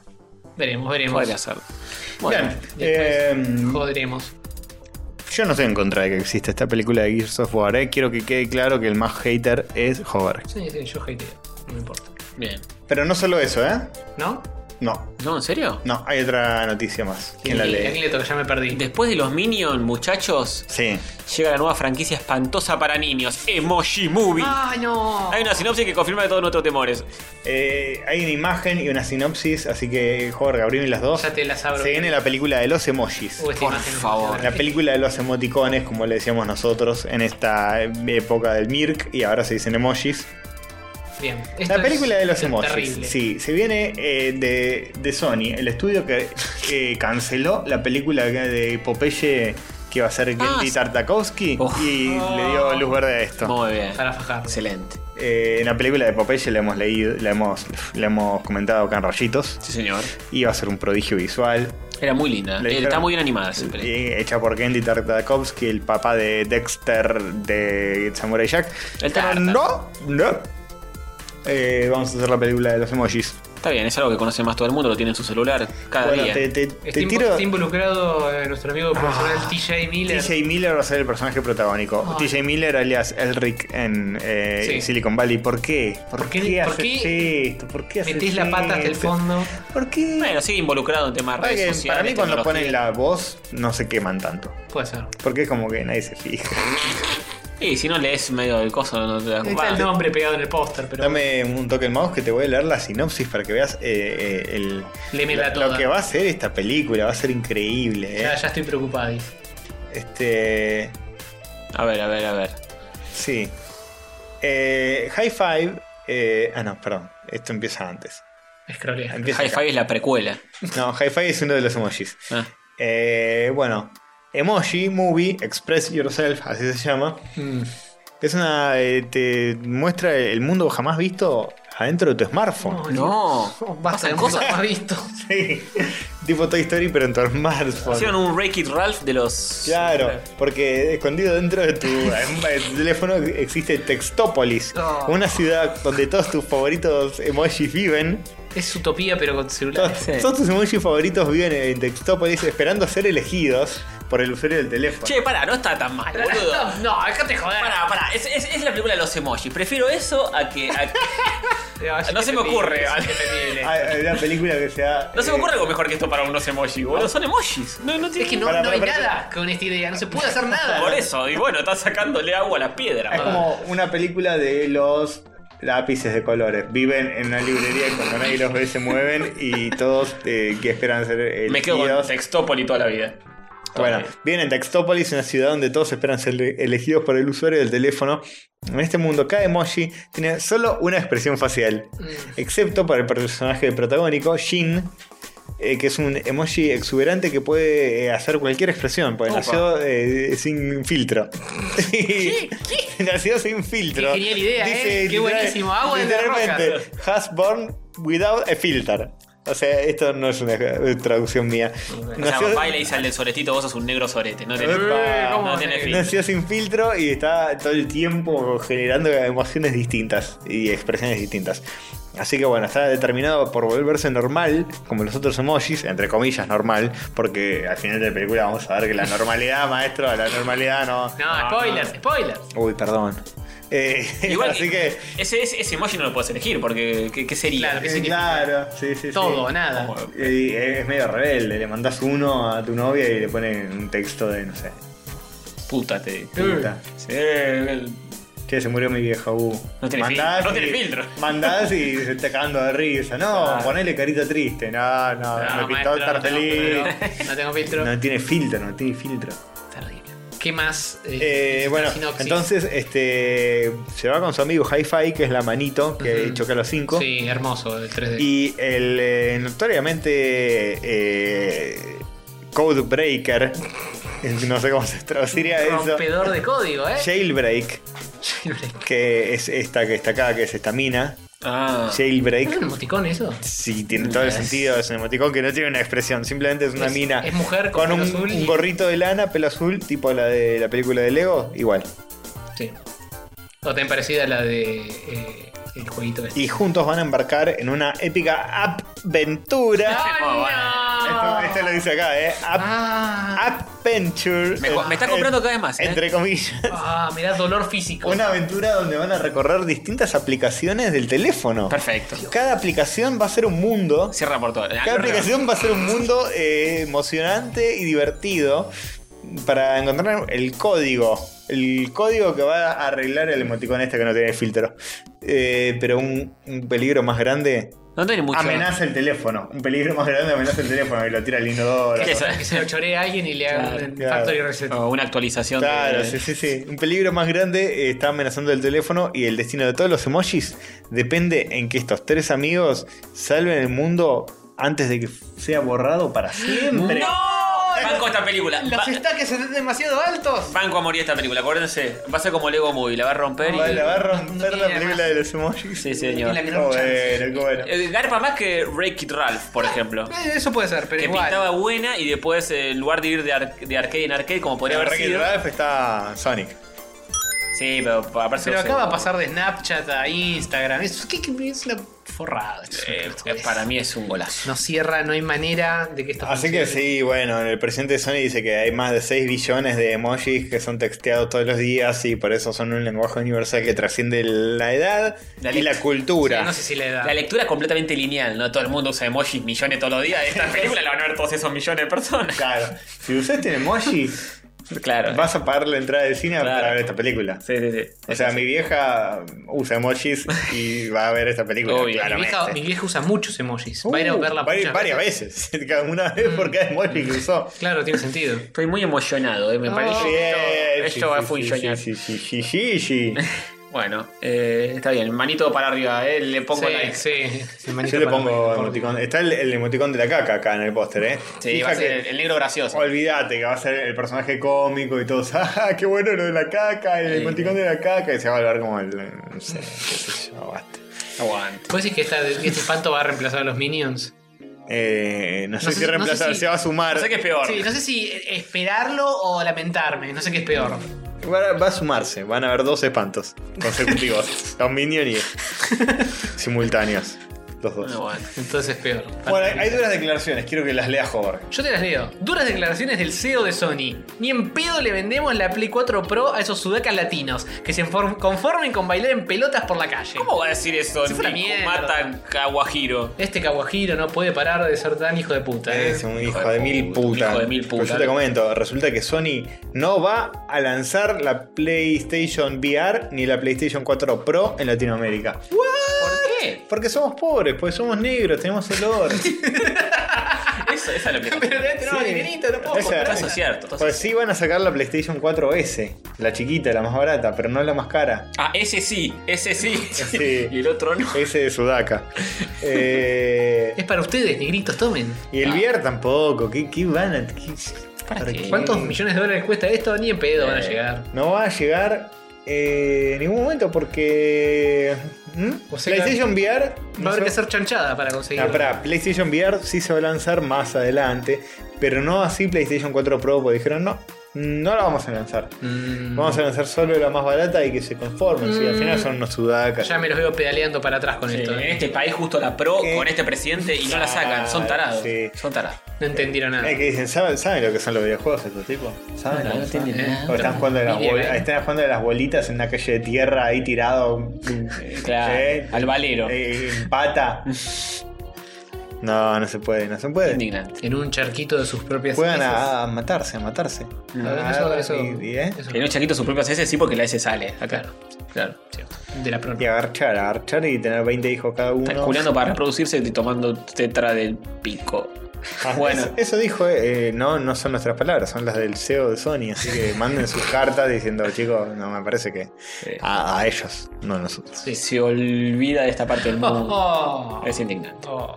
Speaker 2: veremos veremos
Speaker 4: Podría hacerlo. Bueno,
Speaker 3: Bien,
Speaker 2: después
Speaker 3: eh,
Speaker 2: jodremos
Speaker 3: yo no estoy en contra de que exista esta película de Gears of War. eh. Quiero que quede claro que el más hater es Hover.
Speaker 2: sí, sí, yo hateo no me importa
Speaker 4: bien.
Speaker 3: Pero no solo eso, ¿eh?
Speaker 2: ¿no?
Speaker 3: No,
Speaker 4: ¿No, en serio?
Speaker 3: no, hay otra noticia más. ¿Quién la
Speaker 2: Y
Speaker 3: lee?
Speaker 2: a quién le toca? ya me perdí
Speaker 4: Después de los Minions, muchachos,
Speaker 3: Sí.
Speaker 4: llega la nueva franquicia espantosa para niños, Emoji Movie.
Speaker 2: ¡ay no!
Speaker 4: Hay una sinopsis que confirma todos nuestros temores.
Speaker 3: Eh, hay una imagen y una sinopsis, así que Jorge, abrime las dos.
Speaker 2: ya te las abro
Speaker 3: Se viene la película de los emojis.
Speaker 2: Uh, esta
Speaker 4: por
Speaker 2: imagen es
Speaker 4: favor.
Speaker 2: impresionante.
Speaker 3: La película de los emoticones, como le decíamos nosotros en esta época del Mirk, y ahora se dicen emojis.
Speaker 2: bien esto
Speaker 3: La película
Speaker 2: es
Speaker 3: de los emojis.
Speaker 2: terrible.
Speaker 3: Sí, se viene eh, de, de Sony, el estudio que eh, canceló la película de Popeye que iba a ser
Speaker 4: Ah,
Speaker 3: Gendy
Speaker 4: sí.
Speaker 3: Tartakovsky
Speaker 4: Uf.
Speaker 3: y le dio luz verde a esto.
Speaker 4: Muy bien.
Speaker 2: para fajar
Speaker 4: Excelente.
Speaker 3: Eh, en la película de Popeye la hemos leído, la hemos, la hemos comentado acá en rayitos.
Speaker 4: Sí, señor.
Speaker 3: Iba a ser un prodigio visual.
Speaker 4: Era muy linda.
Speaker 3: Le
Speaker 4: Eh,
Speaker 3: dijeron-
Speaker 4: Está muy bien animada siempre.
Speaker 3: eh, hecha por Gendy Tartakovsky, el papá de Dexter de Samurai Jack.
Speaker 4: El
Speaker 3: Pero
Speaker 4: Tartar.
Speaker 3: no, no. Eh, vamos a hacer la película de los emojis.
Speaker 4: Está bien, es algo que conoce más todo el mundo, lo tiene en su celular cada
Speaker 3: bueno,
Speaker 4: día.
Speaker 3: te, te-
Speaker 2: está,
Speaker 3: te
Speaker 2: invo-
Speaker 3: tiro. Ah,
Speaker 2: está involucrado eh, nuestro amigo personal TJ Miller
Speaker 3: TJ Miller va a ser el personaje protagónico.
Speaker 2: Ay.
Speaker 3: TJ Miller alias Elric en eh,
Speaker 2: Sí.
Speaker 3: Silicon Valley. ¿Por qué? ¿Por,
Speaker 2: ¿Por
Speaker 3: qué,
Speaker 2: qué- por
Speaker 3: haces
Speaker 2: qué
Speaker 3: esto? ¿Por qué haces
Speaker 2: Metís la pata hasta el
Speaker 3: esto?
Speaker 2: fondo.
Speaker 3: ¿Por qué?
Speaker 4: Bueno, sigue involucrado en temas
Speaker 3: Para, que-
Speaker 4: redes sociales.
Speaker 3: para mí cuando
Speaker 4: tecnología.
Speaker 3: ponen la voz no se queman tanto.
Speaker 2: Puede ser.
Speaker 3: Porque es como que nadie se fija.
Speaker 4: Y si no lees medio del coso, no te das
Speaker 2: Ahí está el
Speaker 4: cuenta.
Speaker 2: nombre pegado en el póster, pero.
Speaker 3: Dame un toque el mouse que te voy a leer la sinopsis para que veas eh, eh, el,
Speaker 2: Léemela
Speaker 3: lo-
Speaker 2: toda.
Speaker 3: lo que va a ser esta película. Va a ser increíble. eh.
Speaker 2: Ya, ya estoy preocupado.
Speaker 3: Este.
Speaker 4: A ver, a ver, a ver.
Speaker 3: Sí. Eh, high Five. eh, ah, no, perdón. Esto empieza antes.
Speaker 2: Escrolea.
Speaker 3: Empieza acá.
Speaker 4: Hi-Fi es la precuela.
Speaker 3: No, Hi-Fi es uno de los emojis.
Speaker 4: Ah,
Speaker 3: Eh, bueno, Emoji Movie Express Yourself, así se llama.
Speaker 2: Mm.
Speaker 3: Es una. eh, te muestra el mundo jamás visto adentro de tu smartphone.
Speaker 4: no.
Speaker 2: Pasan cosas más visto.
Speaker 3: Sí. tipo Toy Story, pero en tu smartphone.
Speaker 4: Hicieron un Break It Ralph de los.
Speaker 3: Claro, porque escondido dentro de tu de tu teléfono existe Textópolis,
Speaker 2: No.
Speaker 3: una ciudad donde todos tus favoritos emojis viven.
Speaker 2: Es utopía, pero con celular.
Speaker 3: Todos, todos tus emojis favoritos viven en Textópolis esperando ser elegidos por el usuario del teléfono.
Speaker 4: Che, pará, no está tan mal, boludo.
Speaker 2: No, acá te joder.
Speaker 4: Pará, pará, es, es- es la película de los emojis. Prefiero eso a que. a que- No se me ocurre, vale.
Speaker 3: Hay, Ah, hay una película que sea.
Speaker 4: No se
Speaker 3: eh,
Speaker 4: me ocurre algo mejor que esto para unos emojis, boludo. Son emojis. No, no tiene-
Speaker 2: Es que no,
Speaker 3: Pará,
Speaker 2: no
Speaker 3: pará,
Speaker 2: hay
Speaker 3: pará.
Speaker 2: nada con esta idea. No se puede hacer nada.
Speaker 4: Por eso, y bueno, está sacándole agua a la piedra.
Speaker 3: Es como una película de los lápices de colores. Viven en una librería y cuando nadie los ve se mueven y todos eh, que esperan ser elegidos.
Speaker 4: Me quedo con Textópolis toda la vida.
Speaker 3: Bueno, viene en Textópolis, una ciudad donde todos esperan ser elegidos por el usuario del teléfono. En este mundo, cada emoji tiene solo una expresión facial,
Speaker 2: Mm.
Speaker 3: excepto para el personaje protagónico, Shin, eh, que es un emoji exuberante que puede eh, hacer cualquier expresión, porque
Speaker 4: Opa.
Speaker 3: nació eh, sin filtro. nació sin filtro.
Speaker 2: Qué genial idea, ¿eh? Qué
Speaker 3: literal-
Speaker 2: buenísimo, agua de la
Speaker 3: Literalmente, has born without a filter. O sea, esto no es una traducción mía.
Speaker 4: O sea,
Speaker 3: Nació-
Speaker 4: papá y le dice al del soretito, vos sos un negro sorete. No
Speaker 3: Eh,
Speaker 4: tenés,
Speaker 3: Epa.
Speaker 4: no
Speaker 2: ¿cómo?
Speaker 4: tenés filtro.
Speaker 3: Eh, Nació sin filtro y está todo el tiempo generando emociones distintas y expresiones distintas. Así que bueno, está determinado por volverse normal, como los otros emojis, entre comillas normal, porque al final de la película vamos a ver que la normalidad, maestro, la normalidad no.
Speaker 2: No, spoilers, spoilers.
Speaker 3: Uy, perdón. Eh,
Speaker 4: Igual
Speaker 3: así
Speaker 4: que,
Speaker 3: que.
Speaker 4: ese, ese, ese emoji no lo puedes elegir porque ¿qué, qué sería?
Speaker 2: Claro, que
Speaker 3: eh,
Speaker 2: sí que-
Speaker 3: claro, sí, sí, sí.
Speaker 2: Todo, nada.
Speaker 3: Y es medio rebelde, le mandás uno a tu novia y le ponen un texto de, no sé.
Speaker 4: Puta, te.
Speaker 2: Mm.
Speaker 3: puta. Che, se murió mi vieja, uh.
Speaker 4: No tiene
Speaker 3: Mandás
Speaker 4: filtro, no
Speaker 3: y-
Speaker 4: tiene filtro.
Speaker 3: Mandás y se está cagando de risa. No,
Speaker 4: Ah.
Speaker 3: ponele carita triste. No, no, me pintó
Speaker 2: maestro,
Speaker 3: estar
Speaker 2: no tengo
Speaker 3: feliz.
Speaker 2: filtro, No tengo filtro.
Speaker 3: No tiene filtro, no tiene filtro.
Speaker 2: Terrible. ¿Qué más? eh,
Speaker 3: Eh,
Speaker 2: es
Speaker 3: bueno,
Speaker 2: una sinopsis?
Speaker 3: entonces este se va con su amigo Hi-Fi, que es la manito, que
Speaker 2: Ujú.
Speaker 3: choca a los cinco.
Speaker 2: Sí, hermoso el 3D.
Speaker 3: Y el eh, notoriamente eh, Code Breaker, no sé cómo se traduciría eso.
Speaker 2: Rompedor de código, ¿eh?
Speaker 3: Jailbreak,
Speaker 2: Jailbreak.
Speaker 3: que es esta que está acá, que es esta mina.
Speaker 4: Ah.
Speaker 2: ¿Es
Speaker 3: Jailbreak.
Speaker 2: un emoticón eso?
Speaker 3: Sí, tiene todo el sentido, es un emoticón que no tiene una expresión, simplemente es una
Speaker 2: Es-
Speaker 3: mina.
Speaker 2: es mujer con
Speaker 3: con, un,
Speaker 2: pelo azul y-
Speaker 3: un gorrito de lana, pelo azul, tipo la de la película de Lego, igual.
Speaker 2: Sí. O tan parecida a la de eh, el jueguito este.
Speaker 3: Y juntos van a embarcar en una épica aventura.
Speaker 2: ¡Ay, no!
Speaker 3: Esto, esto lo dice acá, ¿eh? Ap-
Speaker 2: Ah,
Speaker 3: Adventure.
Speaker 4: Me, me está comprando cada vez más. ¿eh?
Speaker 3: Entre comillas.
Speaker 2: ah, me da dolor físico.
Speaker 3: Una aventura donde van a recorrer distintas aplicaciones del teléfono.
Speaker 4: Perfecto.
Speaker 3: Cada aplicación va a ser un mundo.
Speaker 4: Cierra por todo.
Speaker 3: Cada aplicación va a ser un mundo eh, emocionante y divertido para encontrar el código. El código que va a arreglar el emoticón este que no tiene filtro. Eh, pero un, un peligro más grande
Speaker 4: No tiene mucho.
Speaker 3: amenaza el teléfono. Un peligro más grande amenaza el teléfono y lo tira al inodoro.
Speaker 4: ¿Qué es eso?
Speaker 2: Que se lo choree a alguien y le haga
Speaker 4: Claro,
Speaker 2: un
Speaker 3: claro.
Speaker 2: factory reset.
Speaker 4: O una actualización.
Speaker 3: Claro,
Speaker 4: de-
Speaker 3: sí, sí, sí. Un peligro más grande eh, está amenazando el teléfono y el destino de todos los emojis depende en que estos tres amigos salven el mundo antes de que sea borrado para siempre.
Speaker 4: Banco esta película. Ba-
Speaker 2: estaques están demasiado altos.
Speaker 4: Banco a morir esta película, acuérdense. Va a ser como Lego Movie, la va a romper y.
Speaker 3: Vale, va a romper la
Speaker 2: Mira,
Speaker 3: película de los emojis.
Speaker 4: Sí, señor.
Speaker 2: La menor
Speaker 3: Qué
Speaker 2: chance.
Speaker 3: bueno, qué bueno.
Speaker 4: Eh, Garpa más que Wreck It Ralph, por ejemplo.
Speaker 2: Eh, Eso puede ser, pero
Speaker 4: Que
Speaker 2: igual.
Speaker 4: pintaba buena y después eh, en lugar de ir de, ar- de arcade en arcade, como podría
Speaker 3: En
Speaker 4: haber
Speaker 3: Wreck-It
Speaker 4: sido.
Speaker 3: Ralph está Sonic.
Speaker 4: Sí, pero pa- aparte
Speaker 2: Pero
Speaker 4: no sé,
Speaker 2: acá va a pasar de Snapchat a Instagram. Es, ¿qué, qué- es la forrada.
Speaker 4: eh, eh, para mí es un golazo.
Speaker 2: No cierra, no hay manera de que esto
Speaker 3: Así que sí, bueno, el presidente de Sony dice que hay más de 6 billones de emojis que son texteados todos los días y por eso son un lenguaje universal que trasciende la edad
Speaker 4: La
Speaker 3: y
Speaker 4: lec-
Speaker 3: la cultura.
Speaker 2: No sé si le da.
Speaker 4: La lectura es completamente lineal, ¿no? Todo el mundo usa emojis millones todos los días. Esta película la van a ver todos esos millones de personas.
Speaker 3: Claro, si usaste un emoji,
Speaker 4: Claro.
Speaker 3: vas a pagar la entrada del cine
Speaker 4: Claro.
Speaker 3: para ver esta película.
Speaker 4: Sí, sí, sí.
Speaker 3: O sea, mi vieja usa emojis y va a ver esta película.
Speaker 4: Obvio. Mi
Speaker 2: mi,
Speaker 3: claramente.
Speaker 2: vieja, mi vieja usa muchos emojis. va a ir a
Speaker 3: Uh,
Speaker 2: verla
Speaker 3: vari-
Speaker 2: muchas
Speaker 3: varias veces. Cada una
Speaker 4: Mm.
Speaker 3: vez por cada emoji que usó.
Speaker 2: Claro, tiene sentido.
Speaker 4: Estoy muy emocionado, ¿eh? me
Speaker 2: Oh,
Speaker 4: parece.
Speaker 3: Bien,
Speaker 4: que Esto,
Speaker 3: sí,
Speaker 4: esto va a
Speaker 3: sí,
Speaker 4: funcionar.
Speaker 3: Sí, sí, sí, sí, sí, sí.
Speaker 4: Bueno, eh, está bien. Manito para arriba, ¿eh? le pongo
Speaker 2: sí,
Speaker 4: like.
Speaker 2: sí, sí, manito
Speaker 3: Yo le
Speaker 2: para
Speaker 3: pongo
Speaker 2: arriba.
Speaker 3: emoticón. Está el, el emoticón de la caca acá en el póster, ¿eh?
Speaker 4: Sí,
Speaker 3: Fija
Speaker 4: va a ser
Speaker 3: que-
Speaker 4: el, el negro gracioso.
Speaker 3: Olvídate que va a ser el personaje cómico y todos. ¡Ah, qué bueno lo de la caca! El
Speaker 4: Sí.
Speaker 3: emoticón de la caca. Y se va a hablar como el. No sé, qué sé yo, basta.
Speaker 4: Aguante.
Speaker 2: ¿Vos decís que, esta- que este espanto va a reemplazar a los minions?
Speaker 3: Eh, no,
Speaker 2: No
Speaker 3: sé
Speaker 2: sé
Speaker 3: si
Speaker 2: si- no
Speaker 3: reemplazar,
Speaker 2: sé si-
Speaker 3: se va a sumar.
Speaker 4: No sé qué es peor.
Speaker 2: Sí, no sé si esperarlo o lamentarme. No sé qué es peor.
Speaker 3: va, a- va a sumarse, van a haber dos espantos consecutivos. los Minions y simultáneos. Los dos.
Speaker 4: Bueno, bueno.
Speaker 2: Entonces es peor.
Speaker 3: Bueno, hay, hay duras declaraciones, quiero que las lea Jorge.
Speaker 2: Yo te las leo. Duras declaraciones del CEO de Sony. Ni en pedo le vendemos la Play 4 Pro a esos sudacas latinos que se enfor- conformen con bailar en pelotas por la calle.
Speaker 4: ¿Cómo va a decir eso?
Speaker 2: Se fue la
Speaker 4: Niku
Speaker 2: mierda.
Speaker 4: Matan Kawajiro.
Speaker 2: Este Kawajiro no puede parar de ser tan hijo de puta. ¿eh?
Speaker 3: Es un hijo
Speaker 4: Hijo de
Speaker 3: de mil
Speaker 4: puta, un
Speaker 3: putas.
Speaker 4: hijo de mil
Speaker 3: Pues yo
Speaker 4: puta.
Speaker 3: te comento, resulta que Sony no va a lanzar la PlayStation VR ni la PlayStation 4 Pro en Latinoamérica.
Speaker 4: ¿Por qué?
Speaker 3: Porque somos pobres, porque somos negros, tenemos el oro.
Speaker 4: Eso, eso es lo que
Speaker 2: Pero debe tener
Speaker 3: Sí.
Speaker 2: más dinerito, no puedo
Speaker 3: Esa-
Speaker 2: comprar.
Speaker 4: Eso es cierto. eso es
Speaker 3: Pues sí van a sacar la PlayStation 4S, la chiquita, la más barata, pero no la más cara.
Speaker 4: Ah, ese sí, ese sí.
Speaker 3: Sí.
Speaker 4: y el otro no.
Speaker 3: Ese de Sudaca. Eh,
Speaker 2: Es para ustedes, negritos, tomen.
Speaker 3: y el VR tampoco. ¿Qué, qué van a.? qué-
Speaker 4: ¿Para qué?
Speaker 2: ¿Cuántos millones de dólares cuesta esto? Ni en pedo van a llegar.
Speaker 3: No va a llegar. eh, en ningún momento porque. ¿Mm?
Speaker 2: O sea,
Speaker 3: PlayStation VR.
Speaker 2: Va a haber que
Speaker 3: se-
Speaker 2: hacer chanchada para
Speaker 3: Ah,
Speaker 2: conseguirlo.
Speaker 3: pará, PlayStation VR sí se va a lanzar más adelante, pero no así PlayStation 4 Pro, porque dijeron no, no la vamos a lanzar.
Speaker 2: Mm,
Speaker 3: Vamos a lanzar solo la más barata y que se conformen. si al
Speaker 2: Mm.
Speaker 3: final son unos sudacas.
Speaker 2: ya me los veo pedaleando para atrás con
Speaker 4: Sí,
Speaker 2: esto.
Speaker 4: en
Speaker 2: ¿eh?
Speaker 4: este país justo la pro
Speaker 3: Eh,
Speaker 4: con este presidente y no la sacan, son tarados.
Speaker 3: sí.
Speaker 4: Son tarados.
Speaker 2: No entendieron
Speaker 4: Ah.
Speaker 2: nada.
Speaker 3: Es Eh, que dicen, ¿saben, saben lo que son los videojuegos estos tipos? ¿Saben?
Speaker 4: No, no
Speaker 3: ¿Saben?
Speaker 4: tienen
Speaker 2: nada.
Speaker 3: O están jugando, de las
Speaker 2: Ni idea,
Speaker 3: bol-
Speaker 2: ¿eh?
Speaker 3: están jugando de las bolitas en una calle de tierra ahí tirado.
Speaker 4: Eh, claro, al valero.
Speaker 3: eh, en pata. No, no se puede, no se puede.
Speaker 4: Indignante.
Speaker 2: En un charquito de sus propias
Speaker 3: Juegan
Speaker 2: heces.
Speaker 3: a, a matarse, a matarse.
Speaker 2: A ver,
Speaker 3: Ah,
Speaker 2: eso- eso-
Speaker 3: y- y, ¿eh?
Speaker 2: eso.
Speaker 4: Que no chaquito sus propias S sí porque la S sale. Acá. Claro.
Speaker 2: Cierto. De la
Speaker 3: Y
Speaker 2: propia.
Speaker 3: agarchar, agarchar y tener 20 hijos cada uno.
Speaker 4: Está culeando para reproducirse y tomando tetra del pico.
Speaker 3: Ah,
Speaker 4: Bueno.
Speaker 3: eso- Eso dijo, eh, eh, no, no son nuestras palabras, son las del CEO de Sony. Así que manden sus cartas diciendo, chicos, no me parece que. A, a ellos, no a nosotros.
Speaker 2: Sí.
Speaker 4: Se olvida de esta parte del mundo.
Speaker 2: Oh,
Speaker 4: Es indignante.
Speaker 2: oh.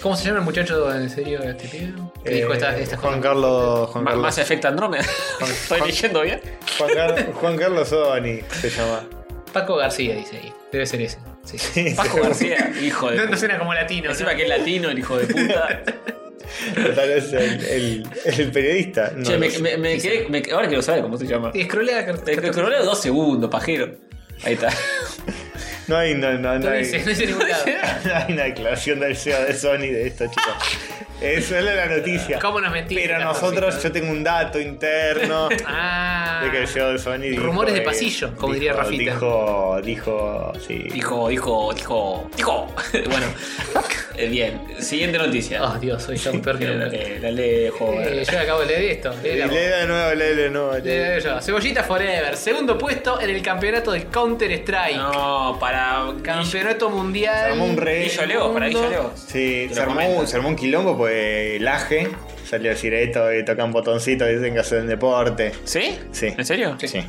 Speaker 2: ¿Cómo se llama el muchacho en serio este pibe? Que dijo
Speaker 3: Eh,
Speaker 2: estas estas
Speaker 3: Juan
Speaker 2: cosas?
Speaker 3: Carlos. Juan
Speaker 4: Ma-
Speaker 3: Carlos.
Speaker 4: Más efecto Andrómeda.
Speaker 3: Juan-
Speaker 4: ¿Estoy
Speaker 3: Juan-
Speaker 4: leyendo bien?
Speaker 3: Juan, Car- Juan Carlos Sony se llama.
Speaker 2: Paco García dice ahí. Debe ser ese. Sí.
Speaker 4: Paco García, hijo de.
Speaker 2: No, no
Speaker 4: puta.
Speaker 2: suena como latino.
Speaker 4: Encima
Speaker 2: ¿no?
Speaker 4: que es latino, el hijo de puta.
Speaker 3: Tal vez el, el- el periodista. no
Speaker 4: Che, me,
Speaker 3: lo sé.
Speaker 4: me- me quedé- me quedé- ahora quiero saber cómo se llama.
Speaker 2: Y scrollea car-
Speaker 4: El que
Speaker 2: car-
Speaker 4: coroneo dos segundos, pajero. Ahí está.
Speaker 3: No hay, no, no, no
Speaker 2: No
Speaker 3: hay,
Speaker 2: dice, no dice en ningún lado.
Speaker 3: no hay una declaración del CEO de Sony de esto, chicos. Es solo la noticia.
Speaker 2: ¿Cómo nos mentimos?
Speaker 3: Pero nosotros, yo tengo un dato interno.
Speaker 2: Ah.
Speaker 3: De que el CEO de Sony dijo
Speaker 2: rumores de
Speaker 3: que-
Speaker 2: pasillo, como diría
Speaker 3: dijo-
Speaker 2: Rafita.
Speaker 3: Dijo, dijo, sí.
Speaker 4: Dijo, dijo, dijo, dijo. bueno, eh, bien. Siguiente noticia.
Speaker 2: Oh, Dios, soy yo peor que
Speaker 4: Eh,
Speaker 2: nunca.
Speaker 4: dale, dale,
Speaker 2: Eh,
Speaker 4: joder.
Speaker 2: yo acabo de leer esto.
Speaker 3: Y
Speaker 2: Leer Eh,
Speaker 3: Lee de nuevo, lee de nuevo. lee.
Speaker 2: yo. Cebollita Forever, segundo puesto en el campeonato de Counter Strike.
Speaker 4: No, para.
Speaker 2: Campeonato mundial.
Speaker 3: Se armó un re-
Speaker 4: Guillo Leo, para Guillo Leo.
Speaker 3: Sí,
Speaker 4: Te
Speaker 3: se
Speaker 4: lo
Speaker 3: armó,
Speaker 4: comento.
Speaker 3: un- se armó un quilombo, pues el AGE salió a decir esto, y tocan botoncito, dicen que hacen deporte.
Speaker 4: ¿Sí?
Speaker 3: Sí.
Speaker 4: ¿En serio?
Speaker 3: Sí.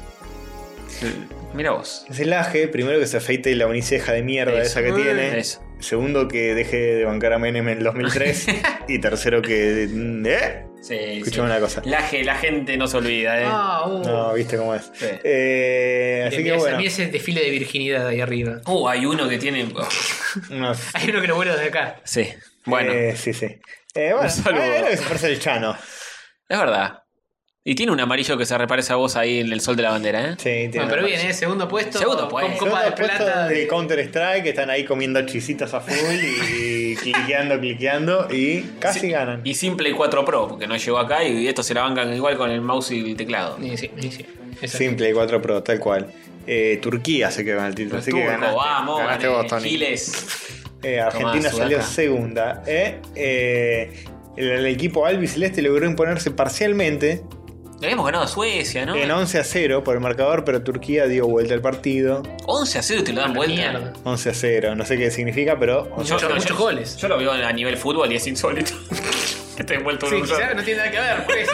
Speaker 4: Mira vos.
Speaker 3: Es el AGE, primero que se afeite la uniceja de mierda
Speaker 4: Eso.
Speaker 3: esa
Speaker 4: Mm,
Speaker 3: que tiene.
Speaker 4: Eso.
Speaker 3: Segundo que deje de bancar a Menem en el 2003. y tercero que... ¿Eh?
Speaker 4: Sí,
Speaker 3: Escuchame
Speaker 4: sí.
Speaker 3: una cosa.
Speaker 4: La, ge- la gente no se olvida, eh.
Speaker 2: Ah, uh.
Speaker 3: No, viste cómo es.
Speaker 4: Sí.
Speaker 3: Eh, así que
Speaker 2: a mí
Speaker 3: bueno.
Speaker 2: ese desfile de virginidad ahí arriba.
Speaker 4: Uh, hay uno que tiene.
Speaker 3: unos-
Speaker 2: Hay uno que lo vuelo desde acá.
Speaker 4: Sí. Bueno,
Speaker 3: Eh, sí, sí. Eh, bueno,
Speaker 4: saludo.
Speaker 3: ah, era que se parece el Chano.
Speaker 4: es verdad. Y tiene un amarillo que se repara esa voz ahí en el sol de la bandera, ¿eh?
Speaker 3: Sí, tiene
Speaker 2: Bueno,
Speaker 3: una
Speaker 2: pero bien,
Speaker 3: cosa.
Speaker 2: ¿eh? Segundo puesto.
Speaker 4: Segundo puesto.
Speaker 2: Con
Speaker 3: Son
Speaker 2: copa de
Speaker 3: los puestos
Speaker 2: plata.
Speaker 3: de Counter Strike que están ahí comiendo chisitos a full y cliqueando, cliqueando y casi ganan.
Speaker 4: Y Simple 4 Pro, porque no llegó acá y esto se la bancan igual con el mouse y el teclado.
Speaker 2: Y sí, y sí. Eso.
Speaker 3: Simple, 4 Pro, tal cual. Eh, Turquía se quedó en el título,
Speaker 4: Los
Speaker 3: así que
Speaker 4: turcos,
Speaker 3: ganaste,
Speaker 4: vamos,
Speaker 3: ganaste
Speaker 4: gané,
Speaker 3: vos, Tony.
Speaker 4: Giles.
Speaker 3: Eh, Argentina
Speaker 4: Tomá,
Speaker 3: salió
Speaker 4: sudaca.
Speaker 3: segunda. ¿eh? Eh, el, el equipo albiceleste logró imponerse parcialmente
Speaker 4: Le habíamos ganado a Suecia, ¿no? eh.
Speaker 3: en 11 a 0 por el marcador, pero Turquía dio vuelta al partido.
Speaker 4: 11 a 0 y te lo dan vuelta.
Speaker 2: Mierda.
Speaker 3: 11 a 0, no sé qué significa, pero
Speaker 4: Yo-
Speaker 2: Muchos-
Speaker 4: yo-
Speaker 2: muchos
Speaker 4: yo-
Speaker 2: goles.
Speaker 4: Yo lo veo a nivel fútbol y es insólito. que te envuelto en
Speaker 2: Sí,
Speaker 4: un
Speaker 2: quizás
Speaker 4: gol.
Speaker 2: no tiene nada que ver, por eso.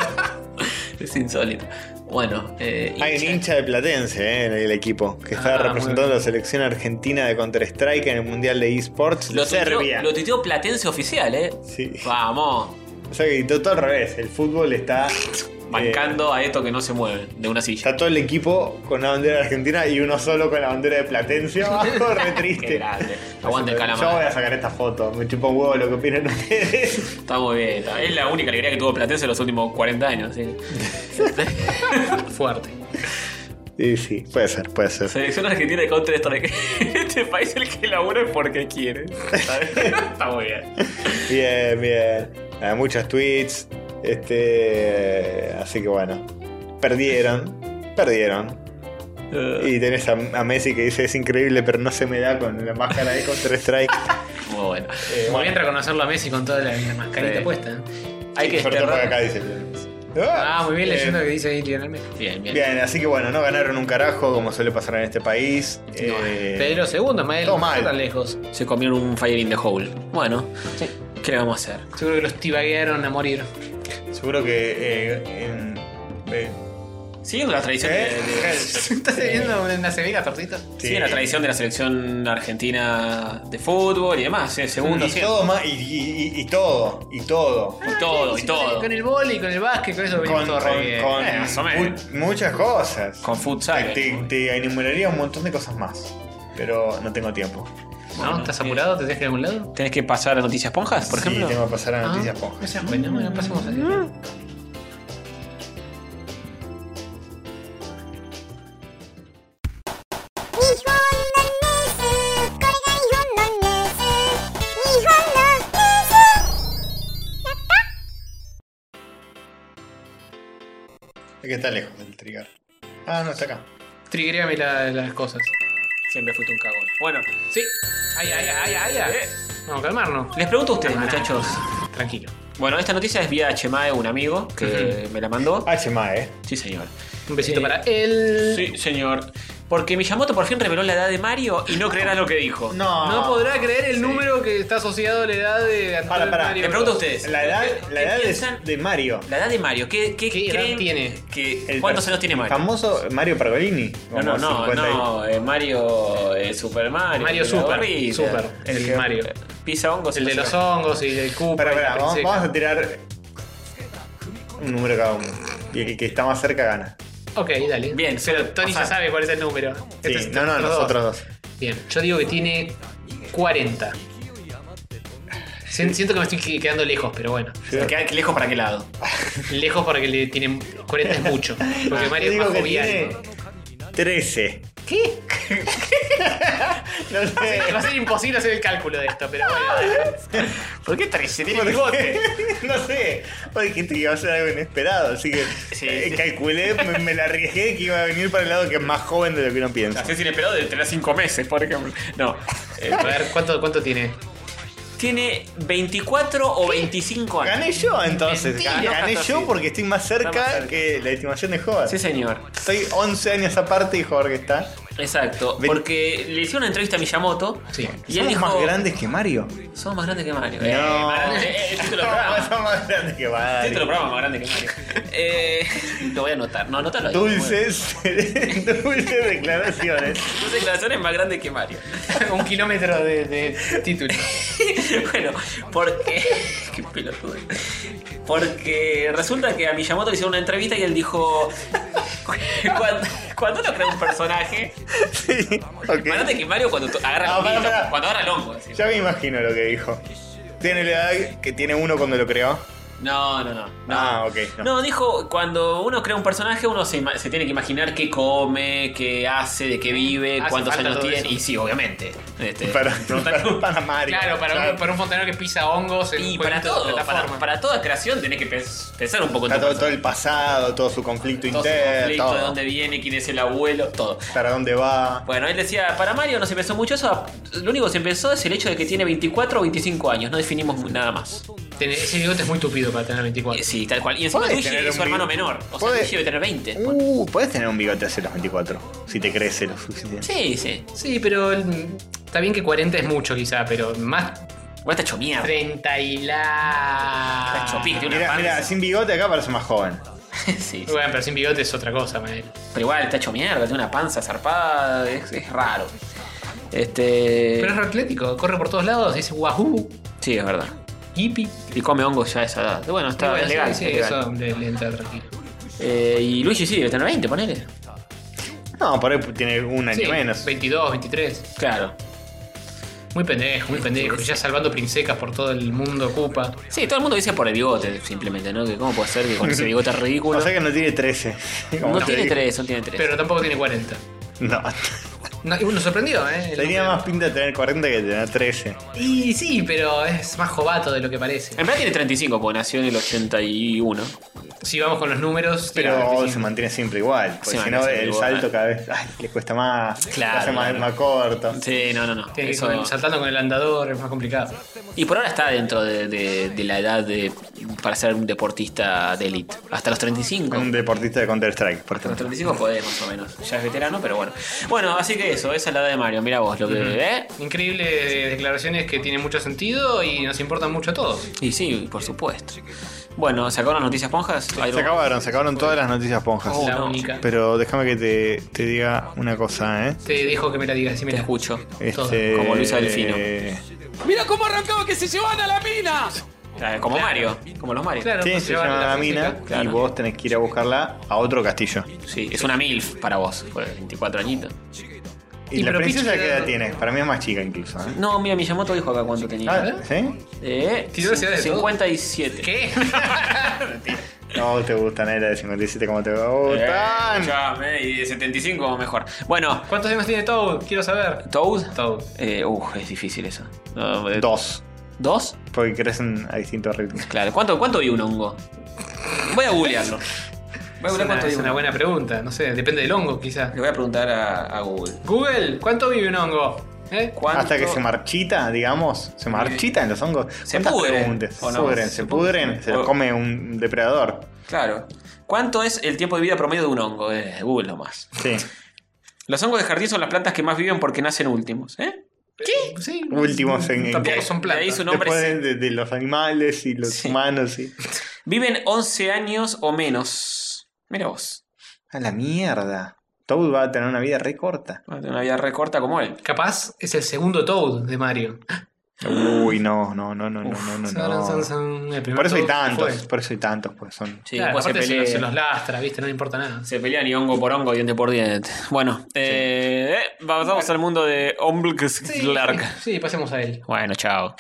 Speaker 4: Es insólito. Bueno, eh,
Speaker 3: Hay un
Speaker 4: hincha.
Speaker 3: hincha de Platense eh, en el equipo que está
Speaker 2: Ah,
Speaker 3: representando
Speaker 2: muy
Speaker 3: a la selección argentina de Counter-Strike en el Mundial de Esports de
Speaker 4: Lo tuiteó,
Speaker 3: Serbia.
Speaker 4: lo tuiteó Platense oficial, ¿eh?
Speaker 3: Sí.
Speaker 4: Vamos.
Speaker 3: O sea que todo al revés. El fútbol está. eh,
Speaker 4: Bancando a esto que no se mueven de una silla.
Speaker 3: está todo el equipo con la bandera argentina y uno solo con la bandera de Platense abajo, re
Speaker 4: Qué
Speaker 3: triste.
Speaker 4: grande. Aguante el
Speaker 3: Yo voy
Speaker 4: calamar.
Speaker 3: a sacar esta foto, me chupa un huevo lo que opinan ustedes.
Speaker 4: Está muy bien. está- Es la única alegría que tuvo Platense en los últimos 40 años. ¿sí?
Speaker 2: Fuerte.
Speaker 3: Y sí, puede ser, puede ser.
Speaker 4: Selección argentina de Counter Strike. este país el que labura es porque quiere. Está bien. Está muy bien.
Speaker 3: Bien, bien. Hay muchos tweets. Este. Así que bueno. Perdieron. Perdieron.
Speaker 4: Eh,
Speaker 3: Y tenés a, a Messi que dice es increíble, pero no se me da con la máscara de Counter Strike.
Speaker 4: muy bueno.
Speaker 3: Eh,
Speaker 2: Muy bien reconocerlo a Messi con toda la, la mascarita
Speaker 4: Sí.
Speaker 2: puesta. ¿eh?
Speaker 4: Hay que
Speaker 3: Sobre todo porque
Speaker 4: desterrar.
Speaker 3: acá dice.
Speaker 2: Ah, muy bien leyendo
Speaker 3: Eh,
Speaker 2: lo que dice ahí Lionel Messi.
Speaker 4: Bien, bien.
Speaker 3: Bien, así que bueno, no ganaron un carajo como suele pasar en este país.
Speaker 2: No,
Speaker 3: Eh,
Speaker 2: Pero segundo, Mael,
Speaker 3: todo
Speaker 2: no
Speaker 3: mal.
Speaker 2: está tan lejos.
Speaker 4: Se comieron un Fire in the Hole. Bueno, ¿qué le vamos a hacer?
Speaker 2: Seguro que los tibaguearon a morir.
Speaker 3: Seguro que eh, en- eh,
Speaker 4: Siguiendo la tradición de, de-
Speaker 2: ¿Estás teniendo una sevilla, tortito?
Speaker 4: siguiendo la tradición de la selección argentina de fútbol y demás, eh, segundo,
Speaker 3: Y
Speaker 4: sí.
Speaker 3: todo, más, y, y- y- y todo, y todo.
Speaker 4: Y todo, y todo.
Speaker 2: Con el vóley, con el básquet, con eso venimos
Speaker 3: Con,
Speaker 2: todo
Speaker 3: con-
Speaker 2: re bien.
Speaker 3: con
Speaker 4: Eh, más o menos.
Speaker 3: mu- muchas cosas.
Speaker 4: Con futsal.
Speaker 3: Te, te enumeraría un montón de cosas más, pero no tengo tiempo.
Speaker 2: ¿No? ¿Estás apurado? ¿Te tienes que ir a algún lado?
Speaker 4: ¿Tenés que pasar a Noticias Ponjas, por
Speaker 3: Sí,
Speaker 4: ejemplo?
Speaker 3: tengo que pasar a noticias
Speaker 2: Ah, No
Speaker 3: Ponjas.
Speaker 2: seas bueno, bueno, pasemos a
Speaker 7: ¡Nihon no Nihon
Speaker 3: Es que está lejos del trigger. Ah, no, está acá.
Speaker 2: Triggeréame la- las cosas.
Speaker 4: Siempre fuiste un cagón. Bueno,
Speaker 2: Sí. Ay, ay, ay, ay, ay.
Speaker 4: Eh.
Speaker 2: Vamos a calmarnos.
Speaker 4: les pregunto a ustedes, muchachos.
Speaker 2: Tranquilo.
Speaker 4: Bueno, esta noticia es vía Chemae, E, un amigo que me la mandó.
Speaker 3: HMA, eh.
Speaker 4: Sí, señor.
Speaker 2: Un besito
Speaker 4: Eh,
Speaker 2: para él.
Speaker 4: Sí, señor. Porque Miyamoto por fin reveló la edad de Mario y no creerás lo que dijo.
Speaker 3: No.
Speaker 2: No podrá creer el número que está asociado a la edad de Antonio
Speaker 3: Para, para.
Speaker 2: Mario
Speaker 4: Le
Speaker 2: Bros.
Speaker 4: pregunto a ustedes.
Speaker 3: La edad,
Speaker 4: ¿qué-
Speaker 3: la
Speaker 4: qué
Speaker 3: edad
Speaker 4: piensan?
Speaker 3: de, de Mario.
Speaker 4: La edad de Mario, ¿qué, qué,
Speaker 2: ¿Qué edad
Speaker 4: creen
Speaker 2: tiene?
Speaker 4: que-
Speaker 3: El
Speaker 4: ¿Cuántos
Speaker 3: per-
Speaker 4: años tiene Mario?
Speaker 3: Famoso Mario Pergolini.
Speaker 4: No, no, no, no, eh, Mario eh, Super Mario.
Speaker 2: Mario
Speaker 4: la
Speaker 2: Super,
Speaker 4: gorrita,
Speaker 2: Super, el
Speaker 4: que
Speaker 2: Mario.
Speaker 4: Pisa hongos. y
Speaker 2: El de
Speaker 4: pasa
Speaker 2: los
Speaker 4: nada.
Speaker 2: hongos y el cupo.
Speaker 3: Para,
Speaker 2: y la
Speaker 3: para, vamos,
Speaker 2: princesa.
Speaker 3: vamos a tirar un número cada uno. Y el que está más cerca gana.
Speaker 2: Ok, dale.
Speaker 4: Bien,
Speaker 2: pero
Speaker 4: solo-
Speaker 2: Tony
Speaker 4: o sea-
Speaker 2: ya sabe cuál es el número.
Speaker 3: Sí,
Speaker 2: Este es
Speaker 3: no, no,
Speaker 2: los dos.
Speaker 3: nosotros dos.
Speaker 2: Bien, yo digo que tiene 40. Sien- Siento que me estoy que- quedando lejos, pero bueno.
Speaker 4: Se queda lejos para qué lado.
Speaker 2: Lejos porque le tienen 40 es mucho. Porque Mario es
Speaker 3: Yo digo
Speaker 2: más
Speaker 3: que
Speaker 2: jovial.
Speaker 3: tiene 13.
Speaker 2: ¿Qué?
Speaker 3: No sé.
Speaker 2: Va a ser imposible hacer el cálculo de esto, pero bueno. dale.
Speaker 4: ¿Por qué 13? Tiene
Speaker 3: ¿Por
Speaker 4: bigote.
Speaker 3: qué? No sé. Hoy dijiste que iba a ser algo inesperado, así que
Speaker 4: Sí,
Speaker 3: eh,
Speaker 4: sí.
Speaker 3: calculé, me, me la arriesgué que iba a venir para el lado que es más joven de lo que uno piensa.
Speaker 4: Así es inesperado de tener 5 meses, por ejemplo. No. Eh,
Speaker 2: A ver, ¿cuánto, cuánto tiene?
Speaker 4: tiene 24 o 25 años.
Speaker 3: Gané yo entonces.
Speaker 4: Mentira.
Speaker 3: Gané yo porque estoy más
Speaker 4: Está más
Speaker 3: cerca
Speaker 4: cerca.
Speaker 3: que la estimación de Jorge.
Speaker 4: Sí, señor.
Speaker 3: Estoy 11 años aparte y Jorge está.
Speaker 4: Exacto.
Speaker 3: Ve-
Speaker 4: Porque le hicieron una entrevista a Miyamoto.
Speaker 2: Sí.
Speaker 4: Y él
Speaker 3: ¿Somos
Speaker 4: dijo.
Speaker 3: más grandes que Mario?
Speaker 4: Somos más grandes que Mario.
Speaker 3: No.
Speaker 4: Eh, más grande- eh, el título del programa.
Speaker 3: Somos más grandes que
Speaker 4: El título del
Speaker 3: Mario.
Speaker 4: programa más grande que Mario. Eh, lo voy a anotar. No, anótalo. ahí.
Speaker 3: Dulces, dulces declaraciones.
Speaker 4: Tus declaraciones más grandes que Mario.
Speaker 2: Un kilómetro de, de título.
Speaker 4: bueno, porque. Qué pelotudo. Porque resulta que a Miyamoto le hicieron una entrevista y él dijo. Cuando, cuando uno crea un personaje.
Speaker 3: Sí, ok.
Speaker 4: Más grande que Mario cuando to- agarra
Speaker 3: No,
Speaker 4: el
Speaker 3: pará,
Speaker 4: honguito,
Speaker 3: pará.
Speaker 4: Cuando agarra el hongo. así.
Speaker 3: Ya me imagino lo que dijo. Tiene la edad que tiene uno cuando lo creó.
Speaker 4: No, no, no. no.
Speaker 3: Ah, ok. No.
Speaker 4: No, dijo, cuando uno crea un personaje, uno se, ima- se tiene que imaginar qué come, qué hace, de qué vive,
Speaker 2: Hace
Speaker 4: cuántos
Speaker 2: falta
Speaker 4: años
Speaker 2: todo
Speaker 4: tiene.
Speaker 2: eso.
Speaker 4: Y sí, obviamente. Este,
Speaker 3: Para,
Speaker 4: preguntar-
Speaker 3: para, para Mario.
Speaker 2: Claro, para un, para un fontanero que pisa hongos en
Speaker 4: y
Speaker 2: un
Speaker 4: para
Speaker 2: jueguito de
Speaker 4: todo, para,
Speaker 2: plataforma.
Speaker 4: para toda creación tenés que pens- pensar un poco en
Speaker 3: Está
Speaker 4: tu
Speaker 3: todo, todo
Speaker 4: personaje.
Speaker 3: el pasado, todo su conflicto
Speaker 4: Todo su
Speaker 3: interno,
Speaker 4: conflicto, de
Speaker 3: todo.
Speaker 4: dónde viene, quién es el abuelo, todo.
Speaker 3: Para dónde va.
Speaker 4: Bueno, él decía, para Mario no se pensó mucho eso, lo único que se pensó es el hecho de que tiene 24 o 25 años, no definimos mu- nada más.
Speaker 2: Tiene- Ese bigote es muy tupido para tener 24.
Speaker 4: Eh, Sí, tal cual. Y encima
Speaker 3: Podés
Speaker 4: Luigi
Speaker 3: tener
Speaker 4: es su
Speaker 3: un
Speaker 4: hermano
Speaker 3: bigote.
Speaker 4: menor, o sea,
Speaker 3: Podés-
Speaker 4: Luigi debe tener 20.
Speaker 3: Uh, puedes tener un bigote hacia los 24. Si te crece lo suficiente.
Speaker 4: Sí, sí.
Speaker 2: Sí, pero mm, está bien que 40 es mucho quizá, pero más
Speaker 4: Igual está hecho mierda.
Speaker 2: 30 y la...
Speaker 4: Está chopín, tiene una
Speaker 3: Mira,
Speaker 4: panza.
Speaker 3: mira, sin bigote acá parece más joven.
Speaker 4: Sí, sí.
Speaker 2: Bueno, pero sin bigote es otra cosa, Mael.
Speaker 4: Pero igual está hecho mierda, tiene una panza zarpada, es, es raro. Este.
Speaker 2: Pero es re atlético, corre por todos lados, dice wahoo,
Speaker 4: Sí, es verdad.
Speaker 2: hippie.
Speaker 4: Y come hongos ya a esa edad. Bueno, está
Speaker 2: Y bueno,
Speaker 4: legal.
Speaker 2: sí,
Speaker 4: es
Speaker 2: sí,
Speaker 4: legal.
Speaker 2: eso le, le entra tranquilo.
Speaker 4: Eh, y Luigi sí, debe tener 20, ponele.
Speaker 3: No, por ahí tiene un año
Speaker 2: Sí,
Speaker 3: menos.
Speaker 2: 22, 23.
Speaker 4: Claro.
Speaker 2: Muy pendejo, muy pendejo. Ya salvando princesas por todo el mundo, ocupa.
Speaker 4: Sí, todo el mundo dice por el bigote, simplemente, ¿no? Que cómo puede ser que con ese bigote ridículo.
Speaker 3: O sea que no tiene 13. como
Speaker 4: no
Speaker 3: te
Speaker 4: tiene
Speaker 3: dije.
Speaker 4: 3, no tiene 3.
Speaker 2: Pero tampoco tiene 40.
Speaker 3: No.
Speaker 2: No, y uno sorprendió, ¿eh? El
Speaker 3: Tenía
Speaker 2: hombre.
Speaker 3: más pinta de tener 40 que de tener 13.
Speaker 2: Y sí, pero es más jovato de lo que
Speaker 4: En
Speaker 2: parece.
Speaker 4: verdad tiene 35, porque nació en el 81.
Speaker 2: Si vamos con los números, tiene
Speaker 3: Pero
Speaker 2: 25.
Speaker 3: se mantiene siempre igual. Porque
Speaker 4: Se
Speaker 3: si no,
Speaker 4: mantiene
Speaker 3: el
Speaker 4: igual.
Speaker 3: salto cada vez ay, le cuesta más.
Speaker 4: Claro,
Speaker 3: se hace más,
Speaker 4: claro.
Speaker 3: más corto.
Speaker 4: Sí, no, no, no.
Speaker 2: Tiene que ir
Speaker 4: Eso-
Speaker 2: con el- saltando con el andador, es más complicado.
Speaker 4: Y por ahora está dentro de, de- de la edad de, para ser un deportista de élite. Hasta los 35.
Speaker 3: Un deportista de Counter-Strike, por
Speaker 4: Hasta los
Speaker 3: ejemplo.
Speaker 4: 35 podés, más o menos. Ya es veterano, pero bueno. Bueno, así que eso, esa es la edad de Mario, mira vos lo que. ¿eh?
Speaker 2: Increíbles declaraciones que tienen mucho sentido y nos importan mucho a todos.
Speaker 4: Y sí, por supuesto. Bueno, ¿se acabaron las noticias ponjas?
Speaker 3: Se acabaron, se acabaron todas las noticias ponjas.
Speaker 4: Oh,
Speaker 2: la
Speaker 4: no.
Speaker 2: única.
Speaker 3: Pero déjame que te, te diga una cosa, ¿eh?
Speaker 2: Te dejo que me la digas, si me
Speaker 4: Te
Speaker 2: la
Speaker 4: escucho.
Speaker 3: Este,
Speaker 4: Como Luisa Delfino.
Speaker 3: eh,
Speaker 7: Mira cómo arrancaba que se llevan a la mina.
Speaker 4: Eh, Como Mario, como los Mario.
Speaker 2: Claro,
Speaker 3: Sí,
Speaker 2: pues
Speaker 3: se
Speaker 2: llevan
Speaker 3: llama la
Speaker 2: música.
Speaker 3: mina y
Speaker 4: claro.
Speaker 3: vos tenés que ir a buscarla a otro castillo.
Speaker 4: Sí, es una MILF para vos, fue 24 añitos.
Speaker 3: ¿Y,
Speaker 2: Y
Speaker 3: la
Speaker 2: pero
Speaker 3: princesa
Speaker 2: Peach
Speaker 3: qué
Speaker 2: era-
Speaker 3: edad tiene? Para mí es más chica incluso. ¿eh?
Speaker 4: No, mira, Miyamoto dijo acá cuánto tenía.
Speaker 3: Ah, ¿sí?
Speaker 4: Eh,
Speaker 2: ¿Tiene una ciudad de todo?
Speaker 4: 57.
Speaker 2: ¿Qué?
Speaker 3: No te gustan, era de 57 como te
Speaker 4: Eh,
Speaker 3: gustan.
Speaker 4: escuchame, y de 75 mejor. Bueno,
Speaker 2: ¿Cuántos años tiene Toad? Quiero saber.
Speaker 4: Toad.
Speaker 2: Toad.
Speaker 4: Eh, uh, es difícil eso. No, eh,
Speaker 3: Dos.
Speaker 4: ¿Dos?
Speaker 3: Porque crecen a distintos ritmos.
Speaker 4: Claro. ¿Cuánto, cuánto vive un hongo? Voy a googlearlo. Voy a
Speaker 2: Es
Speaker 4: googlear
Speaker 2: una,
Speaker 4: cuánto
Speaker 2: es
Speaker 4: vive un
Speaker 2: una
Speaker 4: hongo.
Speaker 2: buena pregunta, no sé, depende del hongo quizá.
Speaker 4: Le voy a preguntar a, a Google.
Speaker 2: Google, ¿cuánto vive un hongo? ¿Eh?
Speaker 4: ¿Cuánto-
Speaker 3: Hasta que se marchita, digamos. Se marchita en los hongos.
Speaker 4: Se
Speaker 3: ¿Cuántas
Speaker 4: pudren,
Speaker 3: preguntas?
Speaker 4: ¿o
Speaker 3: Se
Speaker 4: no?
Speaker 3: pudren, se pudren. Se los
Speaker 4: O-
Speaker 3: come un depredador.
Speaker 4: Claro. ¿Cuánto es el tiempo de vida promedio de un hongo? Eh, Google nomás.
Speaker 3: Sí.
Speaker 4: Los hongos de jardín son las plantas que más viven porque nacen últimos. ¿Eh?
Speaker 2: ¿Qué? Sí.
Speaker 3: Últimos en- en-
Speaker 2: Tampoco
Speaker 3: de-
Speaker 2: son
Speaker 4: de ahí
Speaker 2: plantas.
Speaker 4: su nombre.
Speaker 3: Después de,
Speaker 4: es-
Speaker 3: de- de los animales y los
Speaker 4: Sí.
Speaker 3: humanos. Y...
Speaker 4: Viven 11 años o menos. Mira vos.
Speaker 3: A la mierda. Toad va a tener una vida re corta.
Speaker 4: Va a tener una vida recorta como él.
Speaker 2: Capaz es el segundo Toad de Mario.
Speaker 3: Uy, no, no, no, no, no, no, no,
Speaker 2: San, san,
Speaker 3: no.
Speaker 2: san. El primer
Speaker 3: Por eso hay
Speaker 2: Toad
Speaker 3: tantos,
Speaker 2: fue.
Speaker 3: por eso hay tantos, pues son.
Speaker 4: Sí,
Speaker 2: Claro,
Speaker 4: después se
Speaker 2: aparte se,
Speaker 4: pelea.
Speaker 2: los- se los lastra, ¿viste? No le importa nada.
Speaker 4: Se pelean y hongo por hongo, diente por diente. Bueno, eh, eh, vamos al mundo de Omblx Clark.
Speaker 2: sí, pasemos a él.
Speaker 4: Bueno, chao.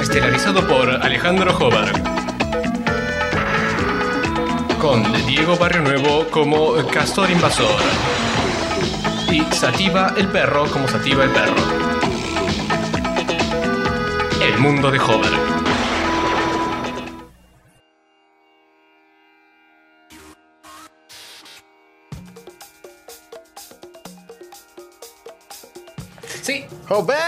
Speaker 8: Estelarizado por Alejandro Jobar. Con Diego Barrio Nuevo como Castor Invasor. Y Sativa el Perro como Sativa el Perro. El mundo de Jobar.
Speaker 2: Sí,
Speaker 3: ¡Joberg!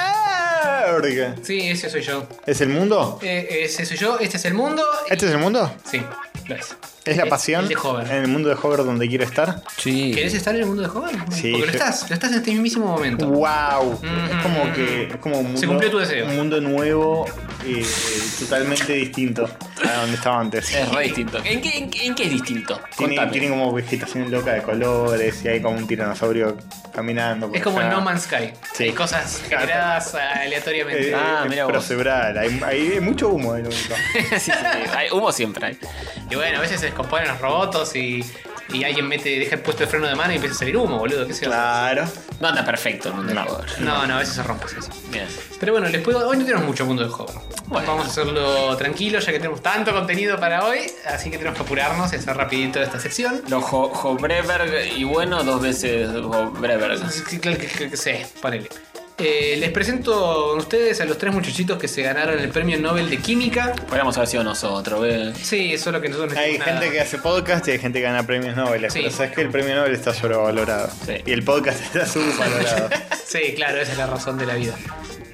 Speaker 2: sí, ese soy yo.
Speaker 3: ¿Es el mundo?
Speaker 2: Eh, ese soy yo, este es el mundo. y-
Speaker 3: ¿Este es el mundo?
Speaker 2: Sí, lo es.
Speaker 3: ¿Es la
Speaker 2: Es
Speaker 3: pasión?
Speaker 2: el de Hover.
Speaker 3: ¿En el mundo de Hover donde quiero estar?
Speaker 4: Sí.
Speaker 2: ¿Querés estar en el mundo de joven?
Speaker 3: Sí,
Speaker 2: Porque lo
Speaker 3: yo-
Speaker 2: estás, lo estás en este mismísimo momento.
Speaker 3: ¡Wow!
Speaker 2: Mm,
Speaker 3: Es como que. Es como un mundo,
Speaker 2: Se cumplió tu deseo.
Speaker 3: Un mundo nuevo y totalmente distinto a donde estaba antes.
Speaker 2: Eh,
Speaker 4: Es re distinto. ¿En qué, en qué- en qué es distinto?
Speaker 3: Tiene,
Speaker 4: Contame.
Speaker 3: tiene como vegetación loca de colores y hay como un tiranosaurio caminando. por
Speaker 2: Es como
Speaker 3: allá.
Speaker 2: en No Man's Sky.
Speaker 3: Sí.
Speaker 2: Hay cosas generadas
Speaker 3: Eh,
Speaker 2: aleatoriamente.
Speaker 4: Ah,
Speaker 3: es
Speaker 4: mira vos.
Speaker 3: procebral, hay, hay mucho humo de lo único.
Speaker 4: Sí, sí, hay humo siempre hay.
Speaker 2: Y bueno, a veces se descomponen los robots y, y alguien mete, deja el puesto de freno de mano y empieza a salir humo, boludo. ¿Qué sé yo.
Speaker 3: Claro.
Speaker 4: No anda perfecto el mundo de Hover.
Speaker 2: No, no, a veces se rompe eso.
Speaker 4: Bien.
Speaker 2: Pero bueno, les puedo. Hoy no tenemos mucho mundo de juego.
Speaker 4: Bueno.
Speaker 2: Vamos a hacerlo tranquilo, ya que tenemos tanto contenido para hoy. Así que tenemos que apurarnos y hacer rapidito esta sección.
Speaker 4: Los Jo- Jobreberg y bueno, dos veces Jobreberg.
Speaker 2: Sí, ponele. Eh, les presento con ustedes a los tres muchachitos que se ganaron el premio Nobel de Química.
Speaker 4: Podríamos haber sido nosotros, ¿eh? ¿ves?
Speaker 2: Sí, eso es lo que nosotros no
Speaker 3: Hay
Speaker 2: hicimos
Speaker 3: gente
Speaker 2: nada.
Speaker 3: que hace podcast y hay gente que gana premios Nobel.
Speaker 2: Sí.
Speaker 3: Pero sabes que el premio Nobel está sobrevalorado.
Speaker 4: Sí.
Speaker 3: Y el podcast está subvalorado.
Speaker 2: Sí, claro, esa es la razón de la vida.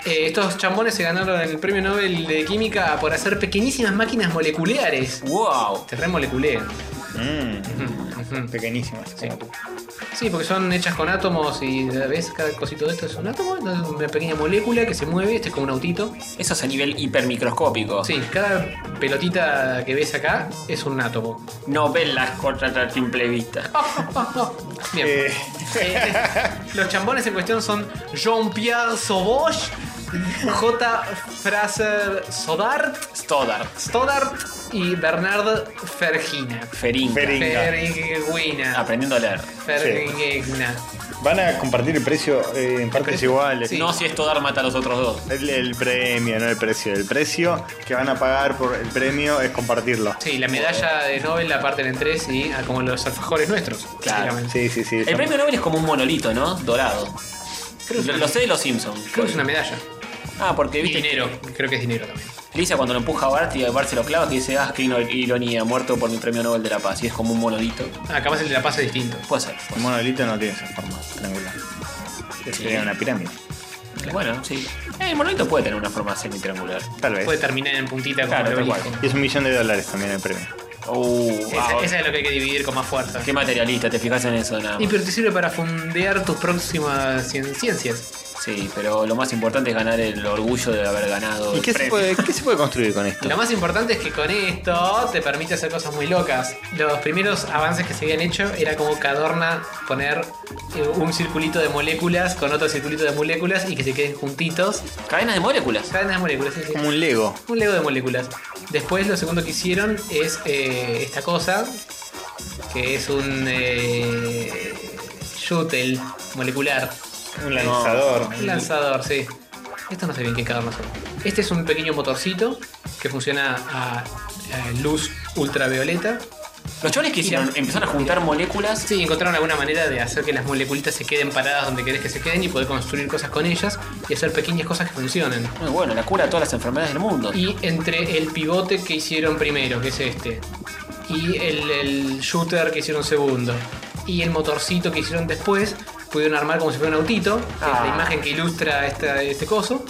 Speaker 2: Eh, estos chambones se ganaron el premio Nobel de Química por hacer pequeñísimas máquinas moleculares.
Speaker 4: ¡Wow!
Speaker 2: Se remoleculean.
Speaker 3: Mm,
Speaker 2: Ujú.
Speaker 3: pequeñísimas.
Speaker 2: Sí. Sí, porque son hechas con átomos y ves cada cosito de esto es un átomo, entonces una pequeña molécula que se mueve, este es como un autito.
Speaker 4: Eso es a nivel hipermicroscópico.
Speaker 2: Sí, cada pelotita que ves acá es un átomo.
Speaker 4: No ven las cortas a simple vista.
Speaker 2: Bien.
Speaker 3: Eh,
Speaker 2: Eh, los chambones en cuestión son Jean-Pierre Sobosch, J. Fraser Sodart,
Speaker 4: Stoddard.
Speaker 2: Stoddart y Bernard Fergina.
Speaker 4: Ferín.
Speaker 3: Ferin.
Speaker 2: Fergina.
Speaker 4: Aprendiendo a leer.
Speaker 2: Fergina.
Speaker 3: van a compartir el precio eh, en partes iguales.
Speaker 4: No si Stoddard mata a los otros dos.
Speaker 3: El, el premio, no el precio. El precio que van a pagar por el premio es compartirlo.
Speaker 2: Sí, la medalla de Nobel la parten en tres y ah, como los alfajores nuestros.
Speaker 4: Claro.
Speaker 2: básicamente.
Speaker 3: Sí, sí, sí.
Speaker 4: El
Speaker 3: son-
Speaker 4: premio Nobel es como un monolito, ¿no? Dorado.
Speaker 2: Creo que-
Speaker 4: Lo, lo sé de los Simpsons.
Speaker 2: Creo que es una medalla.
Speaker 4: Ah, porque
Speaker 2: Y
Speaker 4: viste.
Speaker 2: dinero, creo que es dinero también.
Speaker 4: Lisa cuando lo empuja a Bart y a Bart se lo clava que dice, ah, qué ino- ironía, muerto por mi premio Nobel de la Paz. Y es como un monolito.
Speaker 2: Ah, capaz el de la paz es distinto.
Speaker 4: Puede ser. puede
Speaker 3: El monolito no tiene esa forma triangular. Sería una pirámide.
Speaker 4: Bueno, sí. Eh, el monolito puede tener una forma semi-triangular.
Speaker 3: Tal vez.
Speaker 2: Puede terminar en puntita como
Speaker 4: Claro,
Speaker 2: el
Speaker 4: tal
Speaker 2: obelisco.
Speaker 3: Y es un millón de dólares también el premio.
Speaker 4: Uh, ah,
Speaker 2: Esa, esa es lo que hay que dividir con más fuerza.
Speaker 4: Qué materialista, te fijas en eso nada más.
Speaker 2: Y pero te sirve para fundear tus próximas cien- ciencias.
Speaker 4: Sí, pero lo más importante es ganar el orgullo de haber ganado.
Speaker 3: ¿Y
Speaker 4: el
Speaker 3: qué se,
Speaker 4: premio.
Speaker 3: puede, qué se puede construir con esto?
Speaker 2: Lo más importante es que con esto te permite hacer cosas muy locas. Los primeros avances que se habían hecho era como cadorna poner eh, un circulito de moléculas con otro circulito de moléculas y que se queden juntitos.
Speaker 4: Cadenas de moléculas.
Speaker 2: Cadenas de moléculas, sí, sí.
Speaker 3: Como un Lego.
Speaker 2: Un Lego de moléculas. Después lo segundo que hicieron es eh, esta cosa, que es un eh, shuttle molecular.
Speaker 3: Un lanzador.
Speaker 2: Un lanzador, sí. Esto no sé bien qué cada son. Este es un pequeño motorcito que funciona a, a luz ultravioleta.
Speaker 4: Los chones que hicieron
Speaker 2: Mira.
Speaker 4: empezaron a juntar moléculas.
Speaker 2: Sí, encontraron alguna manera de hacer que las moleculitas se queden paradas donde querés que se queden y poder construir cosas con ellas y hacer pequeñas cosas que funcionen.
Speaker 4: Muy bueno, la cura a todas las enfermedades del mundo.
Speaker 2: Y entre el pivote que hicieron primero, que es este, y el, el shooter que hicieron segundo, y el motorcito que hicieron después, pudieron armar como si fuera un autito, que es
Speaker 4: Ah.
Speaker 2: la imagen que ilustra esta- este coso,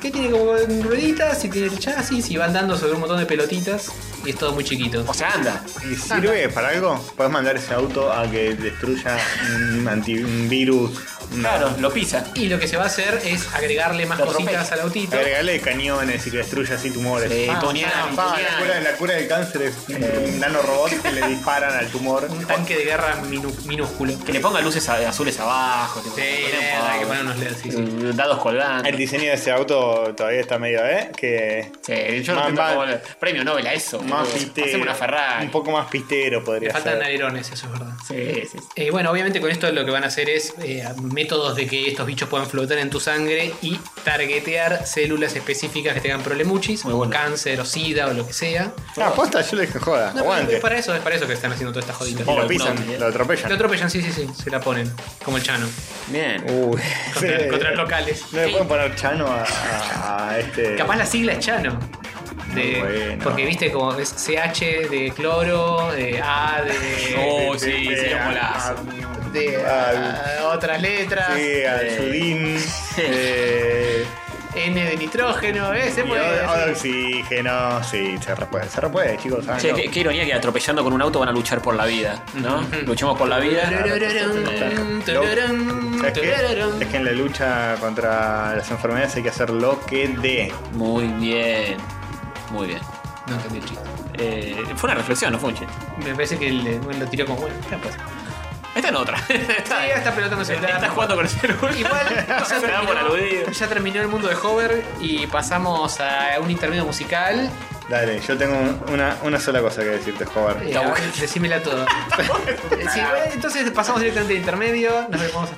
Speaker 2: que tiene como rueditas, y tiene el chasis, y va andando sobre un montón de pelotitas, y es todo muy chiquito.
Speaker 4: O sea, anda.
Speaker 3: ¿Y sirve para algo? ¿Puedes mandar ese auto a que destruya un, anti- un virus? Una-
Speaker 4: Claro, lo pisa.
Speaker 2: Y lo que se va a hacer es agregarle más
Speaker 4: Lo atropella.
Speaker 2: cositas al autito.
Speaker 3: Agregale cañones y que destruya así tumores.
Speaker 4: Eh,
Speaker 3: Ah,
Speaker 4: Tonian,
Speaker 3: pa, la,
Speaker 4: Tonian.
Speaker 3: cura, la cura del cáncer es eh, un nanorobot que le disparan al tumor.
Speaker 2: Un tanque de guerra minu- minúsculo.
Speaker 4: Que le ponga luces a- azules abajo. tipo,
Speaker 2: Sí,
Speaker 4: que
Speaker 2: LED,
Speaker 4: ponga-
Speaker 2: hay que poner unos LED, sí, sí.
Speaker 4: eh, Dados
Speaker 3: El
Speaker 4: colgantes.
Speaker 3: diseño de ese auto todavía está medio, ¿eh? Que.
Speaker 4: Sí, yo no
Speaker 3: Más-
Speaker 4: entiendo
Speaker 3: más-
Speaker 4: cómo le- Premio Nobel a eso.
Speaker 3: Más
Speaker 4: boludo.
Speaker 3: pistero.
Speaker 4: Hacemos una Ferrari.
Speaker 3: Un poco más pistero podría
Speaker 2: Faltan
Speaker 3: ser.
Speaker 2: alerones, eso es verdad.
Speaker 4: Sí, sí, sí.
Speaker 2: Eh, bueno, obviamente con esto lo que van a hacer es eh, métodos de que estos bichos puedan flotar en tu sangre y targetear células específicas que tengan problemuchis,
Speaker 4: Muy bueno.
Speaker 2: cáncer o sida o lo que sea.
Speaker 3: Ah, aposta, yo le dije joda,
Speaker 2: No, pero
Speaker 3: aguante.
Speaker 2: es para eso, es para eso que están haciendo toda esta jodita.
Speaker 3: Y
Speaker 4: Oh,
Speaker 3: lo pisan,
Speaker 4: no,
Speaker 3: lo atropellan.
Speaker 2: Lo atropellan, sí, sí, sí, se la ponen, como el Chano,
Speaker 4: Bien.
Speaker 3: Uy,
Speaker 2: contra,
Speaker 3: sí.
Speaker 2: contra locales.
Speaker 3: No le pueden poner Chano a, a- a este.
Speaker 2: Capaz la sigla es Chano. De-
Speaker 3: Muy bueno.
Speaker 2: Porque viste como es CH de cloro, de A de,
Speaker 4: Oh,
Speaker 3: este-
Speaker 4: sí, sería un golazo.
Speaker 2: de
Speaker 3: al-
Speaker 2: a- otras letras,
Speaker 3: Sí, al
Speaker 4: Eh.
Speaker 3: Sudín. eh,
Speaker 2: N de nitrógeno, eh, se
Speaker 3: y
Speaker 2: puede
Speaker 3: o-
Speaker 2: decir.
Speaker 3: oxígeno. Sí, se repuede. Se repuede, chicos. ¿saben?
Speaker 4: Che, qué, qué ironía que atropellando con un auto van a luchar por la vida, ¿no? Luchemos por la vida.
Speaker 2: Turururun, turururun,
Speaker 3: ¿Sabes qué?
Speaker 2: turururun.
Speaker 3: Es que en la lucha contra las enfermedades hay que hacer lo que dé.
Speaker 4: Muy bien. Muy bien.
Speaker 2: No entendí el chiste.
Speaker 4: Eh, fue una reflexión, no fue un chiste.
Speaker 2: Me parece que el- bueno, lo tiró como bueno. ya pues.
Speaker 4: Esta en otra. Esta,
Speaker 2: Sí, esta pelota no se
Speaker 4: Estás jugando con el celular.
Speaker 2: Igual ya
Speaker 4: se da por aludido.
Speaker 2: terminó, ya terminó el mundo de Hover y pasamos a un intermedio musical.
Speaker 3: Dale, yo tengo una, una sola cosa que decirte, Jobar.
Speaker 2: Eh, a ver, decímela todo. Sí, bueno, entonces pasamos directamente al intermedio. Nos vemos.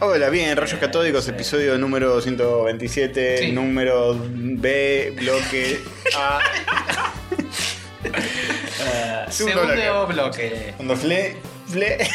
Speaker 3: Hola, bien, Rayos Catódicos, episodio número 127,
Speaker 2: Eh, Sí.
Speaker 3: número B, bloque A. Segundo
Speaker 2: Segundo
Speaker 3: bloque.
Speaker 2: bloque.
Speaker 3: Cuando fle, fle.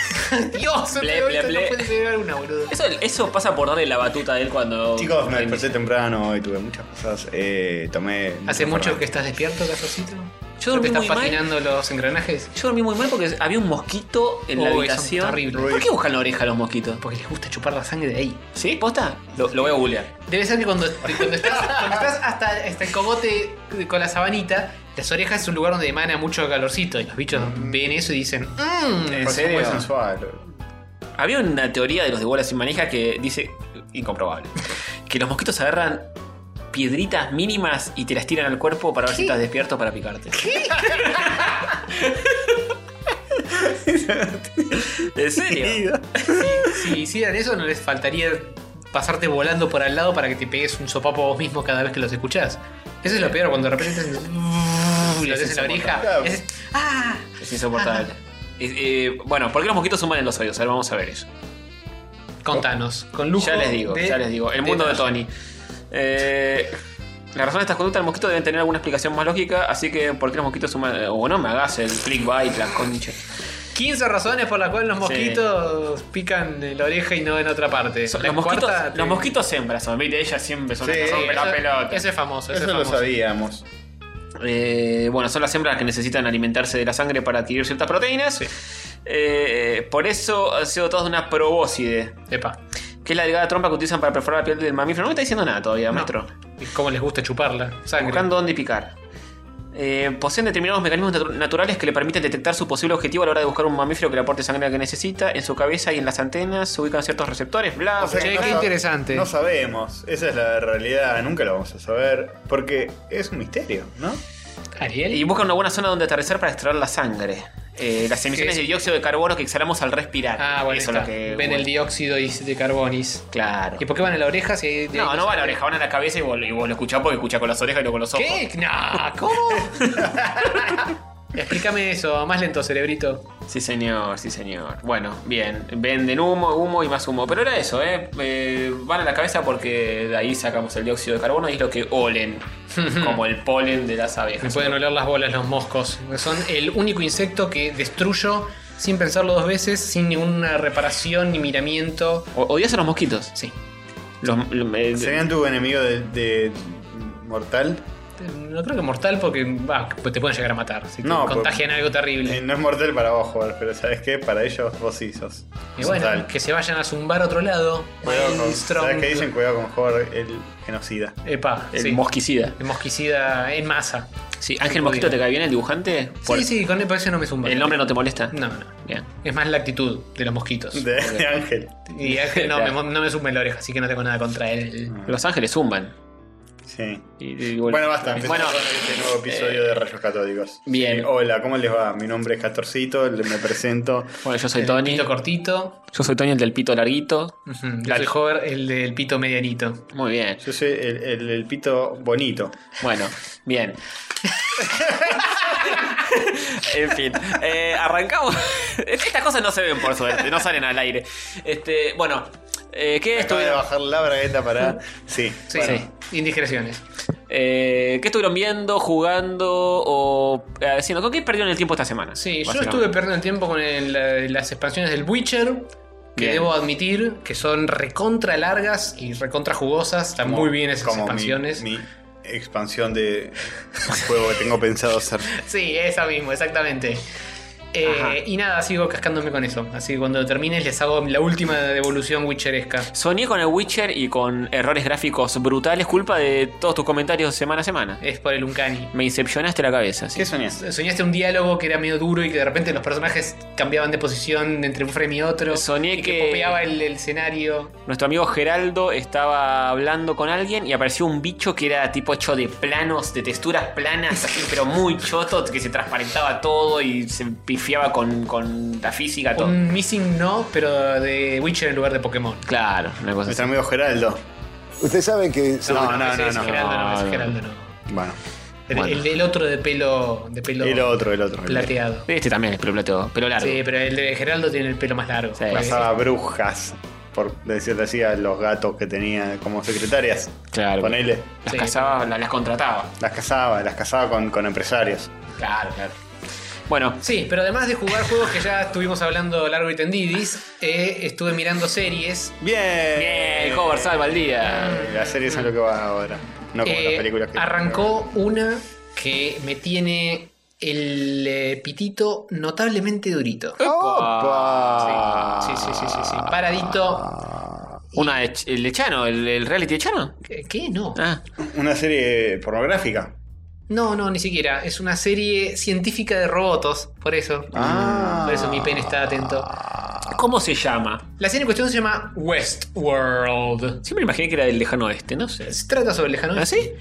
Speaker 2: Dios,
Speaker 4: Ple,
Speaker 2: pero
Speaker 4: ple,
Speaker 2: ahorita
Speaker 4: ple.
Speaker 2: no puede llegar una, boludo.
Speaker 4: Eso, eso pasa por darle la batuta a él cuando.
Speaker 3: Chicos, me
Speaker 4: cuando-
Speaker 3: desperté temprano hoy tuve muchas cosas. Eh, tomé.
Speaker 2: ¿Hace mucho que
Speaker 3: Fernet.
Speaker 2: estás despierto, Castorcito?
Speaker 4: Yo
Speaker 2: ¿No
Speaker 4: dormí
Speaker 2: ¿Te estás
Speaker 4: muy mal.
Speaker 2: patinando los engranajes?
Speaker 4: Yo dormí muy mal porque había un mosquito en la
Speaker 2: Uy, son
Speaker 4: habitación.
Speaker 2: terribles.
Speaker 4: ¿Por qué buscan la oreja a los mosquitos?
Speaker 2: Porque les gusta chupar la sangre de ahí.
Speaker 4: ¿Sí? ¿Posta? Lo, lo voy a googlear.
Speaker 2: Debe ser que cuando, cuando estás, cuando estás hasta, hasta el cogote con la sabanita, las orejas es un lugar donde emana mucho calorcito. Y los bichos ven eso y dicen, mmm.
Speaker 3: ¿En
Speaker 4: Mm. ¿En serio?
Speaker 3: serio? sensual.
Speaker 4: Había una teoría de los de bolas sin manija que dice. incomprobable. que los mosquitos agarran piedritas mínimas y te las tiran al cuerpo para ver si estás despierto para picarte. ¿En serio?
Speaker 2: Si hicieran eso, no les faltaría pasarte volando por al lado para que te pegues un sopapo a vos mismo cada vez que los escuchás. Eso es lo peor, cuando de repente te
Speaker 4: Sí,
Speaker 2: lo
Speaker 4: es
Speaker 2: haces en la oreja.
Speaker 3: insoportable.
Speaker 2: es- ¡Ah!
Speaker 4: Es insoportable. Es- eh, bueno, ¿por qué los mosquitos suman en los oídos? Ahora vamos a ver eso.
Speaker 2: Contanos, con lujo.
Speaker 4: Ya les digo,
Speaker 2: de-
Speaker 4: ya les digo. El mundo de, Tony. Eh, la razón de estas conductas del mosquito deben tener alguna explicación más lógica, así que ¿por qué los mosquitos suman? eh, O no me hagas el clickbait, la concha.
Speaker 2: 15 razones por las cuales los mosquitos pican en la oreja y no en otra parte.
Speaker 4: Son-
Speaker 2: La
Speaker 4: los, mosquitos,
Speaker 2: cuarta te-
Speaker 4: los mosquitos hembras son, viste, ellas siempre son
Speaker 3: Sí,
Speaker 4: las que
Speaker 2: Sí,
Speaker 4: rompen
Speaker 2: eso-
Speaker 4: la pelota.
Speaker 2: Eso es famoso. Eso,
Speaker 3: Eso
Speaker 2: es
Speaker 3: lo
Speaker 2: famoso.
Speaker 3: sabíamos.
Speaker 4: Eh, bueno, son las hembras las que necesitan alimentarse de la sangre para adquirir ciertas proteínas. Eh, por eso han sido todas una probóscide,
Speaker 2: Epa.
Speaker 4: que es la delgada trompa que utilizan para perforar la piel del mamífero. No me está diciendo nada todavía, maestro.
Speaker 2: ¿Y cómo les gusta chuparla? Sangre.
Speaker 4: buscando dónde picar. Eh, poseen determinados mecanismos natu- naturales que le permiten detectar su posible objetivo a la hora de buscar un mamífero que le aporte sangre que necesita. En su cabeza y en las antenas se ubican ciertos receptores, bla,
Speaker 3: O sea
Speaker 4: bla,
Speaker 2: Ah, Che,
Speaker 3: que no
Speaker 2: qué
Speaker 3: sab-
Speaker 2: interesante.
Speaker 3: No sabemos, esa es la realidad, nunca lo vamos a saber, porque es un misterio, ¿no?
Speaker 2: Ariel.
Speaker 4: y buscan una buena zona donde aterrizar para extraer la sangre. Eh, las emisiones
Speaker 2: Sí.
Speaker 4: de dióxido de carbono que exhalamos al respirar.
Speaker 2: Ah, bueno,
Speaker 4: Eso
Speaker 2: está.
Speaker 4: es lo que.
Speaker 2: ven el dióxido y- de carbonis.
Speaker 4: Claro.
Speaker 2: ¿Y por qué van a la oreja si hay-
Speaker 4: No, no va a la oreja, van a la cabeza y vos, y vos lo escuchás porque escuchás con las orejas y no con los ojos.
Speaker 2: ¿Qué? No, ¿cómo? Explícame eso, más lento, cerebrito.
Speaker 4: Sí, señor, sí, señor. Bueno, bien. Venden humo, humo y más humo. Pero era eso, ¿eh? Eh, van a la cabeza porque de ahí sacamos el dióxido de carbono y es lo que olen. como el polen de las
Speaker 2: Me
Speaker 4: abejas.
Speaker 2: pueden oler las bolas los moscos. Son el único insecto que destruyo sin pensarlo dos veces, sin ninguna reparación ni miramiento.
Speaker 4: O- ¿Odias a los mosquitos?
Speaker 2: Sí.
Speaker 4: Los, lo- eh,
Speaker 3: ¿Serían tu enemigo de, de- mortal?
Speaker 2: No creo que mortal porque va, te pueden llegar a matar. Si te
Speaker 3: No,
Speaker 4: pues,
Speaker 2: contagian algo terrible.
Speaker 3: Eh, no es mortal para vos, Jorge, pero ¿sabes qué? Para ellos vos sí sos.
Speaker 2: y bueno,
Speaker 3: mortal.
Speaker 2: que se vayan a zumbar a otro lado.
Speaker 3: Cuidado con-
Speaker 2: Maelstrom.
Speaker 3: ¿Sabes qué dicen? Cuidado con Jorge, el genocida.
Speaker 2: Epa,
Speaker 4: el
Speaker 2: sí.
Speaker 4: mosquicida.
Speaker 2: El mosquicida en masa.
Speaker 4: Sí, Ángel Mosquito, ¿te cae bien el dibujante? Por-
Speaker 2: Sí, sí, con el por eso no me zumba.
Speaker 4: ¿El nombre no te molesta?
Speaker 2: No, no.
Speaker 4: Bien.
Speaker 2: Es más la actitud de los mosquitos.
Speaker 3: De, de Ángel.
Speaker 2: Y Ángel no, me, no me zumba en la oreja, así que no tengo nada contra él.
Speaker 4: Los ángeles zumban.
Speaker 3: Sí.
Speaker 4: Y- y-
Speaker 3: Bueno, basta, empezamos
Speaker 4: Bueno, eh,
Speaker 3: con este nuevo episodio de Rayos Catódicos.
Speaker 4: bien.
Speaker 3: Eh, hola, ¿cómo les va? Mi nombre es Catorcito, le- me presento.
Speaker 4: bueno, yo soy
Speaker 2: El
Speaker 3: Eh,
Speaker 4: Tony.
Speaker 2: pito cortito.
Speaker 4: Yo soy Tony, el del pito larguito.
Speaker 2: Ujú, Yo soy Hover, el del pito medianito.
Speaker 3: Mm.
Speaker 4: Muy bien.
Speaker 3: Yo soy el, el- el pito bonito.
Speaker 4: Bueno, bien. en fin, eh, arrancamos. Estas cosas no se ven, por suerte, no salen al aire. Este, bueno, eh, ¿qué,
Speaker 3: Acabo de
Speaker 4: estuvieron,
Speaker 3: bajar la bragueta para. Sí.
Speaker 2: Sí,
Speaker 4: Bueno.
Speaker 2: sí. Indiscreciones.
Speaker 4: eh, ¿qué estuvieron viendo, jugando o eh, haciendo? ¿Con qué perdieron el tiempo esta semana?
Speaker 2: Sí, yo
Speaker 4: básicamente?
Speaker 2: estuve perdiendo el tiempo con el- la- las expansiones del Witcher. Que
Speaker 4: Bien.
Speaker 2: debo admitir que son recontra largas y recontra jugosas. Están muy bien esas
Speaker 3: Como mi-
Speaker 2: expansiones.
Speaker 3: Mi, expansión de juego que tengo pensado hacer.
Speaker 2: Sí, esa mismo, exactamente. Eh,
Speaker 4: Ajá.
Speaker 2: y nada, sigo cascándome con eso. Así que cuando termines les hago la última devolución witcheresca.
Speaker 4: Soñé con el Witcher y con errores gráficos brutales, culpa de todos tus comentarios semana a semana.
Speaker 2: Es por el Uncanny.
Speaker 4: Me incepcionaste la cabeza. sí.
Speaker 3: ¿Qué soñaste?
Speaker 2: Soñaste un diálogo que era medio duro y que de repente los personajes cambiaban de posición entre un frame y otro.
Speaker 4: Soñé
Speaker 2: y que,
Speaker 4: que-
Speaker 2: popeaba el, el escenario.
Speaker 4: Nuestro amigo Geraldo estaba hablando con alguien y apareció un bicho que era tipo hecho de planos, de texturas planas, así, pero muy choto, que se transparentaba todo y se pifiaba con, con la física, todo.
Speaker 2: Un missing no, pero de Witcher en lugar de Pokémon.
Speaker 4: Claro, una cosa así.
Speaker 3: Nuestro amigo Geraldo.
Speaker 5: Ustedes saben que
Speaker 3: No, no,
Speaker 2: ese
Speaker 3: no,
Speaker 2: es
Speaker 3: no.
Speaker 2: Geraldo, no, ese es
Speaker 4: No,
Speaker 2: Geraldo, no.
Speaker 3: Bueno.
Speaker 2: El,
Speaker 4: Bueno.
Speaker 2: el- el otro de pelo, de pelo
Speaker 3: El otro, el otro. el otro.
Speaker 2: plateado.
Speaker 4: Este también es pelo plateado, pelo largo.
Speaker 2: Sí, pero el de Geraldo tiene el pelo más largo.
Speaker 4: Sí.
Speaker 2: Porque-
Speaker 3: Cazaba brujas. por decirte así, a los gatos que tenía como secretarias.
Speaker 4: Claro.
Speaker 3: Ponele.
Speaker 4: Las
Speaker 2: Sí.
Speaker 4: cazaba, la- las contrataba.
Speaker 3: Las casaba, las casaba con, con empresarios.
Speaker 4: Claro, claro. Bueno,
Speaker 2: Sí, pero además de jugar juegos que ya estuvimos hablando largo y tendidis, eh, estuve mirando series.
Speaker 3: Bien.
Speaker 4: bien, Hover, salva el día.
Speaker 3: Eh, La serie es a lo que va ahora. No como
Speaker 2: Eh,
Speaker 3: las películas que.
Speaker 2: arrancó una que me tiene el eh, pitito notablemente durito.
Speaker 3: ¡Opa!
Speaker 2: Sí, sí, sí, sí, sí. Paradito.
Speaker 4: Una de Ch- el de Chano, el, el reality de Chano.
Speaker 2: ¿Qué? No.
Speaker 4: Ah,
Speaker 3: Una serie pornográfica.
Speaker 2: No, no, ni siquiera. Es una serie científica de robots, por eso.
Speaker 3: Ah.
Speaker 2: Por eso mi pen está atento.
Speaker 4: ¿Cómo se llama?
Speaker 2: La serie en cuestión se llama Westworld.
Speaker 4: Siempre imaginé que era del lejano oeste, no sé.
Speaker 2: Se trata sobre el lejano.
Speaker 4: ¿Ah, sí?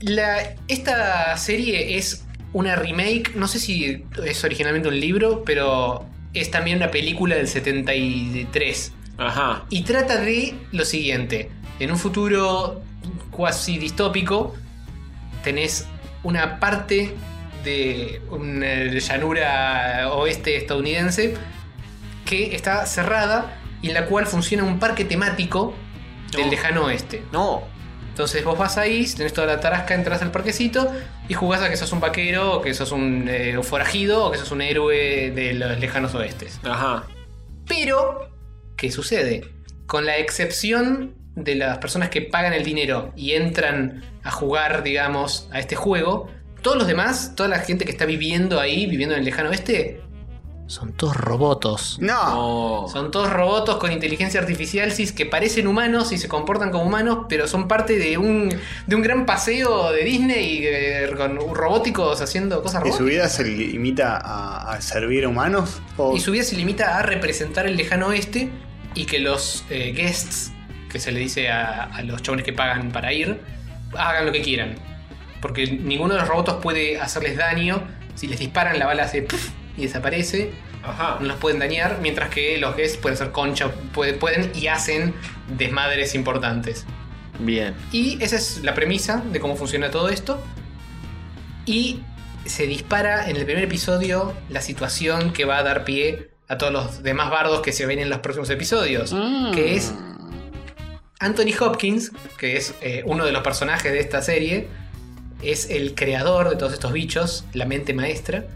Speaker 2: La, esta serie es una remake, no sé si es originalmente un libro, pero es también una película del 73.
Speaker 4: Ajá.
Speaker 2: Y trata de lo siguiente, en un futuro cuasi distópico, tenés una parte de una llanura oeste estadounidense que está cerrada y en la cual funciona un parque temático del
Speaker 4: No.
Speaker 2: lejano oeste.
Speaker 4: No.
Speaker 2: Entonces vos vas ahí, tenés toda la tarasca, entras al parquecito y jugás a que sos un vaquero, o que sos un eh, forajido, o que sos un héroe de los lejanos oestes.
Speaker 4: Ajá.
Speaker 2: Pero, ¿qué sucede? Con la excepción de las personas que pagan el dinero y entran a jugar, digamos, a este juego, todos los demás, toda la gente que está viviendo ahí, viviendo en el lejano oeste, son todos robotos.
Speaker 3: No.
Speaker 4: No.
Speaker 2: Ah. Son todos robots con inteligencia artificial sí, que parecen humanos y se comportan como humanos, pero son parte de un, de un gran paseo de Disney eh, con robóticos haciendo cosas
Speaker 3: ¿Y su
Speaker 2: robóticas.
Speaker 3: vida se limita a, a servir a humanos? ¿O
Speaker 2: Y su vida se limita a representar el lejano oeste y que los eh, guests, que se le dice a, a los chabones que pagan para ir, hagan lo que quieran. Porque ninguno de los robots puede hacerles daño. Si les disparan, la bala hace puff y desaparece.
Speaker 4: Ajá.
Speaker 2: no los pueden dañar, mientras que los guests pueden ser concha, puede- pueden y hacen desmadres importantes.
Speaker 4: Bien.
Speaker 2: Y esa es la premisa de cómo funciona todo esto. Y se dispara en el primer episodio la situación que va a dar pie a todos los demás bardos que se ven en los próximos episodios. Que es Anthony Hopkins, que es eh, uno de los personajes de esta serie, es el creador de todos estos bichos, la mente maestra.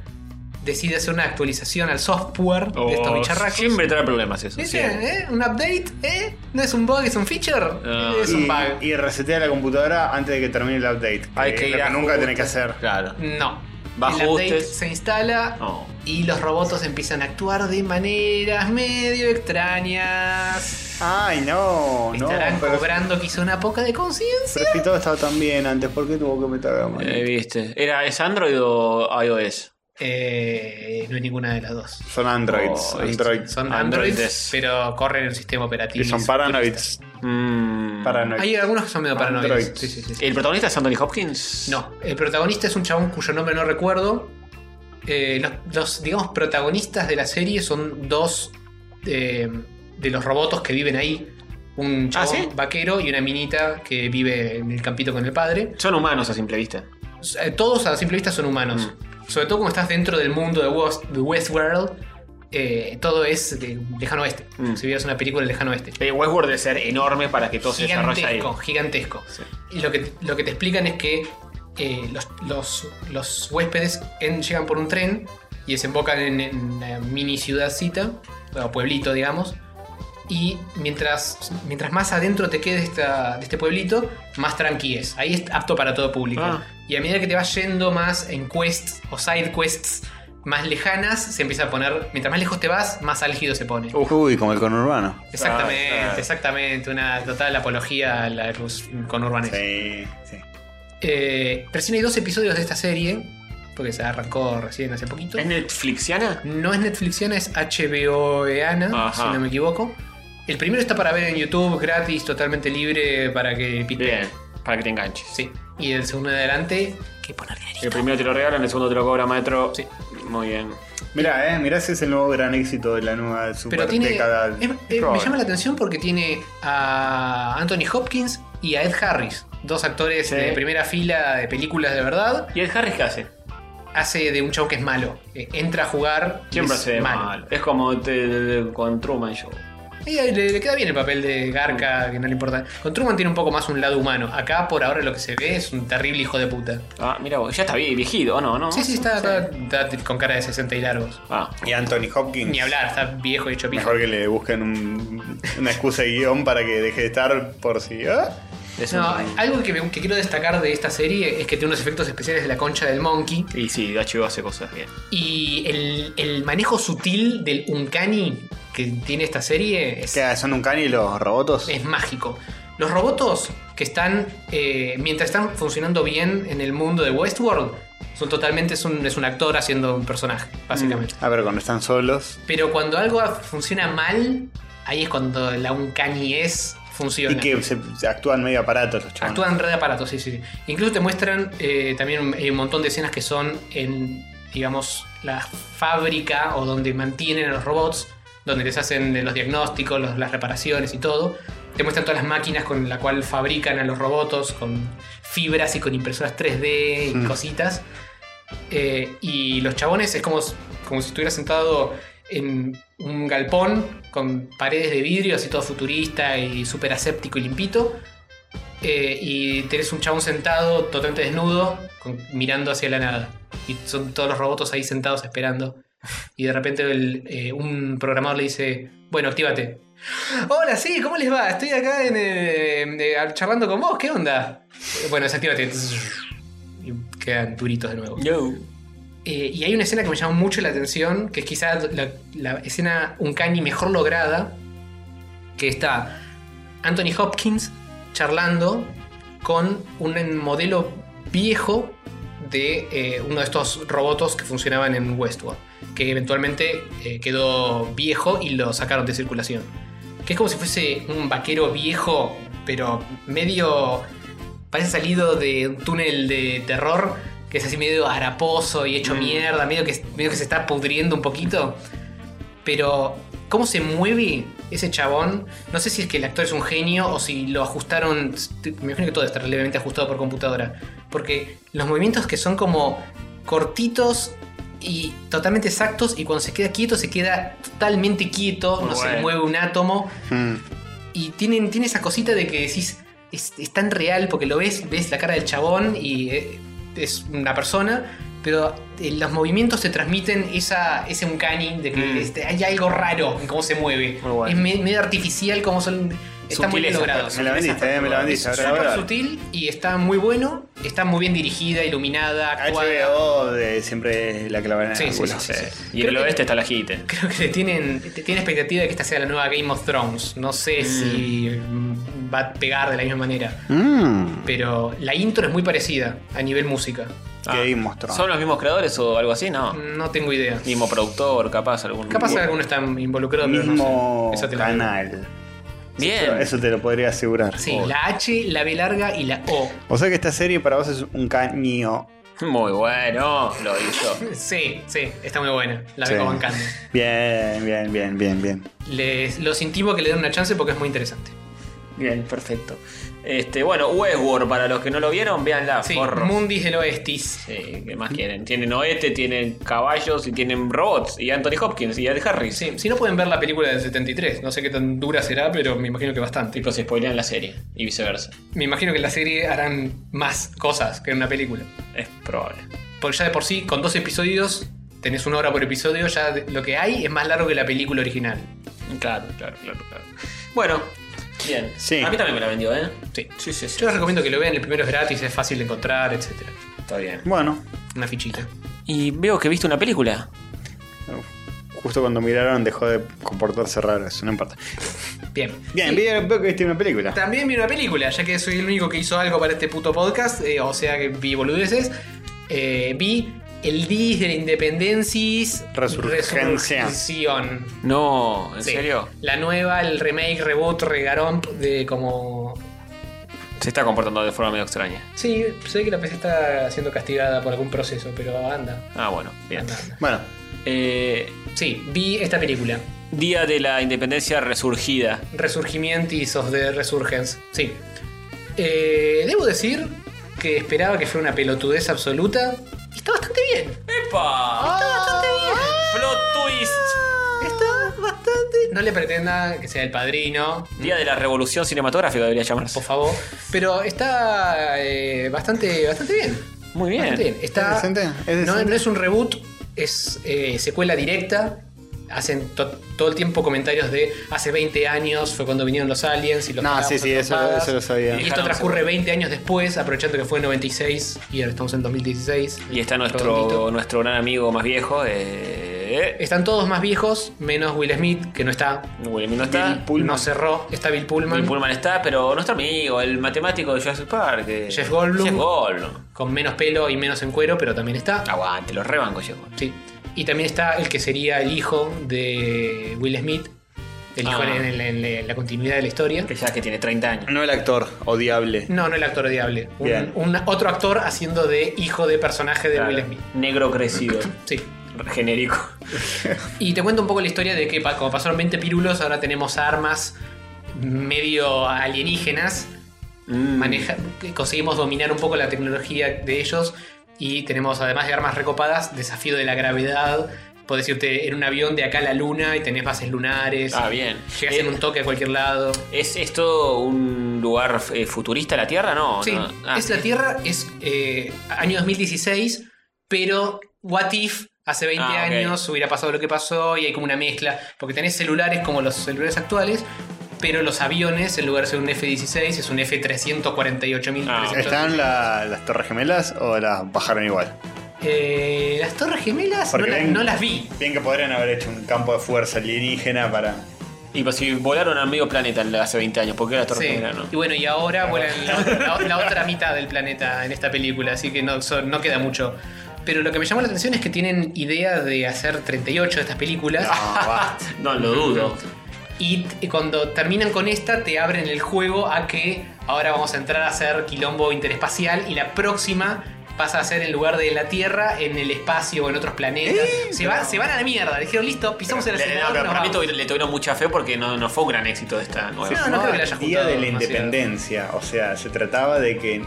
Speaker 2: Decide hacer una actualización al software de estos
Speaker 4: Oh,
Speaker 2: bicharracos.
Speaker 4: Siempre trae problemas eso.
Speaker 2: Dice,
Speaker 4: siempre.
Speaker 2: ¿eh? ¿Un update? ¿Eh? ¿No es un bug? ¿Es un feature?
Speaker 4: Ah.
Speaker 2: es un bug.
Speaker 3: y, y resetea la computadora antes de que termine el update.
Speaker 4: Hay que
Speaker 3: es
Speaker 4: ir
Speaker 3: lo
Speaker 4: a
Speaker 3: nunca tenés que
Speaker 4: ajustes.
Speaker 3: hacer.
Speaker 4: Claro. Oh.
Speaker 2: No.
Speaker 4: Va
Speaker 2: el
Speaker 4: ajustes.
Speaker 2: update se instala
Speaker 4: No.
Speaker 2: y los robots empiezan a actuar de maneras medio extrañas.
Speaker 3: Ay, no, no.
Speaker 2: Estarán
Speaker 3: Pero,
Speaker 2: cobrando quizá una poca de conciencia.
Speaker 3: pero si todo estaba tan bien antes, ¿por qué tuvo que meter la mano?
Speaker 4: Eh, viste. ¿Era, ¿Es Android o iOS?
Speaker 2: Eh, no es ninguna de las dos.
Speaker 3: Son androids.
Speaker 4: Oh,
Speaker 3: androids.
Speaker 2: Son
Speaker 4: Androides.
Speaker 2: androids, pero corren el sistema operativo.
Speaker 3: Y son paranoids.
Speaker 4: Mm.
Speaker 3: Paranoids.
Speaker 2: Hay algunos que son medio paranoides.
Speaker 3: Androids.
Speaker 2: Sí, sí, sí, sí.
Speaker 4: ¿El protagonista es Anthony Hopkins?
Speaker 2: No, el protagonista es un chabón cuyo nombre no recuerdo. Eh, los, los, digamos, protagonistas de la serie son dos eh, de los robotos que viven ahí. Un
Speaker 4: ¿Ah,
Speaker 2: chabón
Speaker 4: sí?
Speaker 2: vaquero y una minita que vive en el campito con el padre.
Speaker 4: Son humanos a simple vista.
Speaker 2: Eh, Todos a simple vista son humanos.
Speaker 4: Mm.
Speaker 2: Sobre todo como estás dentro del mundo de, West- de Westworld, eh, todo es de lejano oeste.
Speaker 4: Mm.
Speaker 2: Si vieras una película del lejano oeste
Speaker 4: Eh, Westworld debe ser enorme para que todo se desarrolle ahí.
Speaker 2: gigantesco, gigantesco. Y lo que, lo que te explican es que eh, los, los- los huéspedes en- llegan por un tren y desembocan en, en una mini ciudadcita, o pueblito, digamos. Y mientras, mientras más adentro te quedes de esta- de este pueblito, más tranqui es. Ahí es apto para todo público.
Speaker 4: Ah.
Speaker 2: Y a medida que te vas yendo más en quests o side quests más lejanas, se empieza a poner. Mientras más lejos te vas, más álgido se pone.
Speaker 3: Uy, como el conurbano.
Speaker 2: Exactamente,
Speaker 4: Ah, claro.
Speaker 2: exactamente. Una total apología a la con Eh,
Speaker 3: Sí, sí.
Speaker 2: recién hay dos episodios de esta serie, porque se arrancó recién hace poquito.
Speaker 4: ¿Es Netflixiana?
Speaker 2: No es Netflixiana, es HBOeana,
Speaker 4: Ajá.
Speaker 2: si no me equivoco. El primero está para ver en YouTube, gratis, totalmente libre, para que pique.
Speaker 4: Bien, para que te enganches.
Speaker 2: Sí. Y el segundo de adelante, que poner dinerito.
Speaker 4: El primero te lo regalan, el segundo te lo cobra Maestro.
Speaker 2: Sí.
Speaker 4: Muy bien.
Speaker 3: Mirá, eh, mirá si es el nuevo gran éxito de la nueva super
Speaker 2: Pero tiene.
Speaker 3: década.
Speaker 2: es- es- me
Speaker 3: Probable.
Speaker 2: llama la atención porque tiene a Anthony Hopkins y a Ed Harris, dos actores
Speaker 4: Sí.
Speaker 2: de primera fila de películas de verdad.
Speaker 4: ¿Y el Harris qué hace?
Speaker 2: hace de un chavo que es malo. Eh, Entra a jugar. y
Speaker 4: Siempre
Speaker 2: es
Speaker 4: hace de malo. Es como te- con Truman Show.
Speaker 2: Y ahí le, le queda bien el papel de Garca, que no le importa. Con Truman tiene un poco más un lado humano. Acá, por ahora, lo que se ve es un terrible hijo de puta.
Speaker 4: Ah, mira vos, ya está vie- viejito, ¿o no? no?
Speaker 2: Sí, sí, está, está- está con cara de 60 y largos.
Speaker 4: Ah,
Speaker 3: Y Anthony Hopkins.
Speaker 2: Ni hablar, está viejo y hecho pijo.
Speaker 3: Mejor que le busquen un- una excusa de guión para que deje de estar por si. ¿Ah?
Speaker 4: es
Speaker 2: No, eh.
Speaker 4: un-
Speaker 2: algo que, me- que quiero destacar de esta serie es que tiene unos efectos especiales de la concha del monkey
Speaker 4: Y sí, HBO hace cosas bien.
Speaker 2: y el, el manejo sutil del uncanny que tiene esta serie es,
Speaker 3: ¿Qué, ¿Son un cani los robotos?
Speaker 2: es mágico. Los robots que están, eh, mientras están funcionando bien en el mundo de Westworld, son totalmente, es un, es un actor haciendo un personaje, básicamente.
Speaker 3: A ver, Ah, cuando están solos.
Speaker 2: Pero cuando algo funciona mal, ahí es cuando la uncanny es funciona.
Speaker 3: Y que se, se actúan medio aparatos los chavales.
Speaker 2: Actúan re de aparatos, sí, sí. Incluso te muestran eh, también un, hay un montón de escenas que son en, digamos, la fábrica o donde mantienen a los robots, donde les hacen eh, los diagnósticos, los- las reparaciones y todo. Te muestran todas las máquinas con la cual fabrican a los robots, con fibras y con impresoras 3D
Speaker 3: Mm.
Speaker 2: y cositas. Eh, y los chabones es como, como si estuviera sentado en un galpón con paredes de vidrio, así todo futurista y súper aséptico y limpito. Eh, y tenés un chabón sentado, totalmente desnudo, con- mirando hacia la nada. Y son todos los robots ahí sentados esperando. Y de repente el, eh, un programador le dice, bueno, actívate. Hola, sí, ¿cómo les va? Estoy acá en, eh, eh, charlando con vos, ¿qué onda? Eh, Bueno, desactívate. Y quedan duritos de nuevo.
Speaker 4: Yo.
Speaker 2: Eh, y hay una escena que me llama mucho la atención, que es quizás la, la escena Uncanny mejor lograda, que está Anthony Hopkins charlando con un modelo viejo de eh, uno de estos robots que funcionaban en Westworld, que eventualmente eh, quedó viejo y lo sacaron de circulación. Que es como si fuese un vaquero viejo, pero medio parece salido de un túnel de terror que es así medio haraposo y hecho mierda, medio que, medio que se está pudriendo un poquito. Pero cómo se mueve ese chabón, no sé si es que el actor es un genio o si lo ajustaron, me imagino que todo está levemente ajustado por computadora, porque los movimientos que son como cortitos y totalmente exactos y cuando se queda quieto se queda totalmente quieto,
Speaker 4: Muy
Speaker 2: no se
Speaker 4: bueno.
Speaker 2: mueve un átomo
Speaker 3: Mm.
Speaker 2: y tienen, tiene esa cosita de que decís, es, es tan real porque lo ves, ves la cara del chabón y eh, es una persona, pero eh, los movimientos te transmiten esa, ese uncanny de que
Speaker 3: Mm.
Speaker 2: este, hay algo raro en cómo se mueve.
Speaker 4: Muy bueno.
Speaker 2: Es me- medio artificial como son... Está muy bien
Speaker 4: Sutileza,
Speaker 2: logrado.
Speaker 3: Me la vendiste, eh, me la vendiste.
Speaker 2: Es
Speaker 3: Ahora,
Speaker 2: súper
Speaker 3: ahora.
Speaker 2: sutil y está muy bueno. Está muy bien dirigida, iluminada, actuada.
Speaker 3: HBO de siempre la clavan en
Speaker 2: Sí,
Speaker 3: el
Speaker 2: sí,
Speaker 3: culo.
Speaker 2: sí, sí,
Speaker 4: Y en
Speaker 2: Creo
Speaker 4: el
Speaker 2: que-
Speaker 4: oeste está la jite.
Speaker 2: Creo que te tienen, te tienen expectativa de que esta sea la nueva Game of Thrones. No sé si mm, va a pegar de la misma manera.
Speaker 3: Mm.
Speaker 2: Pero la intro es muy parecida a nivel música.
Speaker 3: Que
Speaker 2: Ah,
Speaker 3: ahí mostró.
Speaker 4: Ah. ¿Son los mismos creadores o algo así? No.
Speaker 2: No tengo idea.
Speaker 4: Mismo productor, capaz, algún.
Speaker 2: Mm. Capaz alguno está involucrado, pero no
Speaker 3: Mismo
Speaker 2: sé. Esa te la digo.
Speaker 3: canal. Pero
Speaker 4: Bien.
Speaker 3: Eso te lo podría asegurar.
Speaker 2: Sí, la H, la B larga y la O.
Speaker 3: O sea que esta serie para vos es un caño.
Speaker 4: Muy bueno, lo hizo.
Speaker 2: Sí, sí, está muy buena. La
Speaker 3: Sí.
Speaker 2: vengo bancando.
Speaker 3: Bien, bien, bien, bien, bien.
Speaker 2: Les, los intimo que le den una chance porque es muy interesante.
Speaker 4: Bien, perfecto. Este, bueno, Westworld, para los que no lo vieron, véanla,
Speaker 2: Sí,
Speaker 4: forros.
Speaker 2: Mundis del Oestis.
Speaker 4: Sí, ¿qué más quieren? Tienen oeste, tienen caballos y tienen robots. Y Anthony Hopkins y Ed Harris.
Speaker 2: Sí, si no pueden ver la película del 73, no sé qué tan dura será, pero me imagino que bastante.
Speaker 4: Tipo, se spoilean la serie y viceversa.
Speaker 2: Me imagino que en la serie harán más cosas que en una película.
Speaker 4: Es probable.
Speaker 2: Porque ya de por sí, con dos episodios, tenés una hora por episodio, ya de- lo que hay es más largo que la película original.
Speaker 4: Claro, claro, claro, claro. Bueno, bien.
Speaker 3: Sí.
Speaker 4: A mí también me la vendió, ¿eh?
Speaker 2: Sí.
Speaker 4: Sí, sí, sí.
Speaker 2: Yo les recomiendo que lo vean, el primero es gratis, es fácil de encontrar, etcétera.
Speaker 4: Está bien.
Speaker 3: Bueno,
Speaker 2: Una fichita.
Speaker 4: Y veo que viste una película.
Speaker 3: justo cuando miraron dejó de comportarse raro, eso no importa.
Speaker 2: Bien.
Speaker 3: Bien, bien, veo que viste una película.
Speaker 2: También vi una película, ya que soy el único que hizo algo para este puto podcast, eh, o sea que vi boludeces. Eh, vi El Día de la Independencia.
Speaker 3: Resurgencia.
Speaker 2: Resurrección.
Speaker 4: No, ¿en
Speaker 2: Sí.
Speaker 4: serio?
Speaker 2: La nueva, el remake, reboot, regarón de como.
Speaker 4: Se está comportando de forma medio extraña.
Speaker 2: Sí, sé que la PC está siendo castigada por algún proceso, pero anda.
Speaker 4: Ah, bueno, bien.
Speaker 2: anda, anda.
Speaker 3: Bueno,
Speaker 4: Eh,
Speaker 2: Sí, vi esta película.
Speaker 4: Día de la Independencia Resurgida.
Speaker 2: Resurgimientos of the Resurgence. Sí. Eh, debo decir que esperaba que fuera una pelotudez absoluta. Y está bastante bien.
Speaker 4: ¡Epa!
Speaker 2: Está bastante bien.
Speaker 4: ¡Plot twist!
Speaker 2: Está bastante no le pretenda que sea el padrino,
Speaker 4: Mm. Día de la revolución cinematográfica debería
Speaker 2: por
Speaker 4: llamarse.
Speaker 2: favor. Pero está eh, bastante, bastante bien.
Speaker 4: Muy bien.
Speaker 2: Bastante bien. Está,
Speaker 3: ¿Es decente? ¿Es
Speaker 2: no,
Speaker 3: decente?
Speaker 2: no es un reboot, es eh, secuela directa. Hacen to- todo el tiempo comentarios de hace 20 años fue cuando vinieron los aliens y los
Speaker 3: No,
Speaker 2: cagamos
Speaker 3: sí, sí,
Speaker 2: a
Speaker 3: eso-
Speaker 2: trompadas.
Speaker 3: eso lo sabía.
Speaker 2: Y esto transcurre 20 años después, aprovechando que fue en 96 y ahora estamos en 2016.
Speaker 4: Y está nuestro,
Speaker 2: Redondito.
Speaker 4: nuestro gran amigo más viejo. Eh,
Speaker 2: Están todos más viejos, menos Will Smith, que no está.
Speaker 4: Will no está.
Speaker 2: No cerró, está Bill Pullman.
Speaker 4: Bill Pullman está, pero nuestro amigo, el matemático de Jurassic Park. eh,
Speaker 2: Jeff Goldblum.
Speaker 4: Jeff Goldblum.
Speaker 2: Con menos pelo y menos en cuero, pero también está.
Speaker 4: Aguante, lo rebanco Jeff Goldblum.
Speaker 2: Sí. Y también está el que sería el hijo de Will Smith. El hijo
Speaker 4: Ah.
Speaker 2: en, en- en- en la continuidad de la historia.
Speaker 4: Que ya que tiene 30 años.
Speaker 3: No el actor, odiable.
Speaker 2: No, no el actor odiable. Un,
Speaker 3: Bien.
Speaker 2: un- otro actor haciendo de hijo de personaje de
Speaker 4: Claro.
Speaker 2: Will Smith.
Speaker 4: Negro crecido.
Speaker 2: Sí.
Speaker 4: genérico.
Speaker 2: Y te cuento un poco la historia de que pa- como pasaron 20 pirulos, ahora tenemos armas medio alienígenas.
Speaker 4: Mm.
Speaker 2: Maneja- conseguimos dominar un poco la tecnología de ellos y tenemos además de armas recopadas, desafío de la gravedad. Podés irte en un avión de acá a la luna y tenés bases lunares.
Speaker 4: Ah, bien.
Speaker 2: Llegás en
Speaker 4: Eh,
Speaker 2: un toque a cualquier lado.
Speaker 4: ¿Es esto un lugar eh, futurista la Tierra? No.
Speaker 2: Sí,
Speaker 4: no. Ah,
Speaker 2: es la Tierra, es eh, año 2016, pero What If hace 20
Speaker 4: Ah, ok.
Speaker 2: años hubiera pasado lo que pasó y hay como una mezcla, porque tenés celulares como los celulares actuales, pero los aviones, en lugar de ser un F-16, es un F-348.000.
Speaker 4: Ah,
Speaker 3: ¿Están la- las torres gemelas o las bajaron igual?
Speaker 2: Eh, las Torres Gemelas no,
Speaker 3: Porque
Speaker 2: la-
Speaker 3: ven-
Speaker 2: no las vi.
Speaker 3: Bien que podrían haber hecho un campo de fuerza alienígena para...
Speaker 4: Y pues si volaron al medio planeta hace 20 años, ¿por qué la Torre
Speaker 2: Sí.
Speaker 4: Gemela no?
Speaker 2: Y bueno, y ahora vuelan la, la- la otra mitad del planeta en esta película, así que no, son- no queda mucho. Pero lo que me llamó la atención es que tienen idea de hacer 38 de estas películas.
Speaker 3: Ah, va.
Speaker 4: No, lo dudo.
Speaker 2: Y t- cuando terminan con esta, te abren el juego a que ahora vamos a entrar a hacer quilombo interespacial y la próxima pasa a ser en lugar de la Tierra, en el espacio o en otros planetas. se, va- se van a la mierda. Dijeron, listo, pisamos el
Speaker 4: Le, no,
Speaker 2: acelerador.
Speaker 4: ¿Eh? pero
Speaker 2: nos
Speaker 4: para mí
Speaker 2: vamos".
Speaker 4: tuvi- le tuvieron mucha fe porque no, no fue un gran éxito esta nueva.
Speaker 2: No, no creo que la haya
Speaker 3: Día
Speaker 2: juntado
Speaker 3: de la
Speaker 2: demasiado.
Speaker 3: independencia. O sea, se trataba de que eh,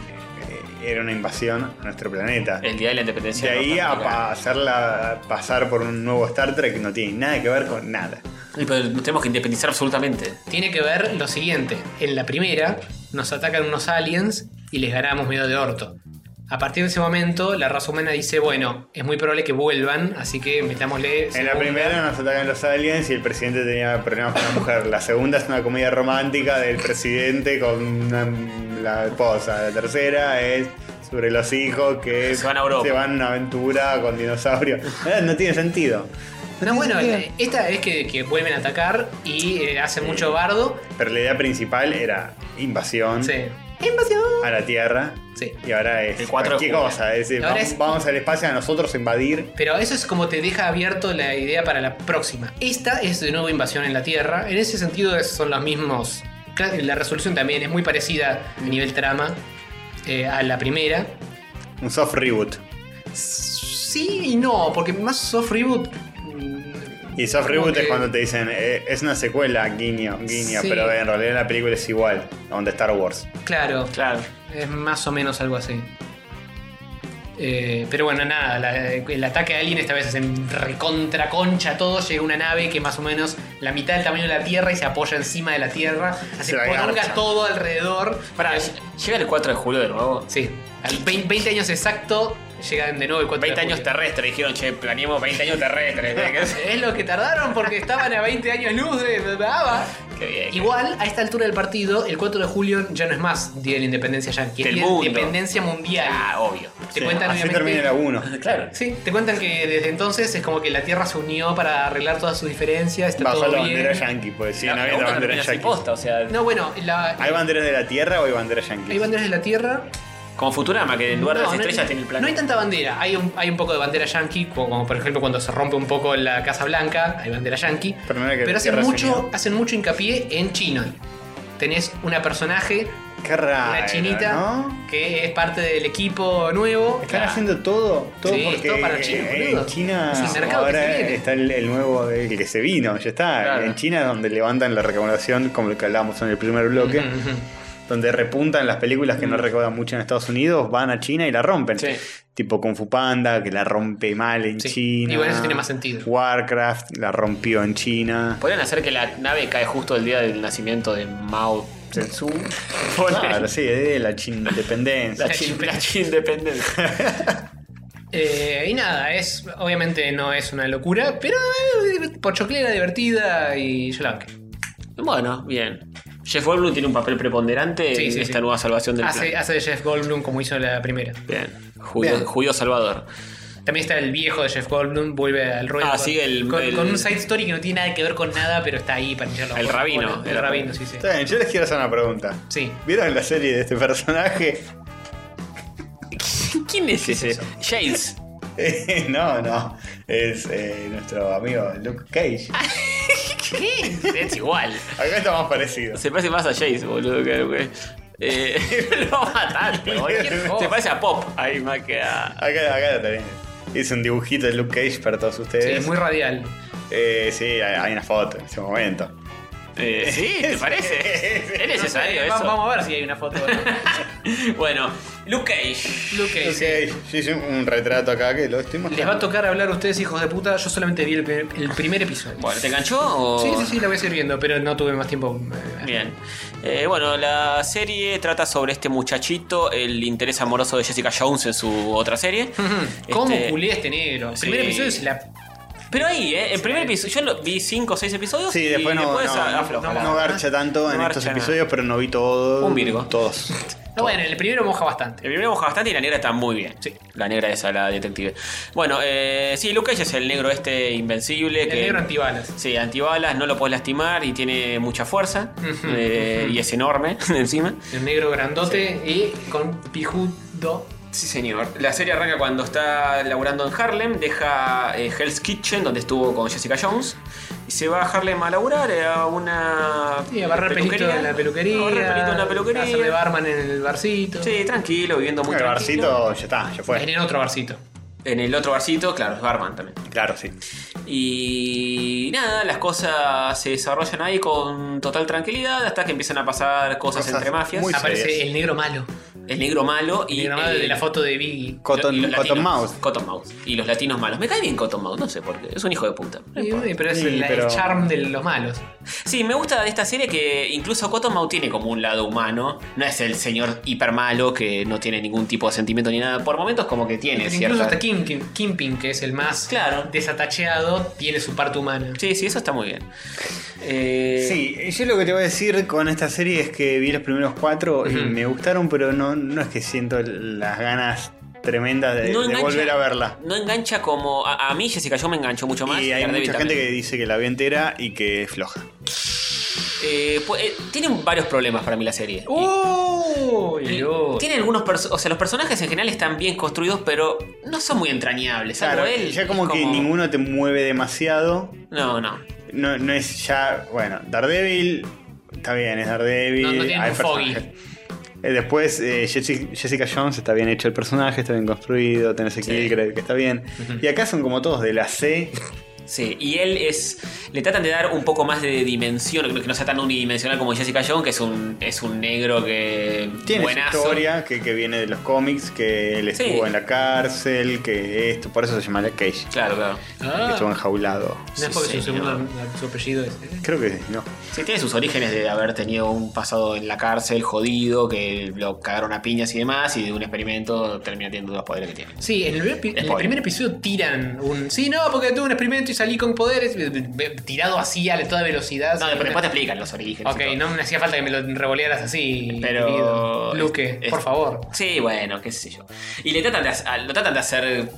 Speaker 3: era una invasión a nuestro planeta.
Speaker 4: El día de la
Speaker 3: De
Speaker 4: independencia.
Speaker 3: ahí a
Speaker 4: norteamericana.
Speaker 3: pa- hacerla pasar por un nuevo Star Trek no tiene nada que ver con nada.
Speaker 4: Y pero nos tenemos que independizar absolutamente.
Speaker 2: Tiene que ver lo siguiente. En la primera nos atacan unos aliens y les ganamos medio de orto. A partir de ese momento, la raza humana dice, bueno, es muy probable que vuelvan, así que metámosle...
Speaker 3: En la
Speaker 2: segunda".
Speaker 3: primera nos atacan los aliens y el presidente tenía problemas con la mujer. La segunda es una comedia romántica del presidente con una- la esposa. La tercera es sobre los hijos que
Speaker 4: Se van a Europa.
Speaker 3: se van a una aventura con dinosaurios. No, no tiene sentido.
Speaker 2: No, bueno, esta es que, que vuelven a atacar y eh, hacen mucho bardo.
Speaker 3: Pero la idea principal era invasión
Speaker 2: Sí.
Speaker 3: a la Tierra.
Speaker 2: Sí.
Speaker 3: Y ahora es
Speaker 4: El 4 de
Speaker 3: cualquier
Speaker 4: julio.
Speaker 3: cosa. Es decir,
Speaker 2: Ahora
Speaker 3: vamos,
Speaker 2: es-
Speaker 3: vamos al espacio a nosotros a invadir.
Speaker 2: Pero eso es como te deja abierto la idea para la próxima. Esta es de nuevo invasión en la Tierra. En ese sentido es- son los mismos. Cla- La resolución también es muy parecida a nivel trama eh, a la primera.
Speaker 3: Un soft reboot.
Speaker 2: Sí y no, porque más soft reboot. mm,
Speaker 3: Y soft
Speaker 2: como
Speaker 3: reboot es
Speaker 2: que-
Speaker 3: cuando te dicen, eh, es una secuela, guiño, guiño,
Speaker 2: Sí.
Speaker 3: pero en realidad la película es igual, donde Star Wars.
Speaker 2: Claro,
Speaker 4: Claro.
Speaker 2: Es más o menos algo así. Eh, pero bueno, nada, la- el ataque a alguien esta vez es en recontra concha todo. Llega una nave que más o menos la mitad del tamaño de la Tierra y se apoya encima de la Tierra. Hace
Speaker 3: la
Speaker 2: poronga
Speaker 3: garcha.
Speaker 2: todo alrededor.
Speaker 4: Para,
Speaker 2: Eh,
Speaker 4: llega el 4 de julio de nuevo.
Speaker 2: sí, al 20, 20 años exacto llegan de nuevo el 4 de
Speaker 4: 20 años
Speaker 2: julio.
Speaker 4: terrestres, dijeron, che, planeemos 20 años terrestres.
Speaker 2: Es lo que tardaron porque estaban a 20 años luz eh, de de- de ABBA.
Speaker 4: Qué bien.
Speaker 2: Igual, a esta altura del partido, el 4 de julio ya no es más Día de la Independencia Yankee, es
Speaker 4: Del
Speaker 2: Día de
Speaker 4: mundo.
Speaker 2: Independencia Mundial.
Speaker 4: Ah, obvio.
Speaker 2: Te
Speaker 3: Sí,
Speaker 2: cuentan
Speaker 3: Así
Speaker 2: obviamente-
Speaker 3: termina la 1.
Speaker 4: Claro.
Speaker 2: Sí, te cuentan que desde entonces es como que la Tierra se unió para arreglar todas sus diferencias, está
Speaker 3: Bajo
Speaker 2: todo
Speaker 3: la
Speaker 2: bien.
Speaker 3: bandera yankee, pues si
Speaker 4: La-
Speaker 3: no
Speaker 4: la
Speaker 3: había
Speaker 4: otra
Speaker 3: otra bandera
Speaker 4: termina así
Speaker 3: yankee.
Speaker 4: posta, o sea,
Speaker 2: No, bueno, la-
Speaker 3: ¿Hay banderas de la Tierra o hay bandera
Speaker 2: hay
Speaker 3: yankee?
Speaker 2: banderas de la Tierra.
Speaker 4: como Futurama, que en lugar de
Speaker 2: No,
Speaker 4: las
Speaker 2: no hay-
Speaker 4: estrellas tiene el
Speaker 2: No hay
Speaker 4: planeta.
Speaker 2: tanta bandera, hay un, hay un poco de bandera yankee, como, como por ejemplo cuando se rompe un poco la Casa Blanca, hay bandera yankee.
Speaker 3: Pero no era que la
Speaker 2: hacen,
Speaker 3: Tierra se
Speaker 2: mucho,
Speaker 3: unió.
Speaker 2: hacen mucho hincapié en chino. Tenés una personaje,
Speaker 3: Qué raro,
Speaker 2: una chinita,
Speaker 3: ¿no?
Speaker 2: que es parte del equipo nuevo.
Speaker 3: Están haciendo todo, todo
Speaker 2: Sí,
Speaker 3: porque
Speaker 2: todo para China,
Speaker 3: eh,
Speaker 2: boludo.
Speaker 3: en China
Speaker 2: Es el mercado que se
Speaker 3: ahora
Speaker 2: viene.
Speaker 3: está el, el nuevo, el que se vino, ya está.
Speaker 4: Claro.
Speaker 3: En China donde levantan la recomendación, como lo que hablábamos en el primer bloque,
Speaker 2: Ujú, Mm. ujú.
Speaker 3: donde repuntan las películas que no recaudan mucho en Estados Unidos, van a China y la rompen.
Speaker 4: Sí.
Speaker 3: Tipo Kung Fu Panda, que la rompe mal en
Speaker 2: Sí.
Speaker 3: China.
Speaker 2: Igual eso tiene más sentido.
Speaker 3: Warcraft la rompió en China.
Speaker 4: Podrían hacer que la nave cae justo el día del nacimiento de Mao Zedong.
Speaker 3: Claro, sí, es de la China independencia.
Speaker 4: La chin, la chin independencia.
Speaker 2: Eh, y nada, es obviamente no es una locura, pero eh, pochoclera, divertida y yo la banqué.
Speaker 4: Bueno, bien. Jeff Goldblum tiene un papel preponderante
Speaker 2: Sí,
Speaker 4: en
Speaker 2: sí,
Speaker 4: esta
Speaker 2: sí.
Speaker 4: nueva salvación del
Speaker 2: Hace,
Speaker 4: planeta.
Speaker 2: hace de Jeff Goldblum como hizo la primera.
Speaker 4: Bien. Julio,
Speaker 3: Bien.
Speaker 4: Julio Salvador.
Speaker 2: También está el viejo de Jeff Goldblum, vuelve al ruedo.
Speaker 4: Ah,
Speaker 2: con,
Speaker 4: sigue el-
Speaker 2: con,
Speaker 4: el-
Speaker 2: con un side story que no tiene nada que ver con nada, pero está ahí para echarlo.
Speaker 4: El
Speaker 2: Bueno,
Speaker 4: rabino,
Speaker 2: bueno, el
Speaker 4: el-
Speaker 2: rabino, sí, sí.
Speaker 3: Está bien, yo les quiero hacer una pregunta.
Speaker 2: Sí.
Speaker 3: ¿Vieron la serie de este personaje?
Speaker 4: ¿Quién es ese? Shades.
Speaker 3: Eh, no, no. Es eh, nuestro amigo Luke Cage.
Speaker 4: es igual.
Speaker 3: Acá está más parecido.
Speaker 4: Se parece más a Shades, boludo. Que, que- eh, lo va a matar, pero cualquier cosa. Se parece a Pop. Ahí más que a.
Speaker 3: Acá, acá está bien. Hice un dibujito de Luke Cage para todos
Speaker 2: Sí,
Speaker 3: ustedes.
Speaker 2: es muy radial.
Speaker 3: Eh, sí, hay, hay una foto en ese momento.
Speaker 4: Eh, sí, ¿te parece? Es
Speaker 2: No sé,
Speaker 4: necesario
Speaker 2: va-
Speaker 4: eso.
Speaker 2: Vamos a ver si hay una foto. o no.
Speaker 4: Bueno, Luke Cage.
Speaker 2: Luke Cage.
Speaker 3: Luke Cage, yo hice un retrato acá que lo estoy
Speaker 2: Les va a
Speaker 3: mostrando.
Speaker 2: tocar hablar a ustedes, hijos de puta. Yo solamente vi el, primer- el primer episodio.
Speaker 4: Bueno, ¿te enganchó o.?
Speaker 2: Sí, sí, sí, la voy a seguir viendo, pero no tuve más tiempo. eh,
Speaker 4: Bien. Eh, bueno, la serie trata sobre este muchachito, el interés amoroso de Jessica Jones en su otra serie.
Speaker 2: Ujú. ¿Cómo
Speaker 4: Este,
Speaker 2: culé este negro? El
Speaker 4: sí.
Speaker 2: primer episodio es la.
Speaker 4: Pero ahí, ¿eh? El primer episodio, yo lo- vi 5 o 6 episodios.
Speaker 3: Sí,
Speaker 4: y
Speaker 3: después no, no,
Speaker 4: a-
Speaker 3: no-
Speaker 4: afloja.
Speaker 3: no garcha tanto
Speaker 4: No
Speaker 3: en
Speaker 4: garcha
Speaker 3: estos
Speaker 4: nada.
Speaker 3: episodios, pero no vi todo.
Speaker 4: Un virgo.
Speaker 3: Todos.
Speaker 2: No, bueno, el primero moja
Speaker 4: El
Speaker 2: bastante.
Speaker 4: primero moja bastante y la negra está muy bien.
Speaker 2: Sí.
Speaker 4: La negra esa, la detective. Bueno, eh, sí, Luke Cage es el negro este invencible.
Speaker 2: El
Speaker 4: que,
Speaker 2: negro antibalas.
Speaker 4: Sí, antibalas, no lo puedes lastimar y tiene mucha fuerza.
Speaker 2: Ujú,
Speaker 4: eh, Y es enorme encima.
Speaker 2: El negro grandote y con pijudo.
Speaker 4: Sí, señor. La serie arranca cuando está laburando en Harlem, deja eh, Hell's Kitchen, donde estuvo con Jessica Jones, y se va a Harlem a laburar eh, a una.
Speaker 2: Sí, a barrer pelito en la peluquería.
Speaker 4: A barrer pelito en la peluquería.
Speaker 2: a hacer de barman en el barcito.
Speaker 4: Sí, tranquilo, viviendo muy
Speaker 3: el
Speaker 4: tranquilo.
Speaker 3: barcito ya está, ya
Speaker 2: En
Speaker 3: fue.
Speaker 2: el otro barcito.
Speaker 4: En el otro barcito, claro, es barman también.
Speaker 3: Claro, sí.
Speaker 4: Y nada, las cosas se desarrollan ahí con total tranquilidad hasta que empiezan a pasar cosas,
Speaker 3: Cosas
Speaker 4: entre mafias.
Speaker 3: muy-
Speaker 2: Aparece
Speaker 3: serias.
Speaker 2: el negro malo.
Speaker 4: El negro malo
Speaker 2: El
Speaker 4: y.
Speaker 2: negro malo
Speaker 4: el-
Speaker 2: de la foto de Biggie.
Speaker 4: y
Speaker 3: Cotton,
Speaker 4: los
Speaker 3: Cotton
Speaker 4: latinos.
Speaker 3: Mouse.
Speaker 4: Cottonmouth. Y los latinos malos. Me cae bien Cottonmouth, no sé por qué. Es un hijo de puta.
Speaker 2: Y, uy, pero es
Speaker 3: Sí,
Speaker 2: el, el
Speaker 3: pero-
Speaker 2: charm de los malos.
Speaker 4: Sí, me gusta de esta serie que incluso Cottonmouth tiene como un lado humano. No es el señor hiper malo que no tiene ningún tipo de sentimiento ni nada. Por momentos como que tiene,
Speaker 2: Pero
Speaker 4: ¿cierto?
Speaker 2: incluso hasta Kim, Kim- Kimping, que es el más
Speaker 4: Claro.
Speaker 2: desatacheado, tiene su parte humana.
Speaker 4: Sí, sí, eso está muy bien. Eh,
Speaker 3: Sí, yo lo que te voy a decir con esta serie es que vi los primeros cuatro y me gustaron, pero no, no es que siento las ganas tremendas de,
Speaker 4: No
Speaker 3: de
Speaker 4: engancha-
Speaker 3: volver a verla.
Speaker 4: No engancha como. A, a mí, Jessica, yo me engancho mucho más.
Speaker 3: Y hay
Speaker 4: Daredevil
Speaker 3: mucha
Speaker 4: también.
Speaker 3: gente que dice que la vi entera y que es floja.
Speaker 4: Eh, pu- eh, tiene varios problemas para mí la serie. Y-
Speaker 2: Uh, Uy,
Speaker 4: y-
Speaker 2: ¡Oh! uy.
Speaker 4: tiene algunos perso- o sea los personajes en general están bien construidos pero no son muy entrañables salvo
Speaker 3: Claro,
Speaker 4: él
Speaker 3: ya
Speaker 4: es
Speaker 3: como que ninguno te mueve demasiado.
Speaker 4: no no
Speaker 3: No, no es ya. Bueno, Daredevil. Está bien, es Daredevil.
Speaker 2: No, no tiene
Speaker 3: hay
Speaker 2: un foggy.
Speaker 3: personajes. Eh, Después, eh, Jessi- Jessica Jones está bien hecho el personaje, está bien construido. Tenés a Kilgrave, que está bien. Y acá son como todos de la C.
Speaker 4: sí y él es le tratan de dar un poco más de dimensión que no sea tan unidimensional como Jessica Jones que es un es un negro que
Speaker 3: Tiene su
Speaker 4: buenazo.
Speaker 3: historia que, que viene de los cómics, que él
Speaker 4: Sí.
Speaker 3: estuvo en la cárcel, que esto, por eso se llama Luke Cage,
Speaker 4: claro claro
Speaker 3: que
Speaker 2: Ah,
Speaker 3: estuvo enjaulado.
Speaker 2: no es porque
Speaker 4: Sí,
Speaker 2: su, segundo, su apellido es. ¿eh?
Speaker 3: Creo que no.
Speaker 4: sí tiene sus orígenes de haber tenido un pasado en la cárcel jodido que lo cagaron a piñas y demás y de un experimento termina teniendo los poderes que tiene
Speaker 2: Sí, en el, primer epi- en el
Speaker 4: Spoiler.
Speaker 2: primer episodio tiran un. Sí, no, porque tuve un experimento y salí con poderes. eh, eh, Tirado así a toda velocidad.
Speaker 4: no,
Speaker 2: Sí,
Speaker 4: después,
Speaker 2: una-
Speaker 4: después te explican los orígenes. y
Speaker 2: Ok,
Speaker 4: todo.
Speaker 2: no me hacía falta que me lo revolearas así.
Speaker 4: Pero-
Speaker 2: querido. Luque,
Speaker 4: es-
Speaker 2: por favor.
Speaker 4: Sí, bueno, qué sé yo. Y le tratan de, ha- lo tratan de hacer,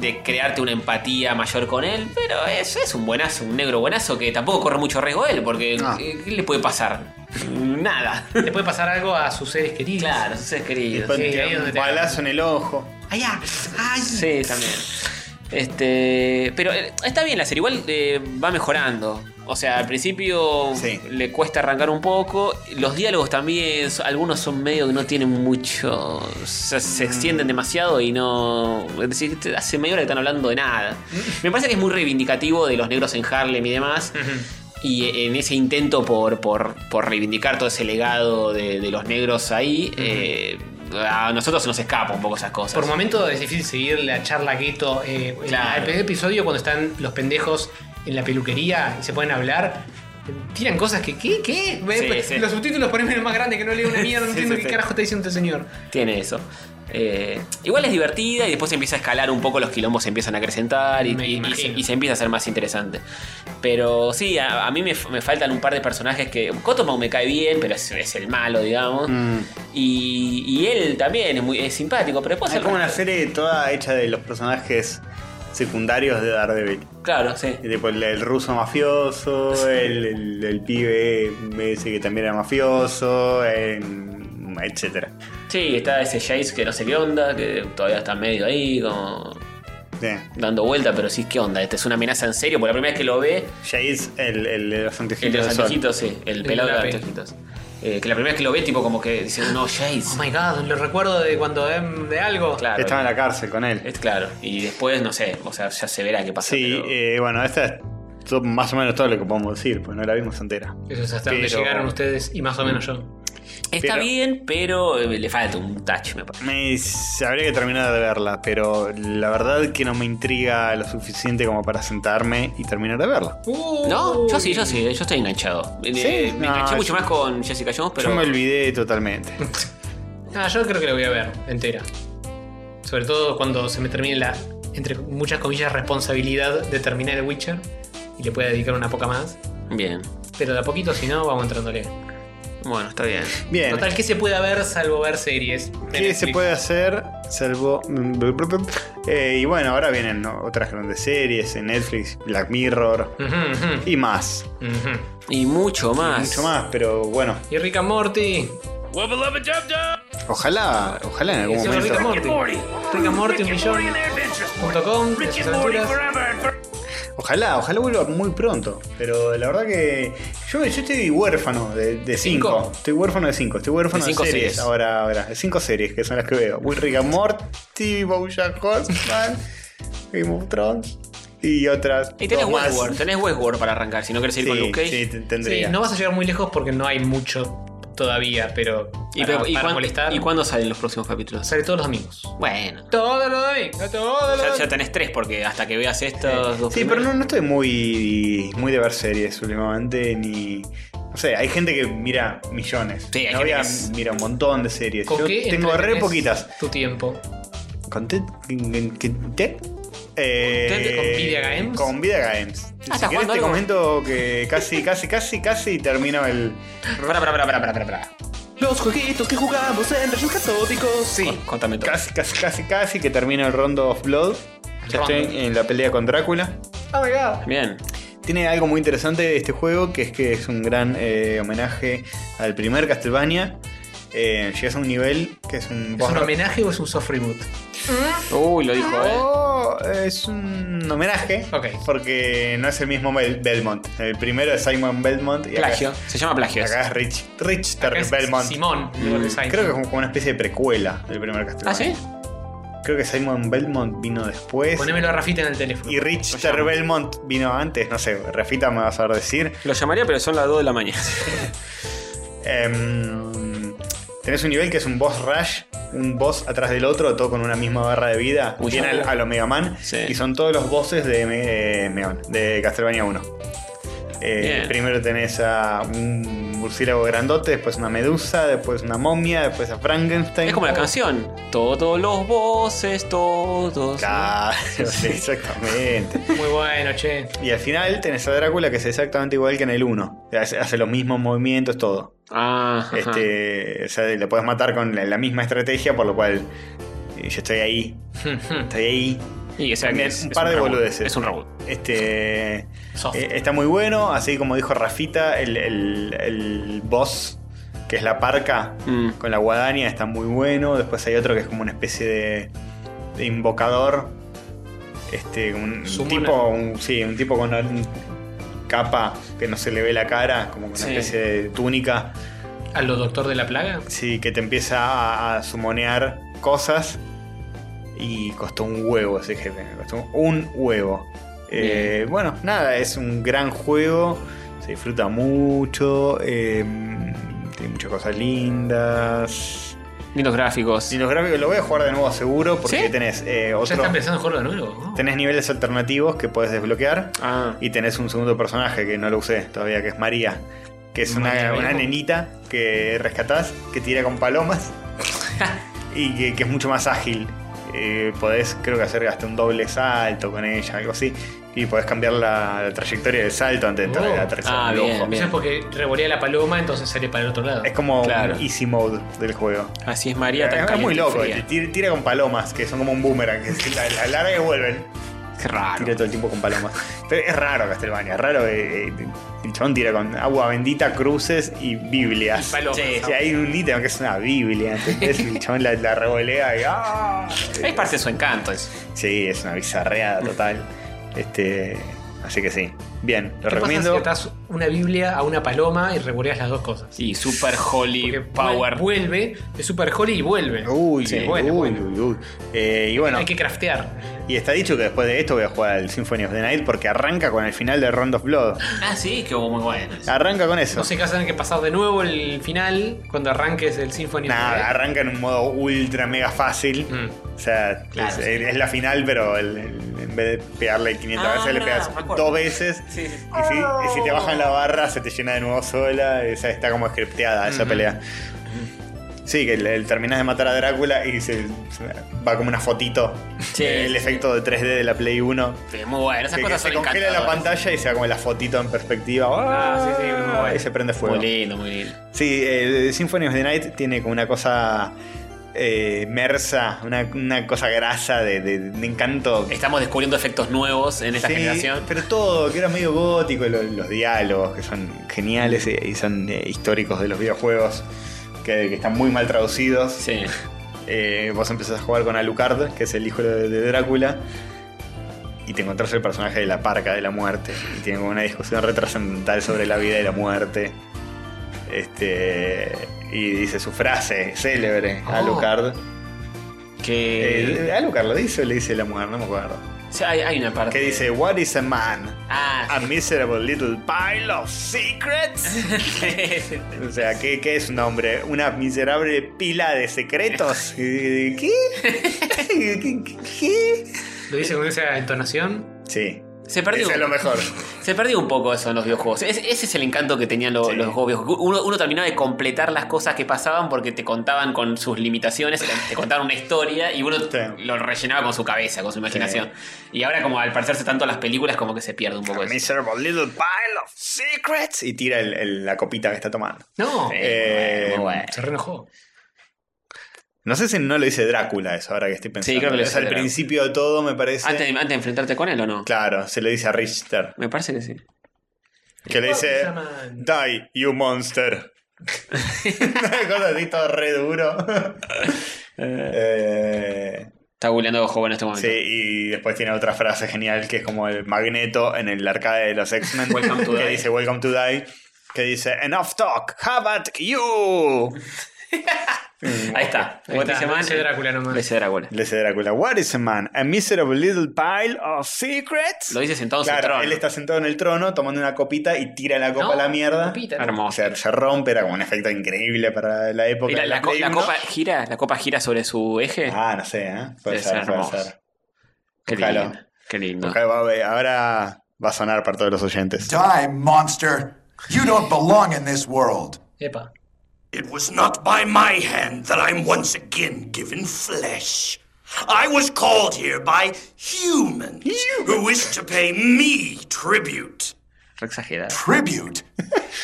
Speaker 4: de crearte una empatía mayor con él, pero es, es un buenazo, un negro buenazo que tampoco corre mucho riesgo él, porque
Speaker 3: No.
Speaker 4: eh, ¿qué le puede pasar? Nada.
Speaker 2: Le puede pasar algo a sus seres queridos.
Speaker 4: Claro, sus seres queridos.
Speaker 3: Después
Speaker 2: sí,
Speaker 3: te
Speaker 2: ahí
Speaker 3: da
Speaker 2: donde
Speaker 3: un
Speaker 2: te
Speaker 3: balazo en el ojo.
Speaker 2: Allá. Ay.
Speaker 4: Sí, también. Este, pero eh, está bien la serie, igual eh, va mejorando. O sea, al principio
Speaker 3: Sí.
Speaker 4: le cuesta arrancar un poco. Los diálogos también, so- algunos son medio que no tienen mucho. Se, se extienden demasiado y no. Es decir, te- hace media hora que están hablando de nada. Me parece que es muy reivindicativo de los negros en Harlem y demás. Y en ese intento por, por, por reivindicar todo ese legado de, de los negros ahí, eh, a nosotros se nos escapa un poco esas cosas.
Speaker 2: Por momento es difícil seguir la charla gueto. eh, en
Speaker 4: Claro.
Speaker 2: la- El primer episodio, cuando están los pendejos en la peluquería y se pueden hablar, tiran cosas que. ¿Qué? ¿Qué? Me-
Speaker 4: sí.
Speaker 2: Los subtítulos ponen en más grande que no leo una mierda, no
Speaker 4: Sí,
Speaker 2: entiendo
Speaker 4: sí,
Speaker 2: qué
Speaker 4: sí.
Speaker 2: carajo está diciendo este señor.
Speaker 4: Tiene eso. Eh, igual es divertida y después empieza a escalar un poco, los quilombos se empiezan a acrecentar y,
Speaker 2: Me
Speaker 4: y- y
Speaker 2: imagino.
Speaker 4: se, y se empieza a hacer más interesante. Pero sí, a, a mí me, f- me faltan un par de personajes que. Kotomau me cae bien, pero es, es el malo, digamos.
Speaker 3: Mm.
Speaker 4: Y, y él también es muy es simpático,
Speaker 2: Ah,
Speaker 4: pero después.
Speaker 3: Es
Speaker 4: el
Speaker 3: como una
Speaker 4: resto-
Speaker 3: serie toda hecha de los personajes secundarios de Daredevil.
Speaker 4: Claro, sí.
Speaker 3: Y tipo el, el ruso mafioso, el, el, el pibe me dice que también era mafioso, en- etcétera.
Speaker 4: Sí, está ese Jace que no sé qué onda, que todavía está medio ahí, como
Speaker 3: Sí.
Speaker 4: dando vuelta, pero sí, ¿qué onda? Esta es una amenaza en serio, por la primera vez que lo ve,
Speaker 3: Jace, el, el de los anteojitos.
Speaker 4: El de los
Speaker 3: de sol.
Speaker 4: anteojitos, sí. El pelado de los anteojitos. Eh, que la primera vez que lo ve, tipo como que dice, no,
Speaker 2: Oh
Speaker 4: Jace.
Speaker 2: my god, lo recuerdo de cuando em, de algo.
Speaker 4: claro.
Speaker 3: Estaba en la cárcel con él.
Speaker 4: Es claro. Y después, no sé, o sea, ya se verá qué pasa.
Speaker 3: Sí,
Speaker 4: pero-
Speaker 3: eh, bueno, esta es to- más o menos todo lo que podemos decir, pues no la vimos entera.
Speaker 2: Eso es hasta donde
Speaker 3: Pero-
Speaker 2: llegaron ustedes y más o menos yo.
Speaker 4: Está
Speaker 3: pero-
Speaker 4: bien, pero eh, le falta un touch, me parece.
Speaker 3: Me, habría que terminar de verla, pero la verdad que no me intriga lo suficiente como para sentarme y terminar de verla.
Speaker 2: Uh.
Speaker 4: No, yo sí, yo sí, yo estoy enganchado. Eh,
Speaker 3: Sí,
Speaker 4: me
Speaker 3: no,
Speaker 4: enganché
Speaker 3: yo-
Speaker 4: mucho más con Jessica Jones, pero.
Speaker 3: Yo me olvidé totalmente.
Speaker 2: Ah, yo creo que la voy a ver entera. Sobre todo cuando se me termine la, entre muchas comillas, responsabilidad de terminar el Witcher y le pueda dedicar una poca más.
Speaker 4: Bien.
Speaker 2: Pero de a poquito, si no, vamos entrándole.
Speaker 4: Bueno, está bien.
Speaker 3: Bien.
Speaker 2: Total, ¿qué se puede ver salvo ver series? de
Speaker 3: ¿Qué
Speaker 2: Netflix?
Speaker 3: se puede hacer? Salvo. Eh, y bueno, ahora vienen ¿no? otras grandes series en Netflix, Black Mirror
Speaker 2: Ujú, ujú,
Speaker 3: y más.
Speaker 2: ujú.
Speaker 4: Y mucho más.
Speaker 3: Mucho más, pero bueno,
Speaker 2: Y Rick and Morty.
Speaker 3: ojalá, ojalá en algún
Speaker 2: Sí, Rick and
Speaker 3: momento.
Speaker 2: Morty. Rick and Morty, un millón. Punto com, de sus aventuras.
Speaker 3: Ojalá, ojalá vuelva muy pronto. Pero la verdad que yo, yo estoy huérfano de, de cinco.
Speaker 4: ¿Cinco?
Speaker 3: Estoy huérfano de cinco. Estoy huérfano
Speaker 4: De
Speaker 3: de,
Speaker 4: cinco
Speaker 3: series.
Speaker 4: series.
Speaker 3: Ahora, ahora. De cinco series que son las que veo. Will Rick and Morty, Bojack Horseman, Game of Thrones y otras.
Speaker 4: Y tenés
Speaker 3: dos más.
Speaker 4: Westworld, tenés Westworld para arrancar, si no querés ir con
Speaker 3: Sí,
Speaker 4: Luke Cage.
Speaker 3: sí, te-
Speaker 2: Sí,
Speaker 3: tendría.
Speaker 2: no vas a llegar muy lejos porque no hay mucho todavía, pero.
Speaker 4: y,
Speaker 2: para,
Speaker 4: pero- y
Speaker 2: para
Speaker 4: cuán-
Speaker 2: molestar.
Speaker 4: ¿Y cuándo salen los próximos capítulos?
Speaker 2: Sale todos los domingos.
Speaker 4: Bueno.
Speaker 2: Todos los domingos, todos
Speaker 4: Ya,
Speaker 2: los
Speaker 4: ya
Speaker 2: domingos.
Speaker 4: tenés tres, porque hasta que veas estos dos
Speaker 3: Sí, pero
Speaker 4: primeros-
Speaker 3: no, no estoy muy, muy de ver series últimamente, ni... No sé, hay gente que mira millones.
Speaker 4: Sí, hay
Speaker 3: Mi
Speaker 4: gente
Speaker 3: novia
Speaker 4: que es-
Speaker 3: mira un montón de series.
Speaker 2: ¿Con
Speaker 3: Yo
Speaker 2: qué
Speaker 3: tengo re
Speaker 2: entretenés
Speaker 3: poquitas.
Speaker 2: Tu tiempo.
Speaker 3: ¿Con Ted? ¿Con Ted? Eh,
Speaker 2: Ted con Video Games?
Speaker 3: Con Video Games. si
Speaker 4: ¿estás
Speaker 3: querés
Speaker 4: Ah, jugando
Speaker 3: te
Speaker 4: algo?
Speaker 3: comento que casi, casi, casi, casi termino el...
Speaker 4: Pará, pará, pará, pará, pará, pará, pará.
Speaker 1: Los jueguitos que jugamos en Rayos Catódicos.
Speaker 4: Con- Contame todo.
Speaker 3: Casi, casi, casi, casi que termino el Rondo of Blood. Ya
Speaker 2: Rondo.
Speaker 3: estoy en la pelea con Drácula.
Speaker 2: Oh my god.
Speaker 4: Bien.
Speaker 3: Tiene algo muy interesante de este juego, que es que es un gran eh, homenaje al primer Castlevania. Eh, llegas a un nivel que es un
Speaker 2: ¿Es
Speaker 3: boss
Speaker 2: un
Speaker 3: ro-
Speaker 2: homenaje o es un soft reboot?
Speaker 4: Uy, lo dijo, eh.
Speaker 3: Oh, es un homenaje,
Speaker 2: Ok.
Speaker 3: porque no es el mismo Bel- Belmont. El primero es Simon Belmont y acá
Speaker 4: Plagio. Se llama plagio.
Speaker 3: es,
Speaker 4: eso.
Speaker 3: acá es Rich, Richter
Speaker 2: Acá es
Speaker 3: Belmont. Mm,
Speaker 2: Simón, en lugar de Simon.
Speaker 3: Creo que es como como una especie de precuela del primer Castlevania.
Speaker 4: ¿Ah, sí?
Speaker 3: Creo que Simon Belmont vino después.
Speaker 2: Ponémelo a Rafita en el teléfono.
Speaker 3: Y Richter Belmont vino antes, no sé, Rafita me va a saber decir.
Speaker 4: Lo llamaría, pero son las 2 de la mañana.
Speaker 3: Em, tenés un nivel que es un boss rush, un boss atrás del otro, todo con una misma barra de vida,
Speaker 4: Uy,
Speaker 3: viene
Speaker 4: ya.
Speaker 3: al, al Omega Man,
Speaker 4: Sí.
Speaker 3: y son todos los bosses de, Me- eh, Meon, de Castlevania 1. Eh,
Speaker 4: Bien.
Speaker 3: primero tenés a un murciélago grandote, después una medusa, después una momia, después a Frankenstein.
Speaker 4: es como la canción. Todos los voces, todos.
Speaker 3: Claro, sí, exactamente.
Speaker 2: Muy bueno, che.
Speaker 3: Y al final tenés a Drácula que es exactamente igual que en el 1. Hace, hace los mismos movimientos, todo.
Speaker 4: Ah, ajá.
Speaker 3: Este, o sea, le puedes matar con la, la misma estrategia, por lo cual eh, yo estoy ahí, estoy ahí.
Speaker 4: Y o sea,
Speaker 3: también un par de
Speaker 4: reboot,
Speaker 3: boludeces.
Speaker 4: Es un reboot.
Speaker 3: Este, eh,
Speaker 2: Soft.
Speaker 3: está muy bueno, así como dijo Rafita, el, el- el boss, que es la parca,
Speaker 4: Mm.
Speaker 3: con la guadaña, está muy bueno. Después hay otro que es como una especie de, de invocador. Este, un
Speaker 2: Sumona.
Speaker 3: tipo, un, sí, un tipo con una capa que no se le ve la cara, como con una
Speaker 4: Sí.
Speaker 3: especie de túnica.
Speaker 2: ¿A lo doctor de la plaga?
Speaker 3: Sí, que te empieza a, a sumonear cosas. Y costó un huevo ese jefe, me costó un huevo. Eh, bueno, nada, es un gran juego. Se disfruta mucho. eh, tiene muchas cosas lindas.
Speaker 4: Lindos gráficos.
Speaker 3: Y los gráficos lo voy a jugar de nuevo seguro porque
Speaker 4: ¿Sí?
Speaker 3: tenés eh,
Speaker 2: Ya
Speaker 3: otro.
Speaker 2: están pensando en jugarlo de nuevo. ¿no?
Speaker 3: Tenés niveles alternativos que puedes desbloquear.
Speaker 4: Ah.
Speaker 3: Y tenés un segundo personaje que no lo usé todavía, que es María. Que es
Speaker 2: María,
Speaker 3: una,
Speaker 2: mira
Speaker 3: una
Speaker 2: cómo-
Speaker 3: nenita que rescatás, que tira con palomas. y que, que es mucho más ágil. Eh, podés, creo que hacer hasta un doble salto con ella, algo así. Y podés cambiar la, la trayectoria del salto antes de entrar
Speaker 2: Oh.
Speaker 3: a la tercera
Speaker 4: Ah,
Speaker 3: del
Speaker 4: bien,
Speaker 3: ojo.
Speaker 4: bien.
Speaker 2: Eso es porque revolea la paloma, entonces sale para el otro lado.
Speaker 3: Es como
Speaker 4: Claro.
Speaker 3: un easy mode del juego.
Speaker 4: Así es, María. tan
Speaker 3: es, es muy
Speaker 4: caliente
Speaker 3: loco.
Speaker 4: y fría.
Speaker 3: Tira, tira con palomas, que son como un boomerang. Que se la, la larga y vuelven.
Speaker 4: Qué raro.
Speaker 3: Tira todo el tiempo con palomas. Pero es raro Castlevania, es raro. eh, eh, el chabón tira con agua bendita, cruces y
Speaker 2: Y
Speaker 3: Biblias.
Speaker 2: palomas.
Speaker 3: Sí, sí, hay un ítem que es una Biblia, ¿entendés? Y el chabón la, la revolea y ¡ah!
Speaker 4: Es parte de su encanto. eso.
Speaker 3: Sí, es una bizarreada total. Este, así que sí. Bien, lo
Speaker 2: ¿Qué pasa si
Speaker 3: recomiendo.
Speaker 2: atás una Biblia a una paloma y revoleas las dos cosas?
Speaker 4: Y Super Holy
Speaker 2: Porque
Speaker 4: Power.
Speaker 2: vuel- Vuelve, es super holy y vuelve.
Speaker 3: Uy,
Speaker 2: Sí,
Speaker 3: uy,
Speaker 2: bueno,
Speaker 3: uy,
Speaker 2: bueno.
Speaker 3: uy, uy. Eh, y bueno,
Speaker 2: Hay que craftear.
Speaker 3: y está dicho que después de esto voy a jugar al Symphony of the Night porque arranca con el final de Round of Blood.
Speaker 4: Ah, sí, que muy bueno.
Speaker 3: Arranca con eso.
Speaker 2: No sé qué vas a tener que pasar de nuevo el final cuando arranques el Symphony. of the
Speaker 3: Nada,
Speaker 2: Night.
Speaker 3: arranca en un modo ultra mega fácil.
Speaker 2: Mm.
Speaker 3: O sea,
Speaker 4: Claro,
Speaker 3: es,
Speaker 4: sí.
Speaker 3: es la final, pero el- el- en vez de pegarle 500
Speaker 4: Ah,
Speaker 3: veces, le pegas
Speaker 4: me acuerdo. Oh.
Speaker 3: dos veces.
Speaker 4: Sí, sí, sí.
Speaker 3: Y, si, y si te bajan la barra, se te llena de nuevo sola. O sea, está como scripteada esa pelea. Sí, que le- le terminás de matar a Drácula y se, se- va como una fotito.
Speaker 4: Sí,
Speaker 3: el
Speaker 4: sí.
Speaker 3: efecto de 3D de la Play 1.
Speaker 4: Sí, este, muy bueno. Esas
Speaker 3: Que, que
Speaker 4: cosas
Speaker 3: se
Speaker 4: son
Speaker 3: congela la
Speaker 4: encantadoras.
Speaker 3: pantalla y se va como la fotito en perspectiva.
Speaker 2: Ah, sí, sí, muy bueno.
Speaker 3: Y se prende fuego.
Speaker 4: Muy lindo, muy lindo.
Speaker 3: Sí, eh, Symphony of the Night tiene como una cosa eh, mersa, una, una cosa grasa de, de- de encanto.
Speaker 4: Estamos descubriendo efectos nuevos en esta
Speaker 3: Sí,
Speaker 4: generación.
Speaker 3: Pero todo, que era medio gótico, lo- los, diálogos que son geniales y, y son eh, históricos de los videojuegos, que, que están muy mal traducidos.
Speaker 4: Sí.
Speaker 3: Eh, vos empezás a jugar con Alucard, que es el hijo de, de Drácula, y te encontrás el personaje de la parca de la muerte. Y tienen como una discusión retrascendental sobre la vida y la muerte. Este. Y dice su frase célebre,
Speaker 2: Oh.
Speaker 3: Alucard.
Speaker 4: Que.
Speaker 3: Eh, ¿Alucard lo dice o le dice la mujer? No me acuerdo.
Speaker 4: o sea, hay, hay una parte.
Speaker 3: Que dice: What is a man?
Speaker 4: Ah,
Speaker 3: A miserable little pile of secrets.
Speaker 4: sí.
Speaker 3: O sea, ¿qué, qué es un hombre? ¿Una miserable pila de secretos? Eh, ¿Qué? ¿Qué? ¿Qué?
Speaker 2: Lo dice con esa entonación.
Speaker 3: Sí.
Speaker 4: Se perdió.
Speaker 3: Ese es lo mejor.
Speaker 4: Se perdió un poco eso en los videojuegos. Es- ese es el encanto que tenían los,
Speaker 3: Sí.
Speaker 4: los juegos videojuegos. Uno, uno terminaba de completar las cosas que pasaban porque te contaban con sus limitaciones, te, te contaban una historia y uno
Speaker 3: Sí.
Speaker 4: lo rellenaba con su cabeza, con su imaginación. Y ahora como al parecerse tanto a las películas como que se pierde un poco
Speaker 3: A
Speaker 4: eso.
Speaker 3: miserable little pile of secrets. Y tira el- el- la copita que está tomando.
Speaker 2: No,
Speaker 4: Sí,
Speaker 3: Eh,
Speaker 4: muy bueno.
Speaker 2: se reenojó.
Speaker 3: No sé si no lo dice Drácula eso, ahora que estoy pensando.
Speaker 4: Sí, creo que lo
Speaker 3: Es
Speaker 4: dice
Speaker 3: al
Speaker 4: Drácula.
Speaker 3: principio de todo, me parece.
Speaker 4: Antes, de- antes de enfrentarte con él o no?
Speaker 3: Claro, se le dice a Richter.
Speaker 4: Me parece que sí.
Speaker 3: Que le
Speaker 2: se
Speaker 3: dice,
Speaker 2: llaman?
Speaker 3: die, you monster. Una cosa así, todo re duro. Eh,
Speaker 4: Está googleando de ojo en este momento.
Speaker 3: sí, y después tiene otra frase genial que es como el magneto en el arcade de los X-Men.
Speaker 4: Welcome to
Speaker 3: que
Speaker 4: die.
Speaker 3: dice, welcome to die. Que dice, enough talk, how about you?
Speaker 4: Ahí está.
Speaker 2: Ahí
Speaker 4: What
Speaker 2: está,
Speaker 4: is a
Speaker 2: lo
Speaker 4: man?
Speaker 2: dice Drácula nomás.
Speaker 4: Lo dice Drácula.
Speaker 3: Le dice Drácula, What is a man? A miserable little pile of secrets.
Speaker 4: Lo dice sentado en su
Speaker 3: claro,
Speaker 4: trono.
Speaker 3: él está sentado en el trono tomando una copita y tira la copa
Speaker 2: No,
Speaker 3: a la mierda.
Speaker 2: copita, no.
Speaker 4: Hermoso.
Speaker 3: O sea, se rompe, era como un efecto increíble para la época.
Speaker 4: Y la,
Speaker 3: de
Speaker 4: la co-
Speaker 3: Play
Speaker 4: la
Speaker 3: 1.
Speaker 4: copa gira, la copa gira sobre su eje.
Speaker 3: Ah, no sé, ¿eh? Puede
Speaker 4: Debe
Speaker 3: ser,
Speaker 4: ser
Speaker 3: puede
Speaker 4: hermoso.
Speaker 3: ser.
Speaker 4: Qué
Speaker 3: ojalá.
Speaker 4: lindo. Qué lindo.
Speaker 3: Ok, va a ver, ahora va a sonar para todos los oyentes.
Speaker 9: Die, monster! You don't belong in this world!
Speaker 2: Epa.
Speaker 6: It was not by my hand that I'm once again given flesh. I was called here by humans who wish to pay me tribute.
Speaker 4: Re exagerado.
Speaker 9: Tribute!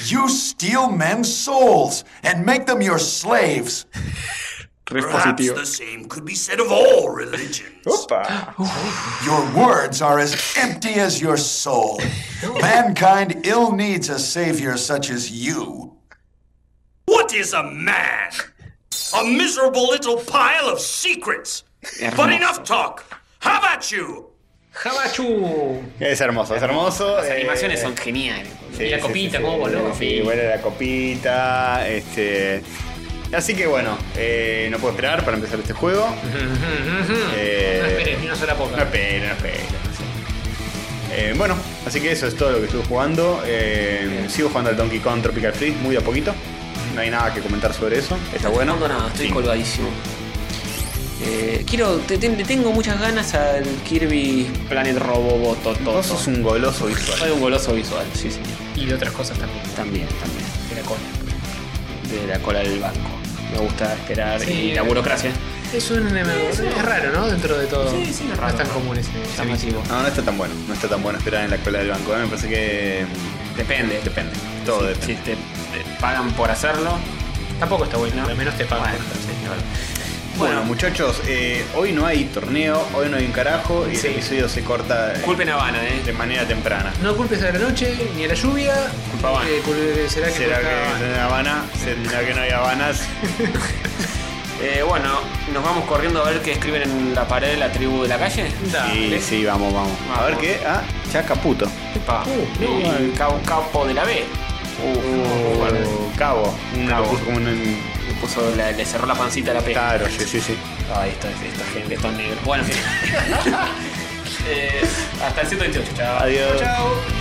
Speaker 9: you steal men's souls and make them your slaves!
Speaker 4: Re
Speaker 6: Perhaps
Speaker 4: positivo.
Speaker 6: the same could be said of all religions.
Speaker 3: Opa.
Speaker 9: Your words are as empty as your soul. Mankind ill needs a savior such as you.
Speaker 6: What is a man? A miserable little pile of secrets. But
Speaker 4: Hermoso.
Speaker 6: enough talk. How about you?
Speaker 2: Jabachu.
Speaker 3: Es hermoso, es hermoso. Eh,
Speaker 4: Las animaciones son geniales.
Speaker 3: Sí,
Speaker 2: Y la
Speaker 3: sí,
Speaker 2: copita,
Speaker 3: sí,
Speaker 2: cómo
Speaker 3: sí,
Speaker 2: voló.
Speaker 3: Sí, bueno, la copita. Este. Así que bueno, eh, no puedo esperar para empezar este juego.
Speaker 2: Ujú, ujú, ujú.
Speaker 3: Eh,
Speaker 2: No esperes ni una sola
Speaker 3: No
Speaker 2: poca.
Speaker 3: espero, no espero. no sé. Eh, bueno, así que eso es todo lo que estuve jugando. Eh, sigo jugando al Donkey Kong Tropical Freeze muy de a poquito. No hay nada que comentar sobre eso. Está bueno.
Speaker 4: No, nada, estoy
Speaker 3: Sí.
Speaker 4: colgadísimo. Eh, quiero, te- te- le tengo muchas ganas al Kirby Planet Robobot.
Speaker 3: Vos sos un goloso
Speaker 4: Soy
Speaker 3: visual.
Speaker 4: un goloso visual, sí, sí.
Speaker 2: Y de otras cosas también.
Speaker 4: También, también.
Speaker 2: De la cola.
Speaker 4: De la cola del banco. Me gusta esperar
Speaker 2: Sí.
Speaker 4: y la burocracia.
Speaker 2: Es un es raro, ¿no? Dentro de todo.
Speaker 4: Sí, sí, es
Speaker 2: No
Speaker 4: raro.
Speaker 2: es tan común ese. ese
Speaker 4: Está
Speaker 2: vicio.
Speaker 4: masivo.
Speaker 3: No, no está tan bueno. No está tan bueno esperar en la cola del banco. eh, Me parece que.
Speaker 4: Depende.
Speaker 3: Depende. Todo depende.
Speaker 4: Si te, te pagan por hacerlo.
Speaker 2: Tampoco está bueno,
Speaker 4: No.
Speaker 2: al menos te pagan.
Speaker 4: Bueno, sí, es verdad.
Speaker 3: Bueno,
Speaker 4: Bueno,
Speaker 3: muchachos, eh, hoy no hay torneo, hoy no hay un carajo y
Speaker 2: Sí.
Speaker 3: el episodio se corta eh,
Speaker 4: culpen a Habana,
Speaker 3: de
Speaker 4: eh.
Speaker 3: manera temprana.
Speaker 2: No culpes a la noche ni a la lluvia.
Speaker 4: Culpa van.
Speaker 2: Eh, cul- será que
Speaker 3: ¿Será
Speaker 2: culpa van.
Speaker 3: que en Habana? ¿Será que no hay Habanas?
Speaker 4: Eh, Bueno, nos vamos corriendo a ver qué escriben en la pared de la tribu de la calle.
Speaker 2: Dale.
Speaker 3: Sí, sí, vamos, vamos. A ver
Speaker 4: eh. Vamos.
Speaker 3: qué. Ah, Chacaputo.
Speaker 4: Epa.
Speaker 2: Uh,
Speaker 4: Y el cabo, capo de la B. Uh, bueno,
Speaker 3: O Cabo. Una
Speaker 4: Cabo.
Speaker 3: puso como un.
Speaker 4: le puso la- le cerró la pancita a la P.
Speaker 3: Claro, sí, sí, sí.
Speaker 4: Ay, esta, esta gente, estos negros. Bueno, en fin. Eh, hasta el 128, chaval.
Speaker 3: Adiós.
Speaker 2: Chao.